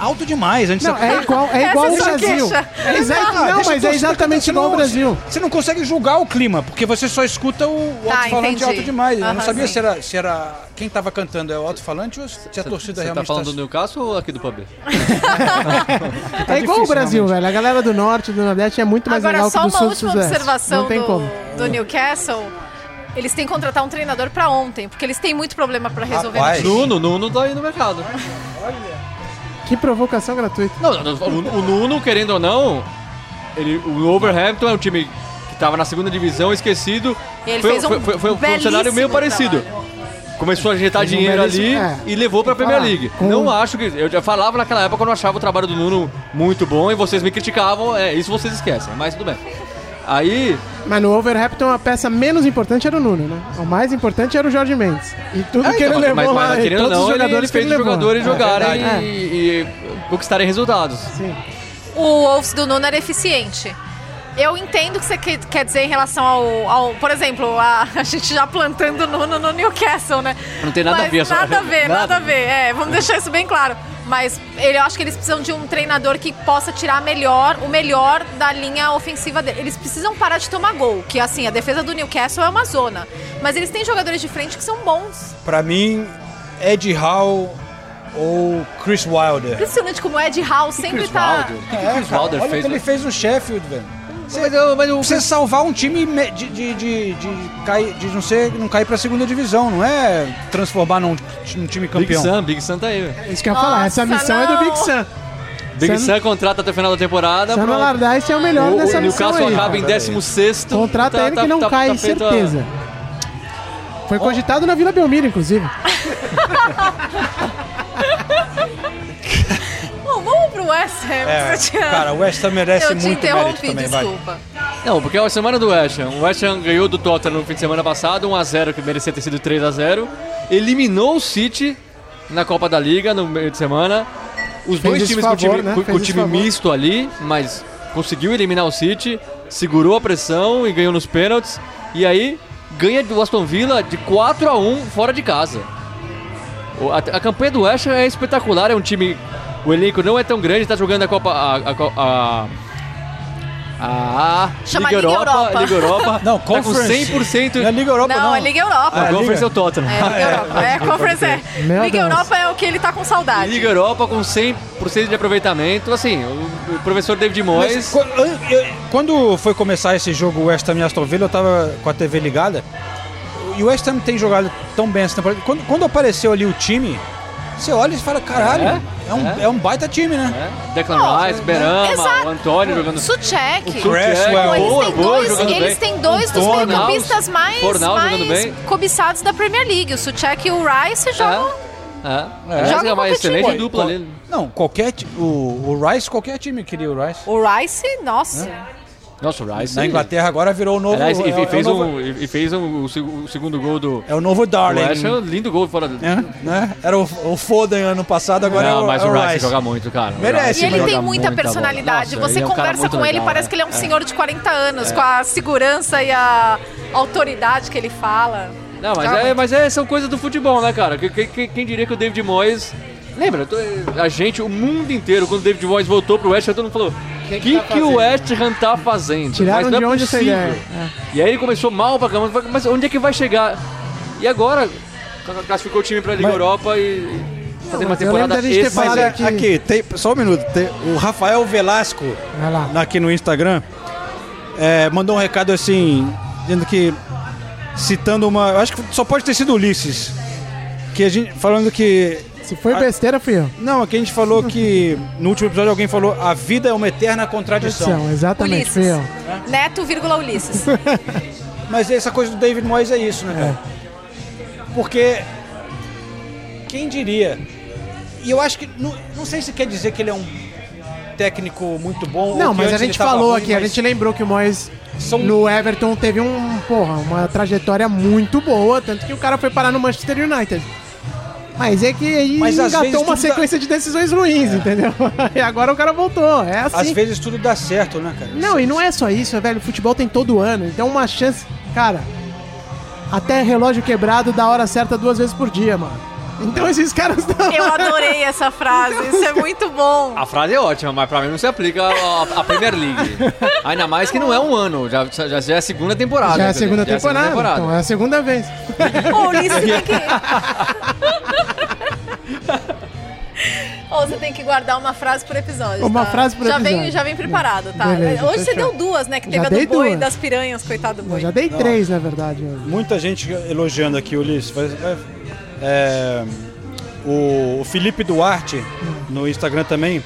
S6: alto demais antes
S5: Não,
S6: da- [laughs]
S5: é igual, é igual
S8: [laughs] Essa
S5: ao
S8: é sua
S5: Brasil.
S8: queixa.
S5: É exa- não,
S6: Ah, deixa
S5: mas
S6: eu
S5: é
S6: torcer,
S5: exatamente
S6: você
S5: igual ao
S6: não-
S5: Brasil.
S6: Você não consegue julgar o clima, porque você só escuta o
S8: Tá,
S6: alto-falante
S8: entendi.
S6: alto demais. Eu não
S8: Aham,
S6: sabia
S8: sim.
S6: se era, se era quem estava cantando é o alto-falante ou se a torcida
S7: Você tá
S6: realmente
S7: falando
S6: tá-
S7: do Newcastle ou aqui do Pub?
S5: é igual o
S6: difícil,
S5: Brasil, velho. A galera do norte, do nordeste é muito mais
S8: Agora,
S5: legal que
S8: só
S5: do
S8: uma
S5: sul do
S8: última
S5: sudeste.
S8: observação
S5: Não tem
S8: do,
S5: como.
S8: do Newcastle. Eles têm que contratar um treinador pra ontem, porque eles têm muito problema pra resolver
S6: Rapaz.
S8: no time.
S7: Nuno, Nuno tá aí no mercado.
S5: Que provocação gratuita.
S7: Não, não, o, o Nuno, querendo ou não, ele, o Overhampton é um time que tava na segunda divisão, esquecido.
S8: E ele
S7: foi,
S8: fez um
S7: foi- foi- foi um
S8: belíssimo
S7: cenário meio parecido. Começou a injetar
S5: Fez um
S7: dinheiro ali
S5: belíssimo- é.
S7: e levou pra
S5: Vou
S7: Premier
S5: falar,
S7: League.
S5: com- um-
S7: Não acho que. Eu já falava naquela época quando eu achava o trabalho do Nuno muito bom e vocês me criticavam. É, isso vocês esquecem, mas tudo bem. Aí,
S5: Mas no Overhampton, a peça menos importante era o Nuno, né? O mais importante era o Jorge Mendes. E tudo É, que ele
S7: então,
S5: levou
S7: mas, mas,
S5: lá, e
S7: querendo ou
S5: todos
S7: não,
S5: os
S7: ele-
S5: jogadores
S7: ele
S5: que
S7: fez
S5: ele
S7: os
S5: levou.
S7: jogadores
S5: É,
S7: jogarem
S5: verdade.
S7: e, e conquistarem resultados.
S8: O Wolves do Nuno era eficiente. Eu entendo o que você que- quer dizer em relação ao. ao- por exemplo, a, [laughs] a gente já plantando o Nuno no Newcastle, né?
S7: Não tem nada a
S8: Mas
S7: ver, só-
S8: Nada a ver, nada,
S7: [laughs] nada.
S8: a ver. É, vamos deixar isso bem claro. Mas ele- eu acho que eles precisam de um treinador que possa tirar melhor, o melhor da linha ofensiva dele. Eles precisam parar de tomar gol, que assim, a defesa do Newcastle é uma zona. Mas eles têm jogadores de frente que são bons.
S6: Pra mim, Ed Howe ou Chris Wilder. É,
S8: Impressionante como o Ed Hall sempre
S7: Chris
S8: tá.
S7: Wilder? O que, que
S5: É,
S7: Chris Wilder
S6: olha o
S7: fez?
S6: que ele
S7: né?
S6: fez no Sheffield, velho.
S7: Mas, eu- mas eu-
S6: Você salvar um time me- de, de, de, de cair- de não, ser, não cair pra segunda divisão, não é transformar num, ti- num time
S7: Big
S6: campeão.
S7: Sam, Big Sam tá aí. velho.
S5: É Isso que eu ia falar, essa
S8: Nossa,
S5: missão é
S8: não.
S5: do Big Sam.
S7: Tá Big
S5: Sam-
S7: Sam contrata até o final da temporada.
S5: Sam
S7: pronto.
S5: Allardyce é o melhor
S7: O-
S5: nessa
S7: o
S5: missão
S7: Newcastle
S5: aí.
S7: acaba em Tá, 16
S5: Contrata ele que não cai, certeza. Foi cogitado na Vila Belmiro, inclusive.
S8: Bom, vamos pro West
S7: [laughs]
S8: Ham.
S6: É,
S8: que eu tinha-
S6: cara, o West Ham merece
S8: eu te
S6: muito mérito
S8: interrompi,
S6: também, vai.
S8: desculpa.
S7: Não, porque é a semana do West Ham. O West Ham ganhou do Tottenham no fim de semana passado, 1x0, que merecia ter sido 3x0. Eliminou o City na Copa da Liga no meio de semana. Os dois
S5: esse
S7: times com o
S5: favor,
S7: time,
S5: né?
S7: com- com
S5: Fez
S7: o
S5: esse
S7: time
S5: favor.
S7: misto ali, mas conseguiu eliminar o City, segurou a pressão e ganhou nos pênaltis. E aí ganha do Aston Villa de 4x1 fora de casa. O- A, a campanha do West Ham é espetacular, é um time. O elenco não é tão grande, tá jogando a Copa. A, a, co- a, a
S8: Chama
S7: Liga
S8: Liga
S7: Europa.
S8: Europa.
S7: Liga Europa.
S6: [laughs] Não,
S7: tá com
S6: Conference.
S7: 100%.
S6: Não é Liga Europa,
S8: Não,
S6: não.
S8: é Liga Europa.
S7: a
S6: Ah,
S7: Conference
S6: Liga.
S7: é o Tottenham.
S8: É, Liga Europa. É, Conference é.
S5: Meu
S8: Liga
S5: Deus.
S8: Europa é o que ele tá com
S7: [laughs]
S8: saudade.
S7: Liga Europa com 100% de aproveitamento. Assim, o, o professor David Moyes.
S6: Mas, qu- an- eu- quando foi começar esse jogo West Ham e Aston Villa, eu tava com a TV ligada. E o West Ham tem jogado tão bem essa temporada. Quando, quando apareceu ali o time, você olha e fala, caralho,
S7: É?
S6: É um, é um baita time, né?
S7: Declan
S8: Ó,
S7: Rice, Berama,
S8: exato.
S7: o Antônio jogando.
S8: Suchek.
S7: O Cresswell.
S8: Eles
S7: Boa,
S8: têm
S7: boa,
S8: dois,
S7: jogando
S8: eles
S7: bem.
S8: têm dois dos
S7: Fornals.
S8: meio-campistas mais,
S7: Fornals jogando
S8: mais
S7: bem.
S8: cobiçados da Premier League. O Suchek e o Rice jogam.
S7: É.
S6: É.
S7: Aliás,
S8: Joga um
S7: é uma
S8: qualquer time.
S7: excelente
S6: Pô,
S7: dupla
S6: qual-
S7: ali.
S6: Não, qualquer. ti- O, o Rice, qualquer time queria o Rice.
S8: O Rice, nossa.
S7: Nossa, o Rice.
S6: Na Inglaterra agora virou o novo.
S7: É Aliás, e,
S6: é-
S7: e fez,
S6: é o novo,
S7: um, e e fez um- o, seg- o segundo gol do.
S6: É o novo Darling.
S7: O Ash é um lindo gol fora do.
S6: É, né? Era o, o Foden ano passado, agora é
S7: Não,
S6: o,
S7: mas
S6: é
S7: o Rice joga muito, cara. O
S6: Merece,
S7: Rice
S8: E ele
S7: joga
S8: tem muita
S7: bola.
S8: personalidade.
S7: Nossa,
S8: Você
S7: ele é um cara
S8: conversa
S7: muito
S8: com ele,
S7: legal,
S8: parece
S7: né? É.
S8: que ele é um senhor de 40 anos, com a segurança e a autoridade que ele fala.
S7: Não, mas,
S8: Joga
S7: é,
S8: muito.
S7: mas é, são coisas do futebol, né, cara? Que- que- que- quem diria que o David Moyes. Lembra, eu tô- a gente, o mundo inteiro, quando o David Moyes voltou pro West Ham, todo mundo falou: o que, que, o West Ham tá fazendo?
S5: Tiraram
S7: mas não
S5: de
S7: é
S5: onde essa
S7: possível.
S5: ideia.
S7: E aí ele começou mal pra caramba, mas onde é que vai chegar? E agora, classificou o time pra Liga
S6: Mas-
S7: Europa e- e. Fazendo uma
S5: mas eu lembro
S7: temporada
S5: da gente ter
S6: Mas
S5: falado
S6: é,
S7: excelente.
S5: que-
S6: aqui, tem- só um minuto. tem- o Rafael Velasco,
S5: é. Vai lá.
S6: na- aqui no Instagram, é, mandou um recado assim, dizendo que. Citando uma. eu Acho que só pode ter sido Ulisses. Que a gente. Falando que.
S5: Se foi
S6: Ah.
S5: besteira, fui eu.
S6: Não, aqui a gente falou que. No último episódio alguém falou: a vida é uma eterna contradição.
S5: Edição, exatamente, fui eu.
S8: Ulisses. Neto, vírgula Ulisses.
S6: Mas essa coisa do David Moyes é isso, né, cara?
S5: É.
S6: Porque. Quem diria? E eu acho que. Não, não sei se quer dizer que ele é um técnico muito bom.
S5: Não,
S6: ou que
S5: mas a
S6: antes ele
S5: gente
S6: tava
S5: falou
S6: ruim,
S5: aqui, a
S6: mas
S5: gente lembrou que o Moyes
S6: São-
S5: no Everton teve um, porra, uma trajetória muito boa, tanto que o cara foi parar no Manchester United. Mas é que aí
S6: Mas às vezes
S5: engatou uma
S6: tudo dá- É.
S5: sequência de decisões ruins, entendeu? [laughs] E agora o cara voltou. É assim.
S6: Às vezes tudo dá certo, né, cara?
S5: Não, e não é só isso, velho. O futebol tem todo ano. Então uma chance. Cara, até relógio quebrado dá hora certa duas vezes por dia, mano. Então esses caras não. [laughs]
S8: Eu adorei essa frase, isso é
S7: [laughs]
S8: muito bom.
S7: A frase é ótima, mas pra mim não se aplica à, à Premier
S5: [laughs]
S7: League. Ainda mais que não é um ano, já, já, já é a segunda temporada.
S5: Já é a
S7: entendeu?
S5: segunda temporada. Então é a segunda vez.
S8: Ô, Ulisses tem
S5: [laughs]
S8: que. Ou você tem que guardar uma frase por episódio.
S5: Uma
S8: tá?
S5: frase por
S8: já
S5: episódio.
S8: Vem, já vem preparado, tá?
S5: Beleza,
S8: Hoje você
S5: fechou.
S8: deu duas, né? Que
S5: Já
S8: teve a
S5: dei
S8: do boi
S5: duas.
S8: das piranhas, coitado do
S5: Eu
S8: boi.
S5: já dei três, na verdade.
S6: Muita gente elogiando aqui, Ulisses. Mas, é, é, o, o Felipe Duarte, no Instagram também,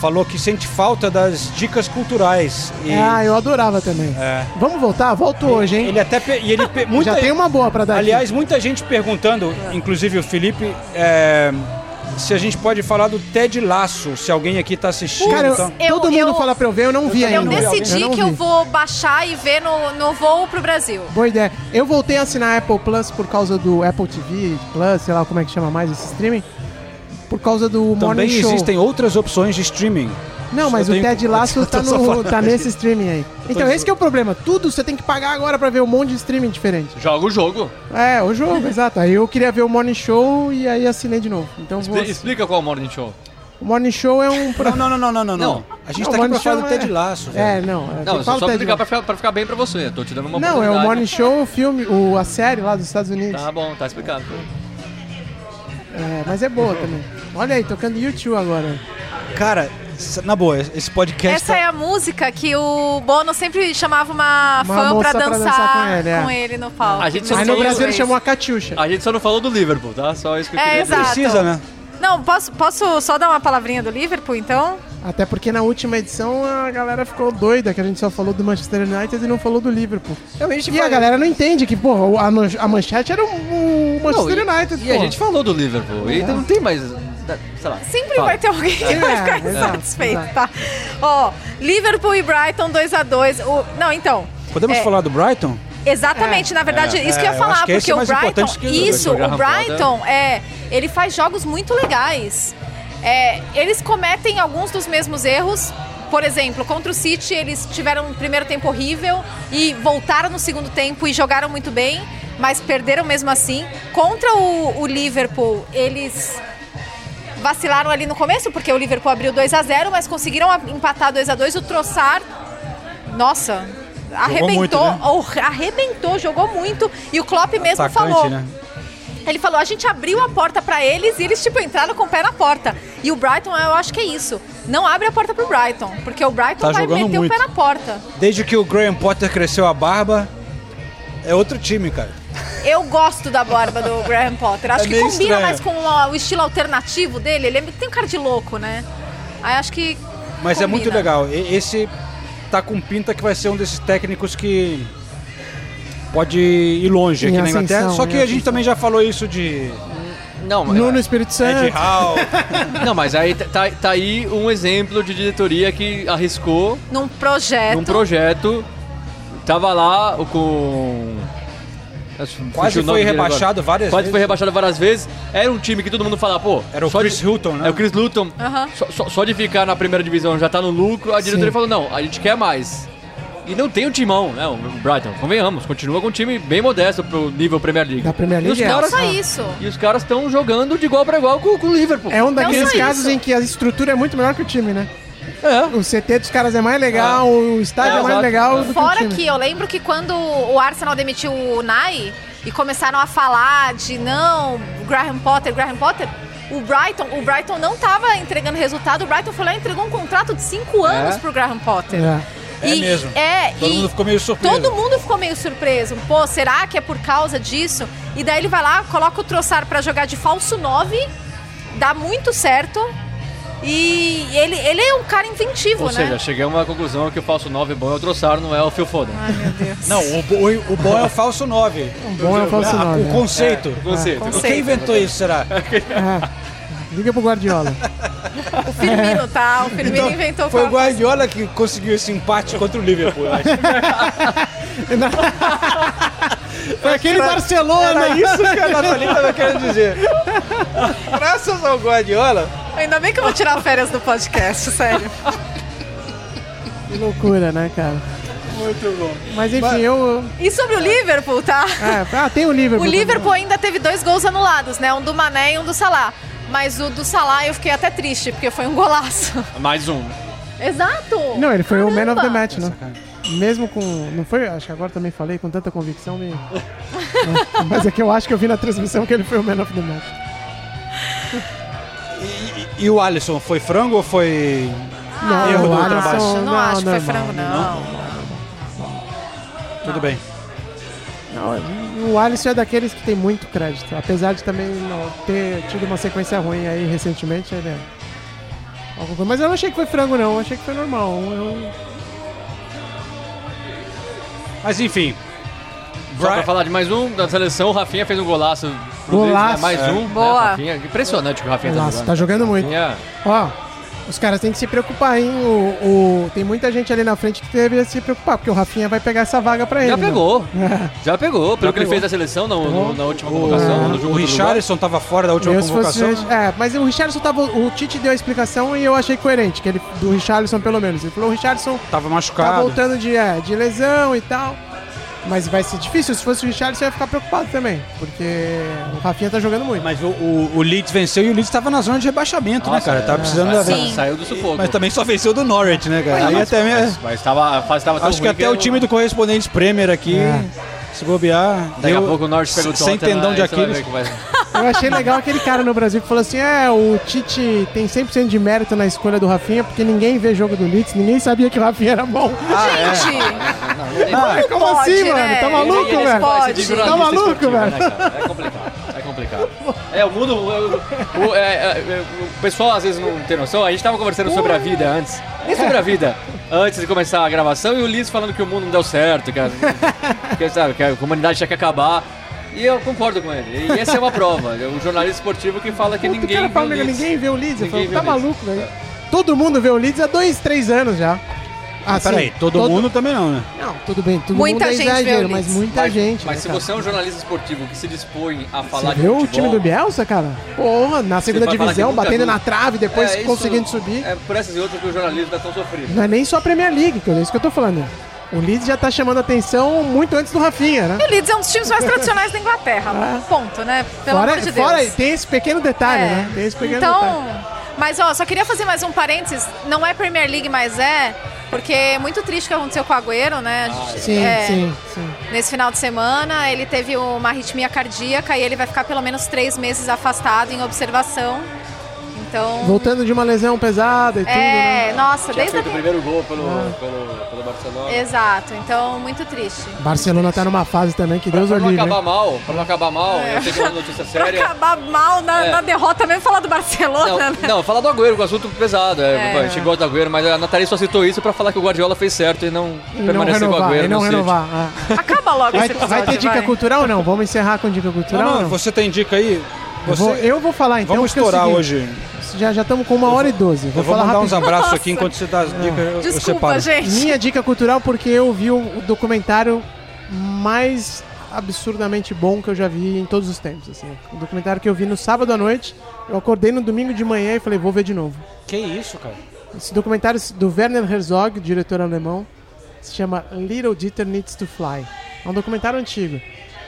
S6: falou que sente falta das dicas culturais. E
S5: Ah, eu adorava também.
S6: É.
S5: Vamos voltar? Volto hoje, hein?
S6: Ele até. pe- E ele pe-
S5: [laughs]
S6: muita,
S5: Já tem uma É. boa pra dar. aqui.
S6: Aliás, muita gente perguntando, inclusive o Felipe, é, se a gente pode falar do Ted Laço, se alguém aqui está assistindo.
S5: cara, eu-
S6: então.
S8: eu-
S5: todo mundo
S8: eu-
S5: fala pra eu ver, eu não vi ainda.
S8: Eu decidi
S5: não
S8: que eu
S5: vi.
S8: vou baixar e ver no, no voo pro Brasil.
S5: Boa ideia. Eu voltei a assinar Apple Plus por causa do Apple TV Plus, sei lá como é que chama mais esse streaming. Por causa do
S6: Também
S5: Morning Show.
S6: existem outras opções de streaming.
S5: Não, mas o
S6: Eu tenho-
S5: Ted
S6: eu [laughs]
S5: Lasso
S6: tô
S5: tá,
S6: só
S5: no-
S6: falando
S5: tá
S6: aqui.
S5: nesse streaming aí. Então, esse que é o problema. Tudo você tem que pagar agora pra ver um monte de streaming diferente.
S7: Joga o jogo.
S5: É, o jogo, [laughs] exato. Aí eu queria ver o Morning Show e aí assinei de novo. Então, vou...
S7: Expli- explica qual é o Morning Show.
S5: o Morning Show é
S6: [laughs]
S5: um... pro-
S6: Não, não, não, não, não, não.
S7: Não.
S6: A
S5: Não, É, o
S6: gente está aqui
S5: Morning
S6: para falar do
S5: Show
S6: Ted Laço.
S5: É, não.
S7: Não,
S5: é, você fala
S7: só,
S5: o
S7: só
S5: Ted
S7: explicar pra
S5: Lasso.
S7: ficar, pra ficar bem pra você. Eu tô te dando uma
S5: Não, é o
S7: oportunidade.
S5: Morning Show, o filme, o, a série lá dos Estados Unidos.
S7: Tá bom, tá explicado.
S5: É, mas é boa também. Olha aí, tocando YouTube agora.
S6: Cara, s- na boa, esse podcast.
S8: Essa é a música que o Bono sempre chamava uma,
S5: Uma
S8: fã
S5: moça
S8: pra
S5: pra
S8: dançar,
S5: dançar com ele, é.
S8: no palco.
S7: A gente só
S5: Aí
S8: Mas
S5: no
S7: tem
S5: Brasil ele
S8: fez.
S5: chamou a Catiuxa.
S7: A gente só não falou do Liverpool, tá? Só isso que eu
S8: É,
S7: queria
S8: exato.
S6: Precisa, né?
S8: Não, posso, posso só dar uma palavrinha do Liverpool, então?
S5: Até porque na última edição a galera ficou doida que a gente só falou do Manchester United e não falou do Liverpool. e a galera não entende que, porra, o- a, man- a manchete era o, o
S7: dizer. Não,
S5: Manchester
S7: e-
S5: United,
S7: E
S5: porra.
S7: a gente falou do Liverpool. E não tem mais. da- Sei lá.
S8: Sempre
S7: fala.
S8: vai ter alguém que vai
S5: É,
S8: ficar
S5: exato,
S8: insatisfeito,
S5: exato.
S8: tá? Ó, Liverpool e Brighton 2x2. Não, então.
S6: Podemos
S8: É.
S6: falar do Brighton?
S8: Exatamente, na verdade,
S6: É,
S8: isso que eu
S6: é,
S8: ia
S6: eu acho
S8: falar,
S6: que esse
S8: porque
S6: é
S8: o
S6: mais
S8: Brighton.
S6: importante que o
S8: Isso,
S7: jogar
S8: o
S7: rampada.
S8: Brighton
S6: né?
S8: é. Ele faz jogos muito legais. É, eles cometem alguns dos mesmos erros. Por exemplo, contra o City, eles tiveram um primeiro tempo horrível e voltaram no segundo tempo e jogaram muito bem, mas perderam mesmo assim. Contra o- o Liverpool, eles vacilaram ali no começo, porque o Liverpool abriu 2 a 0 mas conseguiram a- empatar 2 a 2 O Troçar, nossa, arrebentou,
S6: muito, né?
S8: ou- arrebentou, jogou muito. E o Klopp mesmo
S6: Atacante,
S8: falou.
S6: né?
S8: Ele falou, a gente abriu a porta pra eles e eles, tipo, entraram com o pé na porta. E o Brighton, eu acho que é isso. Não abre a porta pro Brighton, porque o Brighton
S6: Tá
S8: vai
S6: jogando
S8: meter o
S6: muito.
S8: pé na porta.
S6: Desde que o Graham Potter cresceu a barba, é outro time, cara.
S8: Eu gosto da barba do Graham Potter. Acho
S6: É
S8: que
S6: meio
S8: combina
S6: estranho.
S8: mais com a- o estilo alternativo dele. Ele é- tem um cara de louco, né? Aí acho que.
S6: Mas é muito
S8: combina.
S6: legal. E- Esse tá com pinta que vai ser um desses técnicos que pode ir longe
S5: Em
S6: aqui na
S5: ascensão,
S6: Inglaterra. Só que
S5: em
S6: a gente também já falou isso de
S7: Não, mas-
S5: Nuno Espírito Santo.
S6: Ed
S5: [laughs]
S6: Hall.
S7: Não, mas aí tá- tá, tá aí um exemplo de diretoria que arriscou
S8: Num projeto.
S7: num projeto. Tava lá o com. acho que fugiu
S6: Quase
S7: o nome
S6: foi
S7: dele agora.
S6: rebaixado várias
S7: Quase
S6: vezes.
S7: foi rebaixado várias vezes. Era um time que todo mundo falava, pô.
S6: Era o
S7: só
S6: Chris
S7: de-
S6: Hilton, né?
S7: É o Chris Luton.
S8: Aham.
S7: Só, só- só de ficar na primeira divisão já tá no lucro. A diretoria
S5: Sim.
S7: falou: não, a gente quer mais. E não tem um timão, né? O Brighton, convenhamos, continua com um time bem modesto pro nível Premier League.
S5: Da Premier
S7: E os
S5: League é.
S7: caras,
S8: Só isso.
S7: e os caras estão jogando de igual pra igual com, com o Liverpool.
S5: É um daqueles
S8: só
S5: casos
S8: isso.
S5: em que a estrutura é muito melhor que o time, né?
S7: É.
S5: O CT dos caras é mais legal, o estádio
S7: É,
S5: é mais
S7: exato.
S5: legal do que
S8: Fora
S5: o time.
S8: que eu lembro que quando o Arsenal demitiu o Nai e começaram a falar de não, Graham Potter, Graham Potter, o Brighton, o Brighton não tava entregando resultado, o Brighton foi lá e entregou um contrato de cinco anos pro Graham Potter.
S5: É.
S6: É mesmo.
S8: É,
S6: Todo
S8: e
S6: mundo ficou meio surpreso.
S8: todo mundo ficou meio surpreso. Pô, será que é por causa disso? E daí ele vai lá, coloca o Troçar pra jogar de falso 9, dá muito certo. E ele, ele é um cara inventivo,
S7: Ou
S8: né?
S7: seja, cheguei a uma conclusão que o falso 9 bom é o Trossard, não é o Phil Foden.
S8: Ai, meu Deus.
S6: Não, o, bo- o, o bom é o falso 9.
S5: O bom é o falso
S6: Ah,
S5: nove,
S6: O
S5: né?
S6: conceito.
S7: Você,
S8: É. conceito.
S6: Quem inventou isso, será?
S5: É. Liga pro Guardiola.
S8: O Firmino, tá?
S6: [laughs]
S8: O Firmino inventou
S6: Então, Foi o
S8: falar-
S6: Guardiola que conseguiu esse empate contra o Liverpool, né? eu acho.
S5: [laughs] Foi aquele Barcelona.
S6: Era isso que a Nathalie estava querendo
S5: [laughs]
S6: dizer. Graças ao Guardiola,
S8: Ainda bem que eu vou tirar férias do podcast, sério.
S5: Que loucura, né, cara?
S6: muito bom.
S5: Mas enfim, eu...
S8: E sobre o Liverpool, tá?
S5: É, ah, tem o Liverpool.
S8: O Liverpool ainda teve dois gols anulados, né? Um do Mané e um do Salah. Mas o do Salah eu fiquei até triste, porque foi um golaço.
S7: Mais um.
S8: Exato!
S5: Não, é ele foi o man of the
S8: Caramba!
S5: match, né? Mesmo com. Não foi? Acho que agora também falei com tanta convicção. Me... [laughs] Mas é que eu acho que eu vi na transmissão que ele foi o man of the match.
S6: E, e o Alisson, foi frango ou foi...
S5: Não,
S6: erro
S5: o
S6: do
S8: Ah, não,
S5: Alisson-
S8: acho, não, acho que foi
S5: normal.
S8: frango, não.
S6: Tudo bem.
S5: Não, o Alisson é daqueles que tem muito crédito. Apesar de também não ter tido uma sequência ruim aí recentemente, ele é. alguma coisa. Mas eu não achei que foi frango, não. Eu achei que foi normal. um, é Eu-
S6: Mas enfim.
S7: Só pra
S6: Bri-
S7: falar de mais um da seleção, o Rafinha fez um golaço. pro Grêmio,
S5: Golaço.
S7: né? Mais
S6: É.
S7: um. né,
S8: Boa.
S7: Rafinha. Impressionante o que o Rafinha
S5: Nossa,
S7: tá
S5: tá
S7: jogando.
S5: jogando muito.
S7: Rafinha,
S5: Ó, os caras têm que se preocupar, hein? O, o- tem muita gente ali na frente que deveria se preocupar, porque o Rafinha vai pegar essa vaga pra ele.
S7: já
S5: né?
S7: pegou. Já pegou. Pelo que ele
S6: É. pegou.
S7: fez da seleção na, no- na última convocação, no jogo
S6: O é
S7: do Uruguai.
S6: Richarlison estava fora da última
S5: Eu, se
S6: convocação.
S5: fosse- é, mas o Richardson tava. O Tite deu a explicação e eu achei coerente, que ele, do Richardson pelo menos. Ele falou, o Richardson
S6: Tava
S5: tá
S6: machucado.
S5: voltando de, é, de lesão e tal. Mas vai ser difícil, se fosse o Richardson eu ia ficar preocupado também, porque o Rafinha tá jogando muito.
S6: Mas o, o, o Leeds venceu e o Leeds estava na zona de rebaixamento, né,
S7: Nossa,
S6: cara? Tava precisando da
S7: sa-
S8: Sim.
S7: Saiu do sufoco.
S6: Mas também só venceu do Norwich, né, cara? Aí até mesmo.
S7: Mas tava, a fase tava tão
S6: Acho que é
S7: ruim
S6: até o time do correspondente Premier aqui,
S5: É.
S6: se bobear.
S7: Daqui a
S6: deu-
S7: pouco o Norte pega o
S6: Sem
S7: Tottenham,
S6: tendão de
S7: aí você vai
S6: Aquiles.
S7: ver que vai-
S5: Eu achei legal aquele cara no Brasil que falou assim: é, o Tite tem 100% de mérito na escolha do Rafinha, porque ninguém vê jogo do Leeds, ninguém sabia que o Rafinha era bom.
S8: Gente,
S5: Ah, [laughs] como
S8: pode,
S5: assim,
S8: né?
S5: mano? Tá
S8: Ele-
S5: maluco,
S8: ele
S5: velho?
S8: pode.
S7: Esse
S5: Tá
S7: jornalista
S5: maluco,
S7: esportivo,
S5: velho?
S7: né, cara? É complicado, é complicado. É, o mundo. O, o- é, é, é, o pessoal às vezes não tem noção. A gente tava conversando sobre a vida antes. Nem sobre a vida. Antes de começar a gravação, e o Liz falando que o mundo não deu certo, que a, que, sabe, que a humanidade tinha que acabar. E eu concordo com ele. E essa é uma prova. É um jornalista esportivo que fala que
S5: Puta,
S7: ninguém.
S5: o cara
S7: viu
S5: fala,
S7: o
S5: "Nego,
S7: Leeds."
S5: ninguém vê o Leeds. Eu
S7: Ninguém
S5: falo,
S7: vê
S5: tá
S7: o Leeds.
S5: maluco, velho. Todo mundo vê o Leeds há dois, três anos já. Ah,
S6: Mas Peraí, todo, mundo também não, né?
S5: Não, tudo bem, todo
S8: Muita
S5: mundo é
S8: gente vê o
S5: exagero,
S8: Leeds.
S5: mas muita
S7: Mas-
S5: gente.
S7: Mas
S5: né,
S7: se
S5: cara?
S7: você é um jornalista esportivo que se dispõe a falar
S5: Você
S7: de
S5: viu o
S7: futebol,
S5: time do Bielsa, cara? Porra, na segunda
S7: vai falar que
S5: divisão,
S7: nunca
S5: batendo
S7: viu.
S5: na trave, depois
S7: é, isso-
S5: conseguindo subir.
S7: É por essas e outras que o jornalismo tá tão sofrido.
S5: Não é nem só a Premier League, que é isso que eu tô falando. O Leeds já tá chamando atenção muito antes do Rafinha, né?
S8: o Leeds é um dos times mais tradicionais da Inglaterra. Ponto, né? Pelo
S5: É. fora,
S8: amor de Deus. É.
S5: fora, tem esse pequeno detalhe, né? Tem esse pequeno detalhe.
S8: Então, mas ó, só queria fazer mais um parênteses. Não é Premier League, mas é. Porque é muito triste o que aconteceu com o Agüero, né? A gente-
S5: Sim,
S8: é,
S5: sim, sim.
S8: Nesse final de semana, ele teve uma arritmia cardíaca e ele vai ficar pelo menos três meses afastado em observação. Então.
S5: Voltando de uma lesão pesada e tudo,
S8: É,
S5: né?
S8: nossa,
S2: Tinha
S8: desde a.
S2: feito o primeiro gol pelo,
S8: Ah.
S2: pelo, pelo Barcelona.
S8: Exato, então muito triste.
S5: Barcelona tá numa fase também que Deus o
S2: Pra não
S5: livre.
S2: acabar
S5: né?
S2: mal, pra não acabar mal, eu sei que é uma
S8: [laughs]
S2: notícia séria.
S8: Acabar mal na,
S2: É.
S8: na derrota, mesmo falar do Barcelona,
S2: Não,
S8: né?
S2: não, falar do Agüero, que é um assunto pesado. É,
S8: É.
S2: A gente gosta do Agüero, mas a Nathalie só citou isso pra falar que o Guardiola fez certo e não
S5: E não
S2: permanecer com o
S5: renovar,
S2: Agüero.
S5: e não
S2: no City.
S5: renovar. ah.
S8: Acaba logo
S5: Vai,
S8: esse episódio.
S5: vai ter dica
S8: vai.
S5: cultural ou não? Vamos encerrar com dica cultural?
S6: Não,
S5: ou
S6: não, você tem dica aí?
S5: eu,
S6: Você...
S5: vou, eu vou falar então.
S6: Vamos
S5: porque é o
S6: estourar
S5: seguinte,
S6: hoje.
S5: Já já estamos com uma hora e doze. Vou,
S6: Eu vou
S5: falar
S6: mandar uns
S5: rapidinho.
S6: abraços aqui enquanto você dá as dicas. eu- Eu, separo.
S8: Desculpa, gente.
S5: Minha dica cultural, porque eu vi o documentário mais absurdamente bom que eu já vi em todos os tempos. Assim. O documentário que eu vi no sábado à noite, eu acordei no domingo de manhã e falei, vou ver de novo.
S6: Que isso, cara?
S5: Esse documentário do Werner Herzog, diretor alemão, se chama Little Dieter Needs to Fly. É um documentário antigo.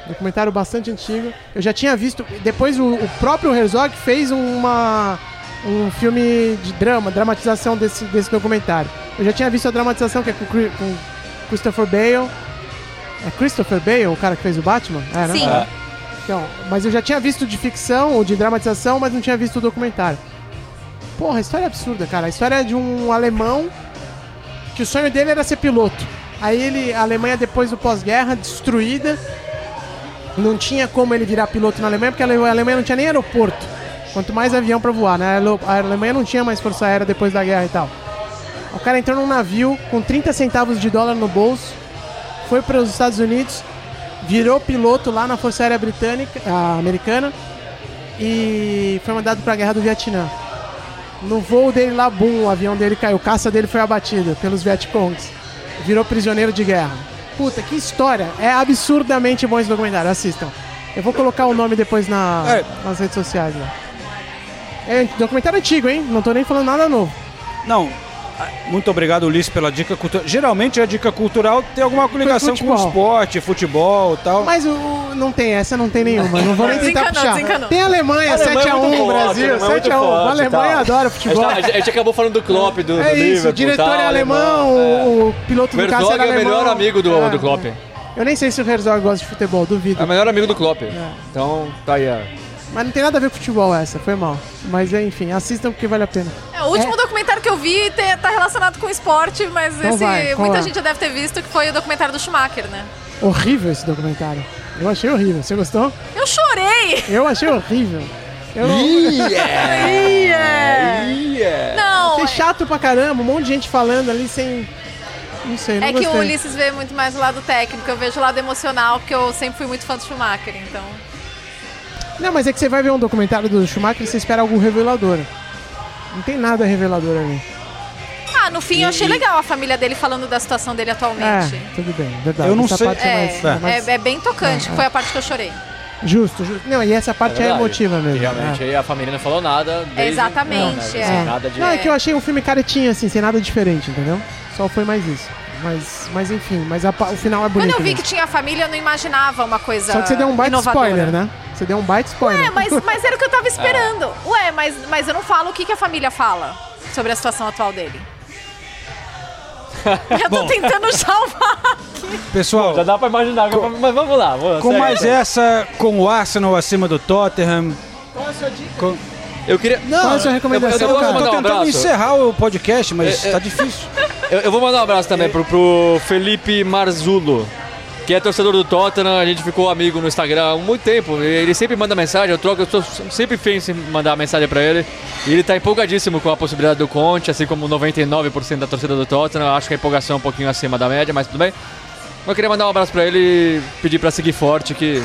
S5: Documentário bastante antigo. Eu já tinha visto. Depois o, o próprio Herzog fez uma, um filme de drama, dramatização desse, desse documentário. Eu já tinha visto a dramatização que é com, Cri- com Christopher Bale. É Christopher Bale, o cara que fez o Batman? É, né?
S8: Sim.
S5: Então, mas eu já tinha visto de ficção ou de dramatização, mas não tinha visto o documentário. Porra, a história é absurda, cara. A história é de um alemão que o sonho dele era ser piloto. Aí ele, a Alemanha depois do pós-guerra, destruída, não tinha como ele virar piloto na Alemanha, porque a Ale- a Alemanha não tinha nem aeroporto. Quanto mais avião pra voar, né? A Ale- A Alemanha não tinha mais força aérea depois da guerra e tal. O cara entrou num navio com 30 centavos de dólar no bolso, foi para os Estados Unidos, virou piloto lá na Força Aérea Britânica, ah, americana, e foi mandado para a Guerra do Vietnã. No voo dele lá, bum, o avião dele caiu, a caça dele foi abatida pelos Vietcongs. Virou prisioneiro de guerra. Puta, que história! É absurdamente bom esse documentário, assistam. Eu vou colocar o nome depois na,
S6: É.
S5: nas redes sociais lá. É documentário antigo, hein? Não tô nem falando nada novo.
S6: Não. ah, Muito obrigado, Ulisses, pela dica cultural. Geralmente a dica cultural tem alguma ligação com
S5: futebol.
S6: esporte, futebol e tal.
S5: Mas o, o- não tem, essa não tem nenhuma. Não vou nem tentar
S8: Desencanou,
S5: puxar.
S8: desencanou.
S5: Tem a Alemanha,
S2: Alemanha é
S5: 7x1,
S2: muito forte,
S5: Brasil,
S2: Alemanha é muito
S5: 7x1. A,
S2: forte e
S5: Alemanha
S2: tal.
S5: adora
S2: A gente,
S5: futebol.
S2: tá- a gente- a gente acabou falando do Klopp, do, do
S5: É isso,
S2: Liverpool,
S5: o diretor
S2: tal,
S5: é alemão, o, o piloto
S2: O
S5: do caça
S2: Herzog
S5: era
S2: é o
S5: alemão.
S2: melhor amigo do,
S5: É,
S2: do Klopp.
S5: é. Eu nem sei se o Herzog gosta de futebol, duvido.
S2: É o melhor amigo do Klopp. Então, tá aí. ó.
S5: Mas não tem nada a ver com futebol essa, foi mal. Mas enfim, assistam porque vale a pena.
S8: É, o último documentário que eu vi te- tá relacionado com esporte, mas
S5: Então
S8: esse
S5: vai, qual
S8: muita
S5: é?
S8: gente já deve ter visto que foi o documentário do Schumacher, né?
S5: Horrível esse documentário. Eu achei horrível. Você gostou?
S8: Eu chorei!
S5: Eu achei horrível. Eu não- É.
S8: Não,
S5: Achei chato pra caramba, um monte de gente falando ali sem. Não sei, não
S8: é que
S5: gostei.
S8: o Ulisses vê muito mais o lado técnico, eu vejo o lado emocional, porque eu sempre fui muito fã do Schumacher, então.
S5: Não, mas é que você vai ver um documentário do Schumacher e você espera algo revelador. Não tem nada revelador ali.
S8: Ah, no fim eu achei legal a família dele falando da situação dele atualmente.
S5: É, tudo bem, verdade.
S6: Eu não
S5: Essa
S6: sei-
S5: parte
S8: É,
S5: mais-
S8: é,
S5: mais
S8: é bem tocante, que foi a parte que eu chorei.
S5: Justo, justo. Não, e essa parte é,
S7: verdade.
S5: emotiva mesmo.
S7: E realmente
S5: é.
S7: aí a família não falou nada. desde-
S8: Exatamente,
S7: Não, né?
S8: é.
S7: Assim, Nada de...
S5: Não, é que eu achei um filme caretinho, assim, sem nada diferente, entendeu? Só foi mais isso. Mas, mas enfim, mas a pa- o final é bonito.
S8: Quando eu vi
S5: mesmo.
S8: que tinha família, eu não imaginava uma coisa.
S5: Só que você deu um baita
S8: inovadora.
S5: spoiler, né? Você deu um baita spoiler.
S8: É, mas,
S5: [laughs]
S8: mas era o que eu tava esperando. Ué, mas, mas eu não falo o que, que a família fala sobre a situação atual dele. eu tô tentando salvar.
S6: Pessoal,
S7: Já dá pra imaginar, mas vamos lá. Vamos,
S6: com
S7: segue.
S6: mais essa, com o Arsenal acima do Tottenham.
S2: Eu queria. Não,
S5: Qual é a sua recomendação,
S2: eu, eu, vou
S5: cara?
S2: mandar
S6: Tô
S2: um
S6: tentando
S2: abraço.
S6: encerrar o podcast, mas
S2: É, é.
S6: tá difícil.
S2: Eu, eu vou mandar um abraço também pro, pro Felipe Marzulo, que é torcedor do Tottenham. A gente ficou amigo no Instagram há muito tempo. Ele sempre manda mensagem, eu troco, eu tô sempre feliz em mandar mensagem pra ele. E ele tá empolgadíssimo com a possibilidade do Conte, assim como 99% da torcida do Tottenham. Acho que a empolgação é um pouquinho acima da média, mas tudo bem. Eu queria mandar um abraço pra ele e pedir pra seguir forte que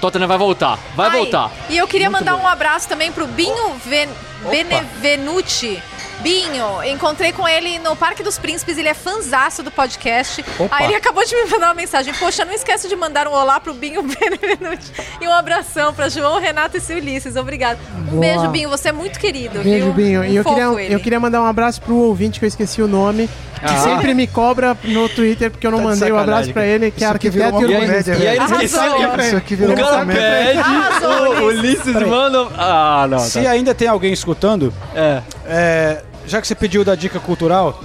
S2: Tottenham vai voltar. Vai
S8: Ai,
S2: voltar.
S8: E eu queria mandar um abraço também pro Binho Ven- Benevenuti. Binho, encontrei com ele no Parque dos Príncipes, ele é fanzaço do podcast.
S6: Opa.
S8: Aí ele acabou de me mandar uma mensagem. Poxa, não esquece de mandar um olá pro Binho [laughs] Benevenuti e um abração pra João, Renato e seu Ulisses. Obrigado. Um
S5: Boa.
S8: beijo, Binho. Você é muito querido,
S5: Beijo,
S8: viu?
S5: Binho.
S8: Um
S5: E eu
S8: fofo
S5: queria,
S8: ele.
S5: eu queria mandar um abraço pro ouvinte que eu esqueci o nome, que sempre me cobra no Twitter porque eu não
S6: Tá de
S5: mandei o
S6: sacanagem,
S5: abraço pra
S6: cara.
S5: ele, que é
S12: Isso aqui virou
S5: arquiteto
S12: uma
S5: e urbanista. é
S12: comédia,
S2: E aí
S12: velho.
S2: eles
S8: Arrasou.
S2: recebem.
S5: Sempre.
S12: Isso aqui virou
S2: O
S12: uma
S2: cara
S12: comédia.
S2: pede,
S8: Arrasou,
S2: o Ulisses manda. Ah,
S7: Tá,
S2: não.
S6: Se ainda tem alguém escutando,
S2: É.
S6: é, já que você pediu da dica cultural,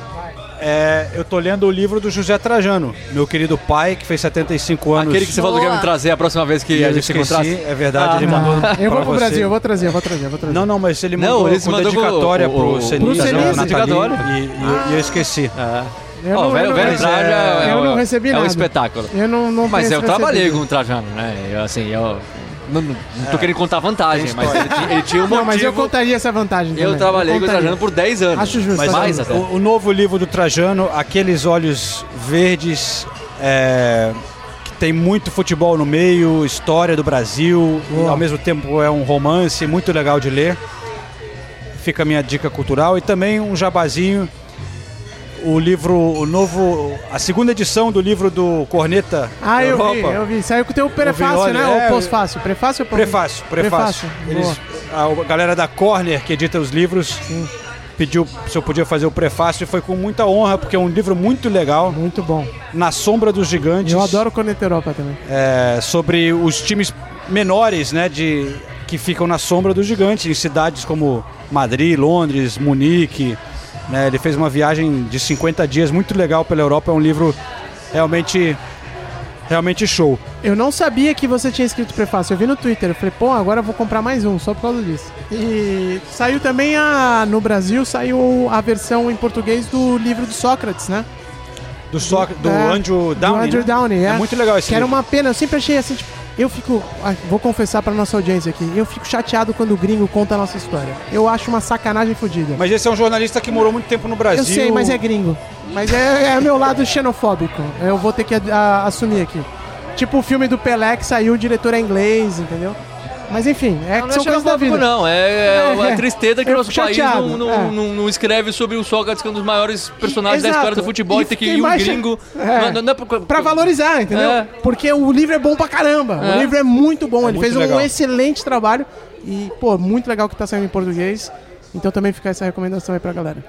S6: É, eu tô lendo o livro do José Trajano, meu querido pai, que fez 75 anos.
S7: Aquele que você falou que ia me
S8: Boa.
S7: trazer a próxima vez que
S6: E
S7: a
S6: eu
S7: gente se
S6: esqueci,
S7: encontrasse.
S6: é verdade, ele mandou.
S5: Ah, tá. Eu
S6: pra
S5: vou pro
S6: você.
S5: Brasil, eu vou trazer, eu vou trazer, eu vou trazer.
S6: Não, não, mas ele
S7: Não,
S6: mandou
S7: ele se
S6: com
S7: mandou com
S6: dedicatória
S7: o- o- o-
S6: pro
S5: pro
S6: Senise,
S5: Senise.
S6: Natalie,
S7: Dedicatória.
S6: e, e, e eu esqueci.
S5: Eu
S7: Ó, o
S5: não- eu
S7: velho,
S5: não
S7: velho
S5: recebi-
S7: Traja é,
S5: eu
S7: o-
S5: não recebi
S7: é um
S5: nada.
S7: espetáculo.
S5: Eu não, não
S7: Mas
S5: penso
S7: eu
S5: receber.
S7: trabalhei com o Trajano, né? Eu, assim, eu não, não tô querendo contar vantagem, mas ele, tinha- ele tinha um
S5: Não,
S7: motivo.
S5: mas eu contaria essa vantagem
S7: Eu tá
S5: também.
S7: trabalhei com o
S5: contaria.
S7: Trajano por 10 anos.
S5: Acho justo. tá
S7: Mas mais
S5: Sabe,
S7: até.
S6: O, o novo livro do Trajano, Aqueles Olhos Verdes, é, que tem muito futebol no meio, história do Brasil, e ao mesmo tempo é um romance muito legal de ler. Fica a minha dica cultural e também um jabazinho. O livro, o novo, a segunda edição do livro do Corneta
S5: Ah, eu
S6: Europa.
S5: vi, eu vi. Saiu com o teu prefácio,
S6: Violi,
S5: né?
S6: é,
S5: Ou pós-fácio? Prefácio ou pós-
S6: Prefácio,
S5: Prefácio,
S6: prefácio. Eles- a galera da Corner, que edita os livros, pediu se eu podia fazer o prefácio e foi com muita honra, porque é um livro muito legal,
S5: Muito bom.
S6: Na Sombra dos Gigantes.
S5: Eu adoro Conecta Europa também.
S6: é, sobre os times menores, né, de, que ficam na sombra dos gigantes, em cidades como Madrid, Londres, Munique. né? ele fez uma viagem de 50 dias muito legal pela Europa, é um livro realmente, realmente show.
S5: Eu não sabia que você tinha escrito prefácio. Eu vi no Twitter. Eu falei, pô, agora eu vou comprar mais um, só por causa disso. E saiu também a. No Brasil saiu a versão em português do livro do Sócrates, né?
S6: Do, so, do
S5: É,
S6: Andrew Downey.
S5: do Andrew
S6: né?
S5: Downey, é.
S6: É muito legal esse
S5: Que era
S6: livro.
S5: uma pena, eu sempre achei assim, tipo, eu fico, ah, vou confessar pra nossa audiência aqui, eu fico chateado quando o gringo conta a nossa história. Eu acho uma sacanagem fodida.
S6: Mas esse é um jornalista que morou muito tempo no Brasil.
S5: Eu sei, mas é gringo. Mas é, é meu lado xenofóbico. Eu vou ter que a- assumir aqui. Tipo o filme do Pelé que saiu, o diretor é inglês, entendeu? Mas enfim, é
S7: Não,
S5: que
S7: não
S5: são
S7: é
S5: coisas da
S7: xenofóbico,
S5: vida.
S7: não. É, é uma
S5: É, é.
S7: tristeza que
S5: Eu
S7: o nosso
S5: fico chateado,
S7: país não, não,
S5: é.
S7: não- não escreve sobre o Sócrates, que é um dos maiores personagens da
S5: exato.
S7: história do futebol, e tem que
S5: E
S7: ir um
S5: mais cha-
S7: gringo.
S5: é.
S7: Não, não- não é por-
S5: Pra valorizar, entendeu?
S7: É.
S5: Porque o livro é bom pra caramba.
S7: É.
S5: O livro é muito bom. Ele
S6: muito
S5: fez
S6: legal.
S5: um excelente trabalho. E, pô, muito legal que tá saindo em português. Então também fica essa recomendação aí pra galera.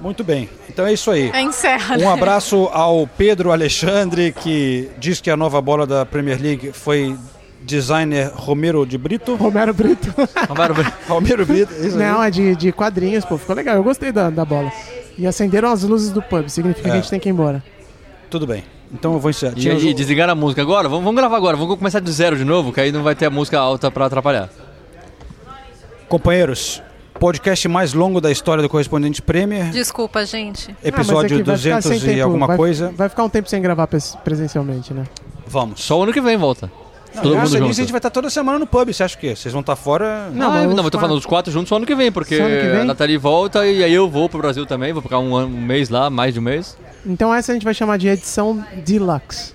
S6: Muito bem. Então é isso aí.
S8: É, encerra.
S6: Um
S8: né?
S6: abraço ao Pedro Alexandre, que diz que a nova bola da Premier League foi designer Romero de Brito.
S5: Romero Brito.
S6: [laughs] Romero Brito, isso aí.
S5: Não, é de, de quadrinhos, pô. Ficou legal. Eu gostei da, da bola. E acenderam as luzes do pub. Significa que a gente tem que ir embora.
S6: Tudo bem. Então eu vou encerrar.
S7: E,
S6: Tinha
S7: e desligar a música agora? Vamos, vamos gravar agora, vamos começar do zero de novo, que aí não vai ter a música alta pra atrapalhar.
S6: Companheiros, podcast mais longo da história do Correspondente Premier.
S8: Desculpa, gente.
S6: Episódio
S5: Ah, mas é Ah, que vai ficar
S6: 200
S5: sem
S6: e
S5: tempo,
S6: alguma
S5: vai-
S6: coisa.
S5: Vai ficar um tempo sem gravar pres- presencialmente, né?
S6: Vamos.
S7: Só o ano que vem volta. Todo
S6: Graças
S7: mundo
S6: a Deus,
S7: junto.
S6: a gente vai estar toda semana no pub. Você acha que vocês vão estar fora?
S7: Não,
S5: Não, mas
S7: mas
S5: os
S7: não, eu tô
S5: quatro-
S7: falando dos quatro juntos só ano que vem, porque
S5: Só ano que vem?
S7: a Nathalie volta e aí eu vou pro Brasil também, vou ficar um, ano, um mês lá, mais de um mês.
S5: Então essa a gente vai chamar de edição deluxe.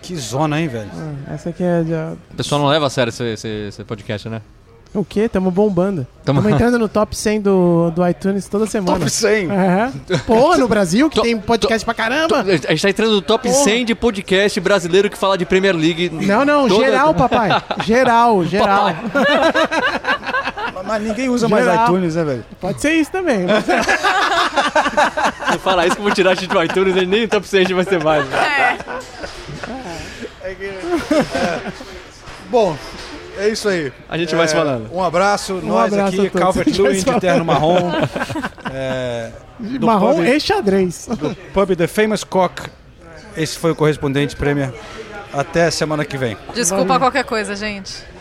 S6: Que zona, hein, velho?
S5: Ah, Essa aqui é. de-
S7: O pessoal não leva a sério esse, esse- esse podcast, né?
S5: O quê? Tamo bombando.
S7: Tamo-
S5: Tamo entrando no top 100 do, do iTunes toda semana.
S6: Top 100.
S5: É. Pô, no Brasil, que
S7: Tô-
S5: tem podcast pra caramba.
S7: A gente tá entrando no top
S5: Porra.
S7: 100 de podcast brasileiro que fala de Premier League.
S5: Não, não,
S7: Toda-
S5: geral, papai. Geral, geral.
S6: Mas ninguém usa mais
S5: Geral.
S6: iTunes, né, velho?
S5: Pode ser isso também. mas-
S7: Você fala isso que eu vou tirar a gente do iTunes e nem o top 100 a gente vai ser mais.
S8: É.
S6: Bom, é isso aí.
S7: A gente vai se falando.
S6: Um abraço, nós
S5: abraço a
S6: aqui,
S5: todos.
S6: Calvert
S5: [laughs] A
S6: Lewin,
S5: gente vai
S6: de Terno Marrom, é, do
S5: Marrom
S6: pub,
S5: e xadrez.
S6: do pub The Famous Cock. Esse foi o correspondente prêmio. Até semana que vem.
S8: Desculpa qualquer coisa, gente.